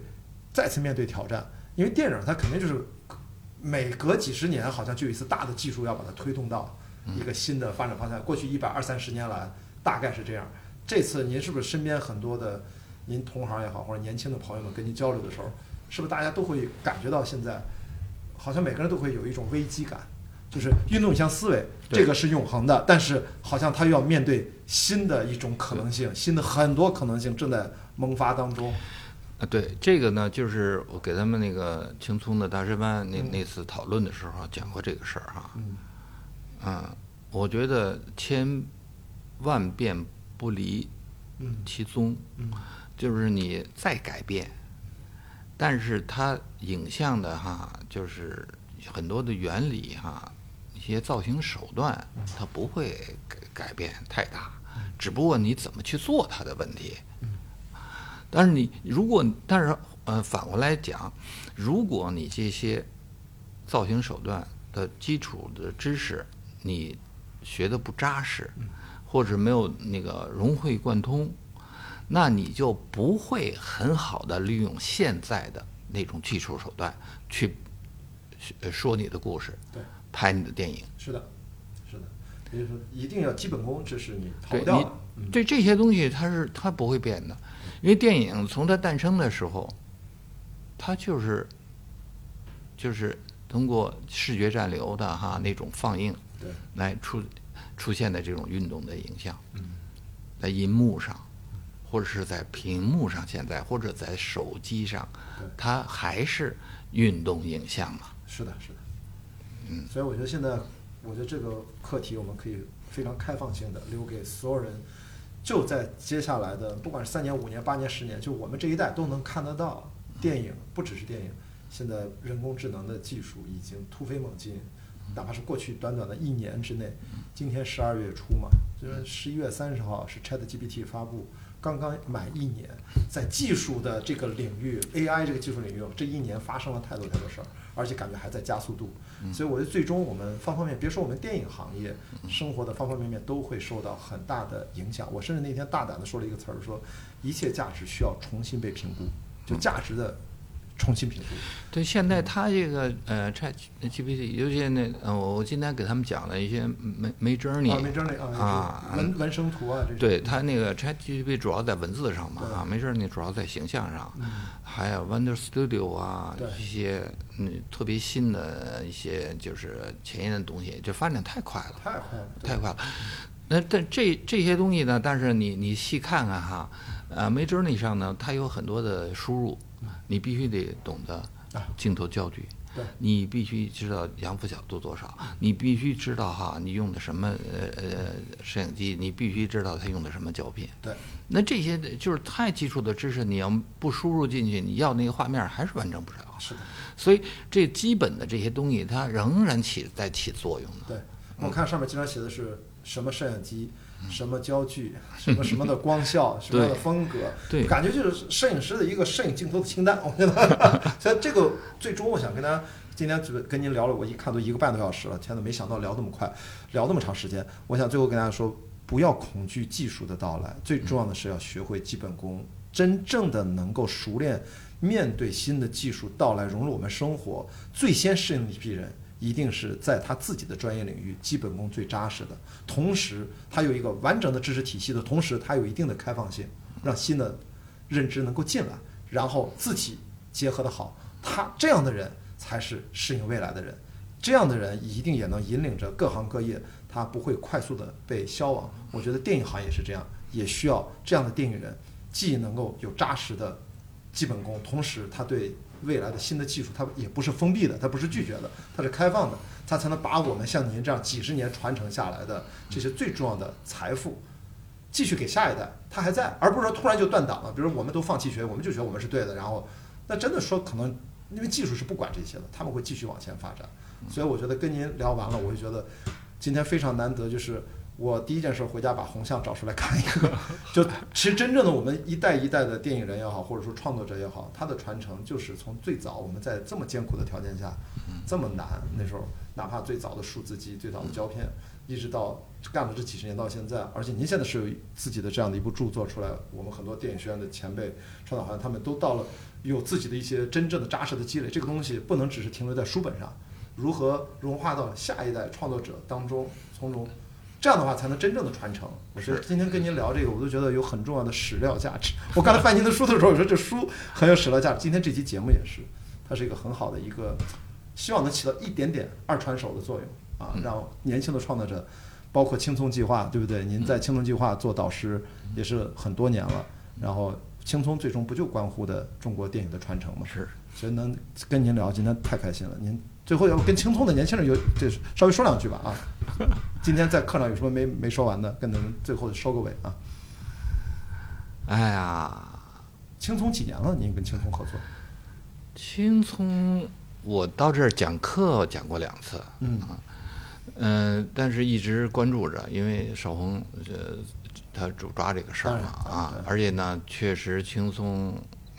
Speaker 1: 再次面对挑战？因为电影它肯定就是每隔几十年好像就有一次大的技术要把它推动到一个新的发展方向。过去一百二三十年来大概是这样。这次您是不是身边很多的您同行也好，或者年轻的朋友们跟您交流的时候，是不是大家都会感觉到现在好像每个人都会有一种危机感？就是运动影像思维，
Speaker 2: 对
Speaker 1: 这个是永恒的，但是好像他又要面对新的一种可能性，新的很多可能性正在萌发当中。
Speaker 2: 啊，对这个呢，就是我给他们那个青葱的大师班那、
Speaker 1: 嗯
Speaker 2: 那次讨论的时候讲过这个事儿哈、
Speaker 1: 嗯
Speaker 2: 嗯，我觉得千万遍不离
Speaker 1: 嗯
Speaker 2: 其宗，
Speaker 1: 嗯
Speaker 2: 就是你再改变，但是它影像的哈，就是很多的原理哈，一些造型手段，
Speaker 1: 嗯
Speaker 2: 它不会改改变太大，只不过你怎么去做它的问题。
Speaker 1: 嗯
Speaker 2: 但是你如果，但是呃，反过来讲，如果你这些造型手段的基础的知识你学的不扎实，
Speaker 1: 嗯
Speaker 2: 或者没有那个融会贯通，那你就不会很好的利用现在的那种技术手段去呃说你的故事，
Speaker 1: 对，
Speaker 2: 拍你的电影。
Speaker 1: 是的，是的，也就是说一定要基本功，这是你逃
Speaker 2: 对
Speaker 1: 不掉的。嗯
Speaker 2: 你对这些东西它是它不会变的，因为电影从它诞生的时候，它就是就是通过视觉暂留的哈那种放映
Speaker 1: 对，
Speaker 2: 来出出现的这种运动的影像，在银幕上，或者是在屏幕上，现在或者在手机上
Speaker 1: 对，
Speaker 2: 它还是运动影像嘛。
Speaker 1: 是的，是的。嗯，所以我觉得现在，我觉得这个课题我们可以非常开放性的留给所有人，就在接下来的不管是三年、五年、八年、十年，就我们这一代都能看得到电影，不只是电影，现在人工智能的技术已经突飞猛进，哪怕是过去短短的一年之内，今天十二月初嘛，就是十一月三十号是 Chat GPT 发布。刚刚满一年，在技术的这个领域，AI 这个技术领域，这一年发生了太多太多事儿，而且感觉还在加速度。所以我觉得最终我们方方面面，别说我们电影行业，生活的方方面面都会受到很大的影响。我甚至那天大胆的说了一个词儿，说一切价值需要重新被评估，就价值的重新评估。
Speaker 2: 对，现在它这个呃 Chat GPT，尤其那呃，我我今天给他们讲了一些没没 journey
Speaker 1: 啊，没整理啊，
Speaker 2: 啊
Speaker 1: 就是文文生图啊，这是
Speaker 2: 对它那个 ChatGPT 主要在文字上嘛
Speaker 1: 对嗯
Speaker 2: 啊，没事儿你主要在形象上，还有 Wonder Studio 啊
Speaker 1: 对
Speaker 2: 一些嗯特别新的一些就是前沿的东西，就发展太快了，
Speaker 1: 太快了，对
Speaker 2: 太快了。那但这这些东西呢，但是你你细看看哈，呃没 journey 上呢，它有很多的输入，你必须得懂得
Speaker 1: 啊
Speaker 2: 镜头焦距，
Speaker 1: 对
Speaker 2: 你必须知道阳伏角度多少，你必须知道哈，你用的什么呃呃摄影机，你必须知道它用的什么胶片。
Speaker 1: 对，
Speaker 2: 那这些就是太基础的知识，你要不输入进去，你要那个画面还是完整不了。
Speaker 1: 是的，
Speaker 2: 所以这基本的这些东西，它仍然起在起作用呢。
Speaker 1: 对，我看上面经常写的是什么摄影机。什么焦距，什么什么的光效，什么样的风格，
Speaker 2: 对
Speaker 1: 感觉就是摄影师的一个摄影镜头的清单，我觉得。所以这个最终我想跟大家，今天这个跟您聊了，我一看都一个半多小时了，天呐，没想到聊那么快，聊那么长时间。我想最后跟大家说，不要恐惧技术的到来，最重要的是要学会基本功，真正的能够熟练面对新的技术到来，融入我们生活，最先适应的一批人。一定是在他自己的专业领域基本功最扎实的，同时他有一个完整的知识体系的同时，他有一定的开放性，让新的认知能够进来，然后自己结合的好，他这样的人才是适应未来的人，这样的人一定也能引领着各行各业，他不会快速的被消亡。我觉得电影行业是这样，也需要这样的电影人，既能够有扎实的基本功，同时他对未来的新的技术，他也不是封闭的，他不是拒绝的，他是开放的，他才能把我们像您这样几十年传承下来的这些最重要的财富，继续给下一代，他还在，而不是说突然就断档了。比如我们都放弃学，我们就觉得我们是对的，然后那真的说可能因为技术是不管这些的，他们会继续往前发展。所以我觉得跟您聊完了，我就觉得今天非常难得，就是我第一件事回家把红象找出来看一个，就其实真正的我们一代一代的电影人也好，或者说创作者也好，他的传承就是从最早我们在这么艰苦的条件下，这么难那时候，哪怕最早的数字机、最早的胶片，一直到干了这几十年到现在，而且您现在是有自己的这样的一部著作出来，我们很多电影学院的前辈、创造好像他们都到了有自己的一些真正的扎实的积累，这个东西不能只是停留在书本上，如何融化到下一代创作者当中，从中。这样的话才能真正的传承。我觉得今天跟您聊这个，我都觉得有很重要的史料价值。 我刚才翻您的书的时候，我说这书很有史料价值。今天这期节目也是，它是一个很好的一个，希望能起到一点点二传手的作用啊，让年轻的创作者，包括青葱计划，对不对？您在青葱计划做导师也是很多年了，然后青葱最终不就关乎的中国电影的传承吗？
Speaker 2: 是，
Speaker 1: 所以能跟您聊，今天太开心了。您最后要不跟青葱的年轻人有这稍微说两句吧啊。 今天在课上有什么没没说完的，跟咱们最后收个尾啊。
Speaker 2: 哎呀，
Speaker 1: 青葱几年了？您跟青葱合作？
Speaker 2: 青葱，我到这儿讲课讲过两次，
Speaker 1: 嗯
Speaker 2: 啊，嗯，但是一直关注着，因为邵红呃，他主抓这个事儿嘛
Speaker 1: 当然
Speaker 2: 啊，而且呢，确实青葱，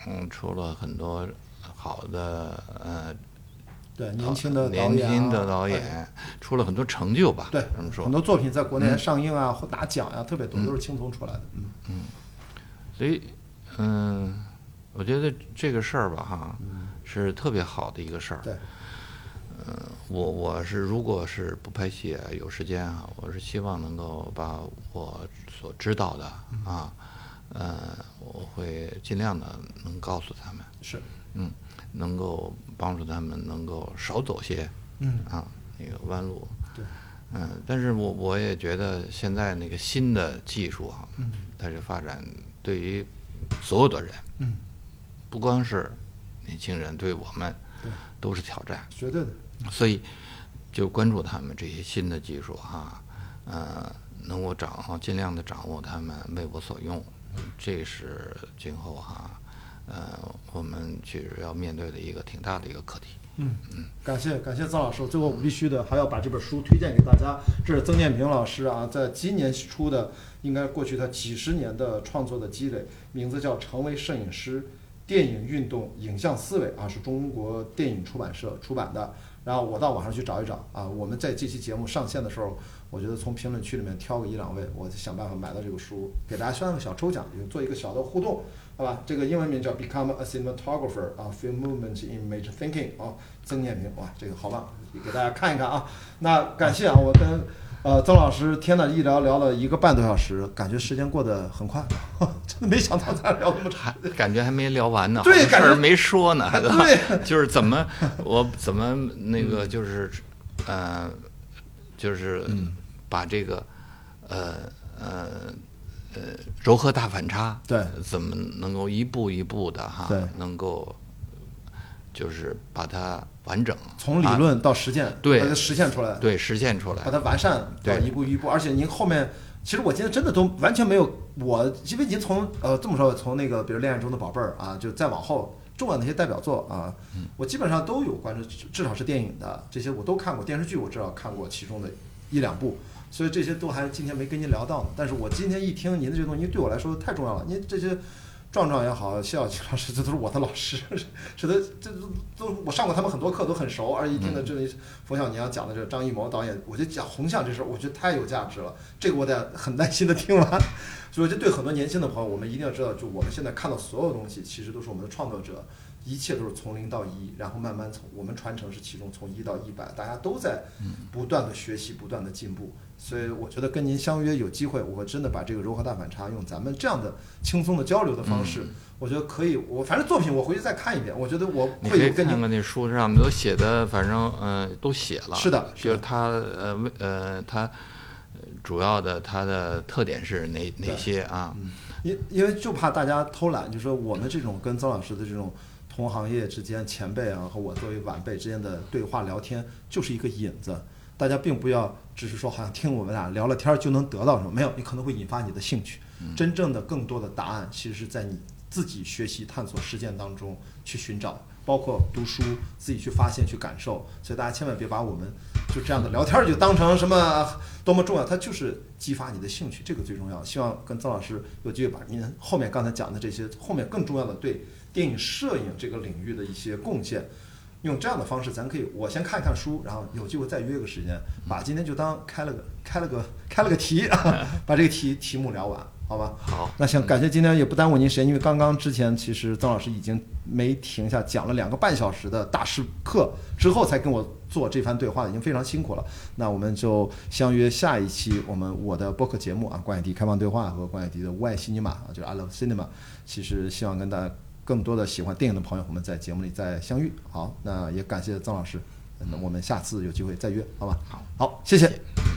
Speaker 2: 嗯，出了很多好的呃。
Speaker 1: 对，年轻的导演啊、
Speaker 2: 年轻的导演、出了很多成就吧？
Speaker 1: 对，
Speaker 2: 这么说嗯
Speaker 1: 很，多作品在国内上映啊，或拿奖呀、特别多，都是青葱出来的。嗯，
Speaker 2: 所以，嗯、我觉得这个事儿吧，哈，是特别好的一个事儿。
Speaker 1: 嗯对，
Speaker 2: 我我是如果是不拍戏啊，有时间啊，我是希望能够把我所知道的
Speaker 1: 嗯
Speaker 2: 啊，呃，我会尽量的能告诉他们，
Speaker 1: 是，
Speaker 2: 嗯，能够帮助他们能够少走些
Speaker 1: 嗯，
Speaker 2: 啊那个弯路，
Speaker 1: 对，
Speaker 2: 嗯，但是我我也觉得现在那个新的技术啊，它这发展对于所有的人，
Speaker 1: 嗯，
Speaker 2: 不光是年轻人，对我们
Speaker 1: 对
Speaker 2: 都是挑战。
Speaker 1: 绝对的。
Speaker 2: 所以就关注他们这些新的技术哈、呃，能够掌握尽量的掌握他们为我所用，这是今后哈、呃，我们确实要面对的一个挺大的一个课题。
Speaker 1: 嗯，感谢感谢曾老师。最后我们必须的还要把这本书推荐给大家。这是曾建平老师啊，在今年出的，应该过去他几十年的创作的积累，名字叫《成为摄影师：电影运动影像思维》啊，是中国电影出版社出版的。然后我到网上去找一找啊，我们在这期节目上线的时候，我觉得从评论区里面挑个一两位，我就想办法买到这个书，给大家宣个小抽奖，有做一个小的互动，好吧？这个英文名叫 Become a Cinematographer 啊，Film Movement in Image Thinking 啊，曾建平，哇，这个好棒，给大家看一看啊。那感谢啊，我跟呃曾老师，天呐，一聊聊了一个半多小时，感觉时间过得很快， 真的没想到咱聊那么长。
Speaker 2: 还感觉还没聊完呢，
Speaker 1: 对
Speaker 2: 好多事
Speaker 1: 感觉
Speaker 2: 儿没说呢，
Speaker 1: 对
Speaker 2: 吧 就是怎么我怎么那个就是，呃，就是把这个呃呃呃柔和大反差，
Speaker 1: 对，
Speaker 2: 怎么能够一步一步的哈
Speaker 1: 对，
Speaker 2: 能够就是把它完整，
Speaker 1: 从理
Speaker 2: 啊
Speaker 1: 论到实践，
Speaker 2: 对
Speaker 1: 把它实现出来，
Speaker 2: 对实现出来
Speaker 1: 把。它完善，
Speaker 2: 对
Speaker 1: 到一步一步。而且您后面，其实我今天真的都完全没有我，因为您从呃这么说，从那个比如《恋爱中的宝贝儿》啊，就再往后重要的那些代表作啊，
Speaker 2: 嗯
Speaker 1: 我基本上都有关注，至至少是电影的这些我都看过，电视剧我至少看过其中的一两部。所以这些都还今天没跟您聊到呢，但是我今天一听您的这个东西对我来说太重要了。您这些壮壮也好，谢小琪老师，这都是我的老师， 是的，这都都我上过他们很多课，都很熟。而一听到这里，冯小年讲的这个张艺谋导演，我觉得讲红像这事儿，我觉得太有价值了。这个我得很耐心的听完，所以这对很多年轻的朋友，我们一定要知道，就我们现在看到所有东西，其实都是我们的创作者，一切都是从零到一，然后慢慢从我们传承是其中从一到一百，大家都在不断的学习，不断的进步。所以我觉得跟您相约有机会，我真的把这个柔和大反差用咱们这样的轻松的交流的方
Speaker 2: 嗯
Speaker 1: 式，我觉得可以。我反正作品我回去再看一遍，我觉得我
Speaker 2: 你可
Speaker 1: 会
Speaker 2: 以
Speaker 1: 有跟
Speaker 2: 看
Speaker 1: 您
Speaker 2: 看那书上面都写的，反正呃都写了。
Speaker 1: 是的是
Speaker 2: 就
Speaker 1: 的
Speaker 2: 是他呃为呃他呃主要的他的特点是哪哪
Speaker 1: 对
Speaker 2: 些啊？
Speaker 1: 因因为就怕大家偷懒，就说我们这种跟曾老师的这种同行业之间前辈啊，和我作为晚辈之间的对话聊天，就是一个引子。大家并不要只是说好像听我们俩聊了天儿就能得到什么，没有，你可能会引发你的兴趣。真正的更多的答案，其实是在你自己学习、探索、实践当中去寻找，包括读书，自己去发现、去感受。所以大家千万别把我们就这样的聊天儿就当成什么多么重要，它就是激发你的兴趣，这个最重要。希望跟曾老师有机会把您后面刚才讲的这些，后面更重要的对电影摄影这个领域的一些贡献。用这样的方式，咱可以我先看看书，然后有机会再约个时间，把今天就当开了个开了个开了个题， 把这个题题目聊完，好吧？
Speaker 2: 好，
Speaker 1: 那行，感谢今天也不耽误您时间，因为刚刚之前其实曾老师已经没停下讲了两个半小时的大师课，之后才跟我做这番对话，已经非常辛苦了。那我们就相约下一期我们我的播客节目啊，关雅迪开放对话和关雅迪的 Why Cinema 啊，就是 I Love Cinema。其实希望跟大家更多的喜欢电影的朋友，我们在节目里再相遇。嗯好，那也感谢曾老师，那我们下次有机会再约，好吧？
Speaker 2: 好
Speaker 1: 好，谢谢。
Speaker 2: 谢谢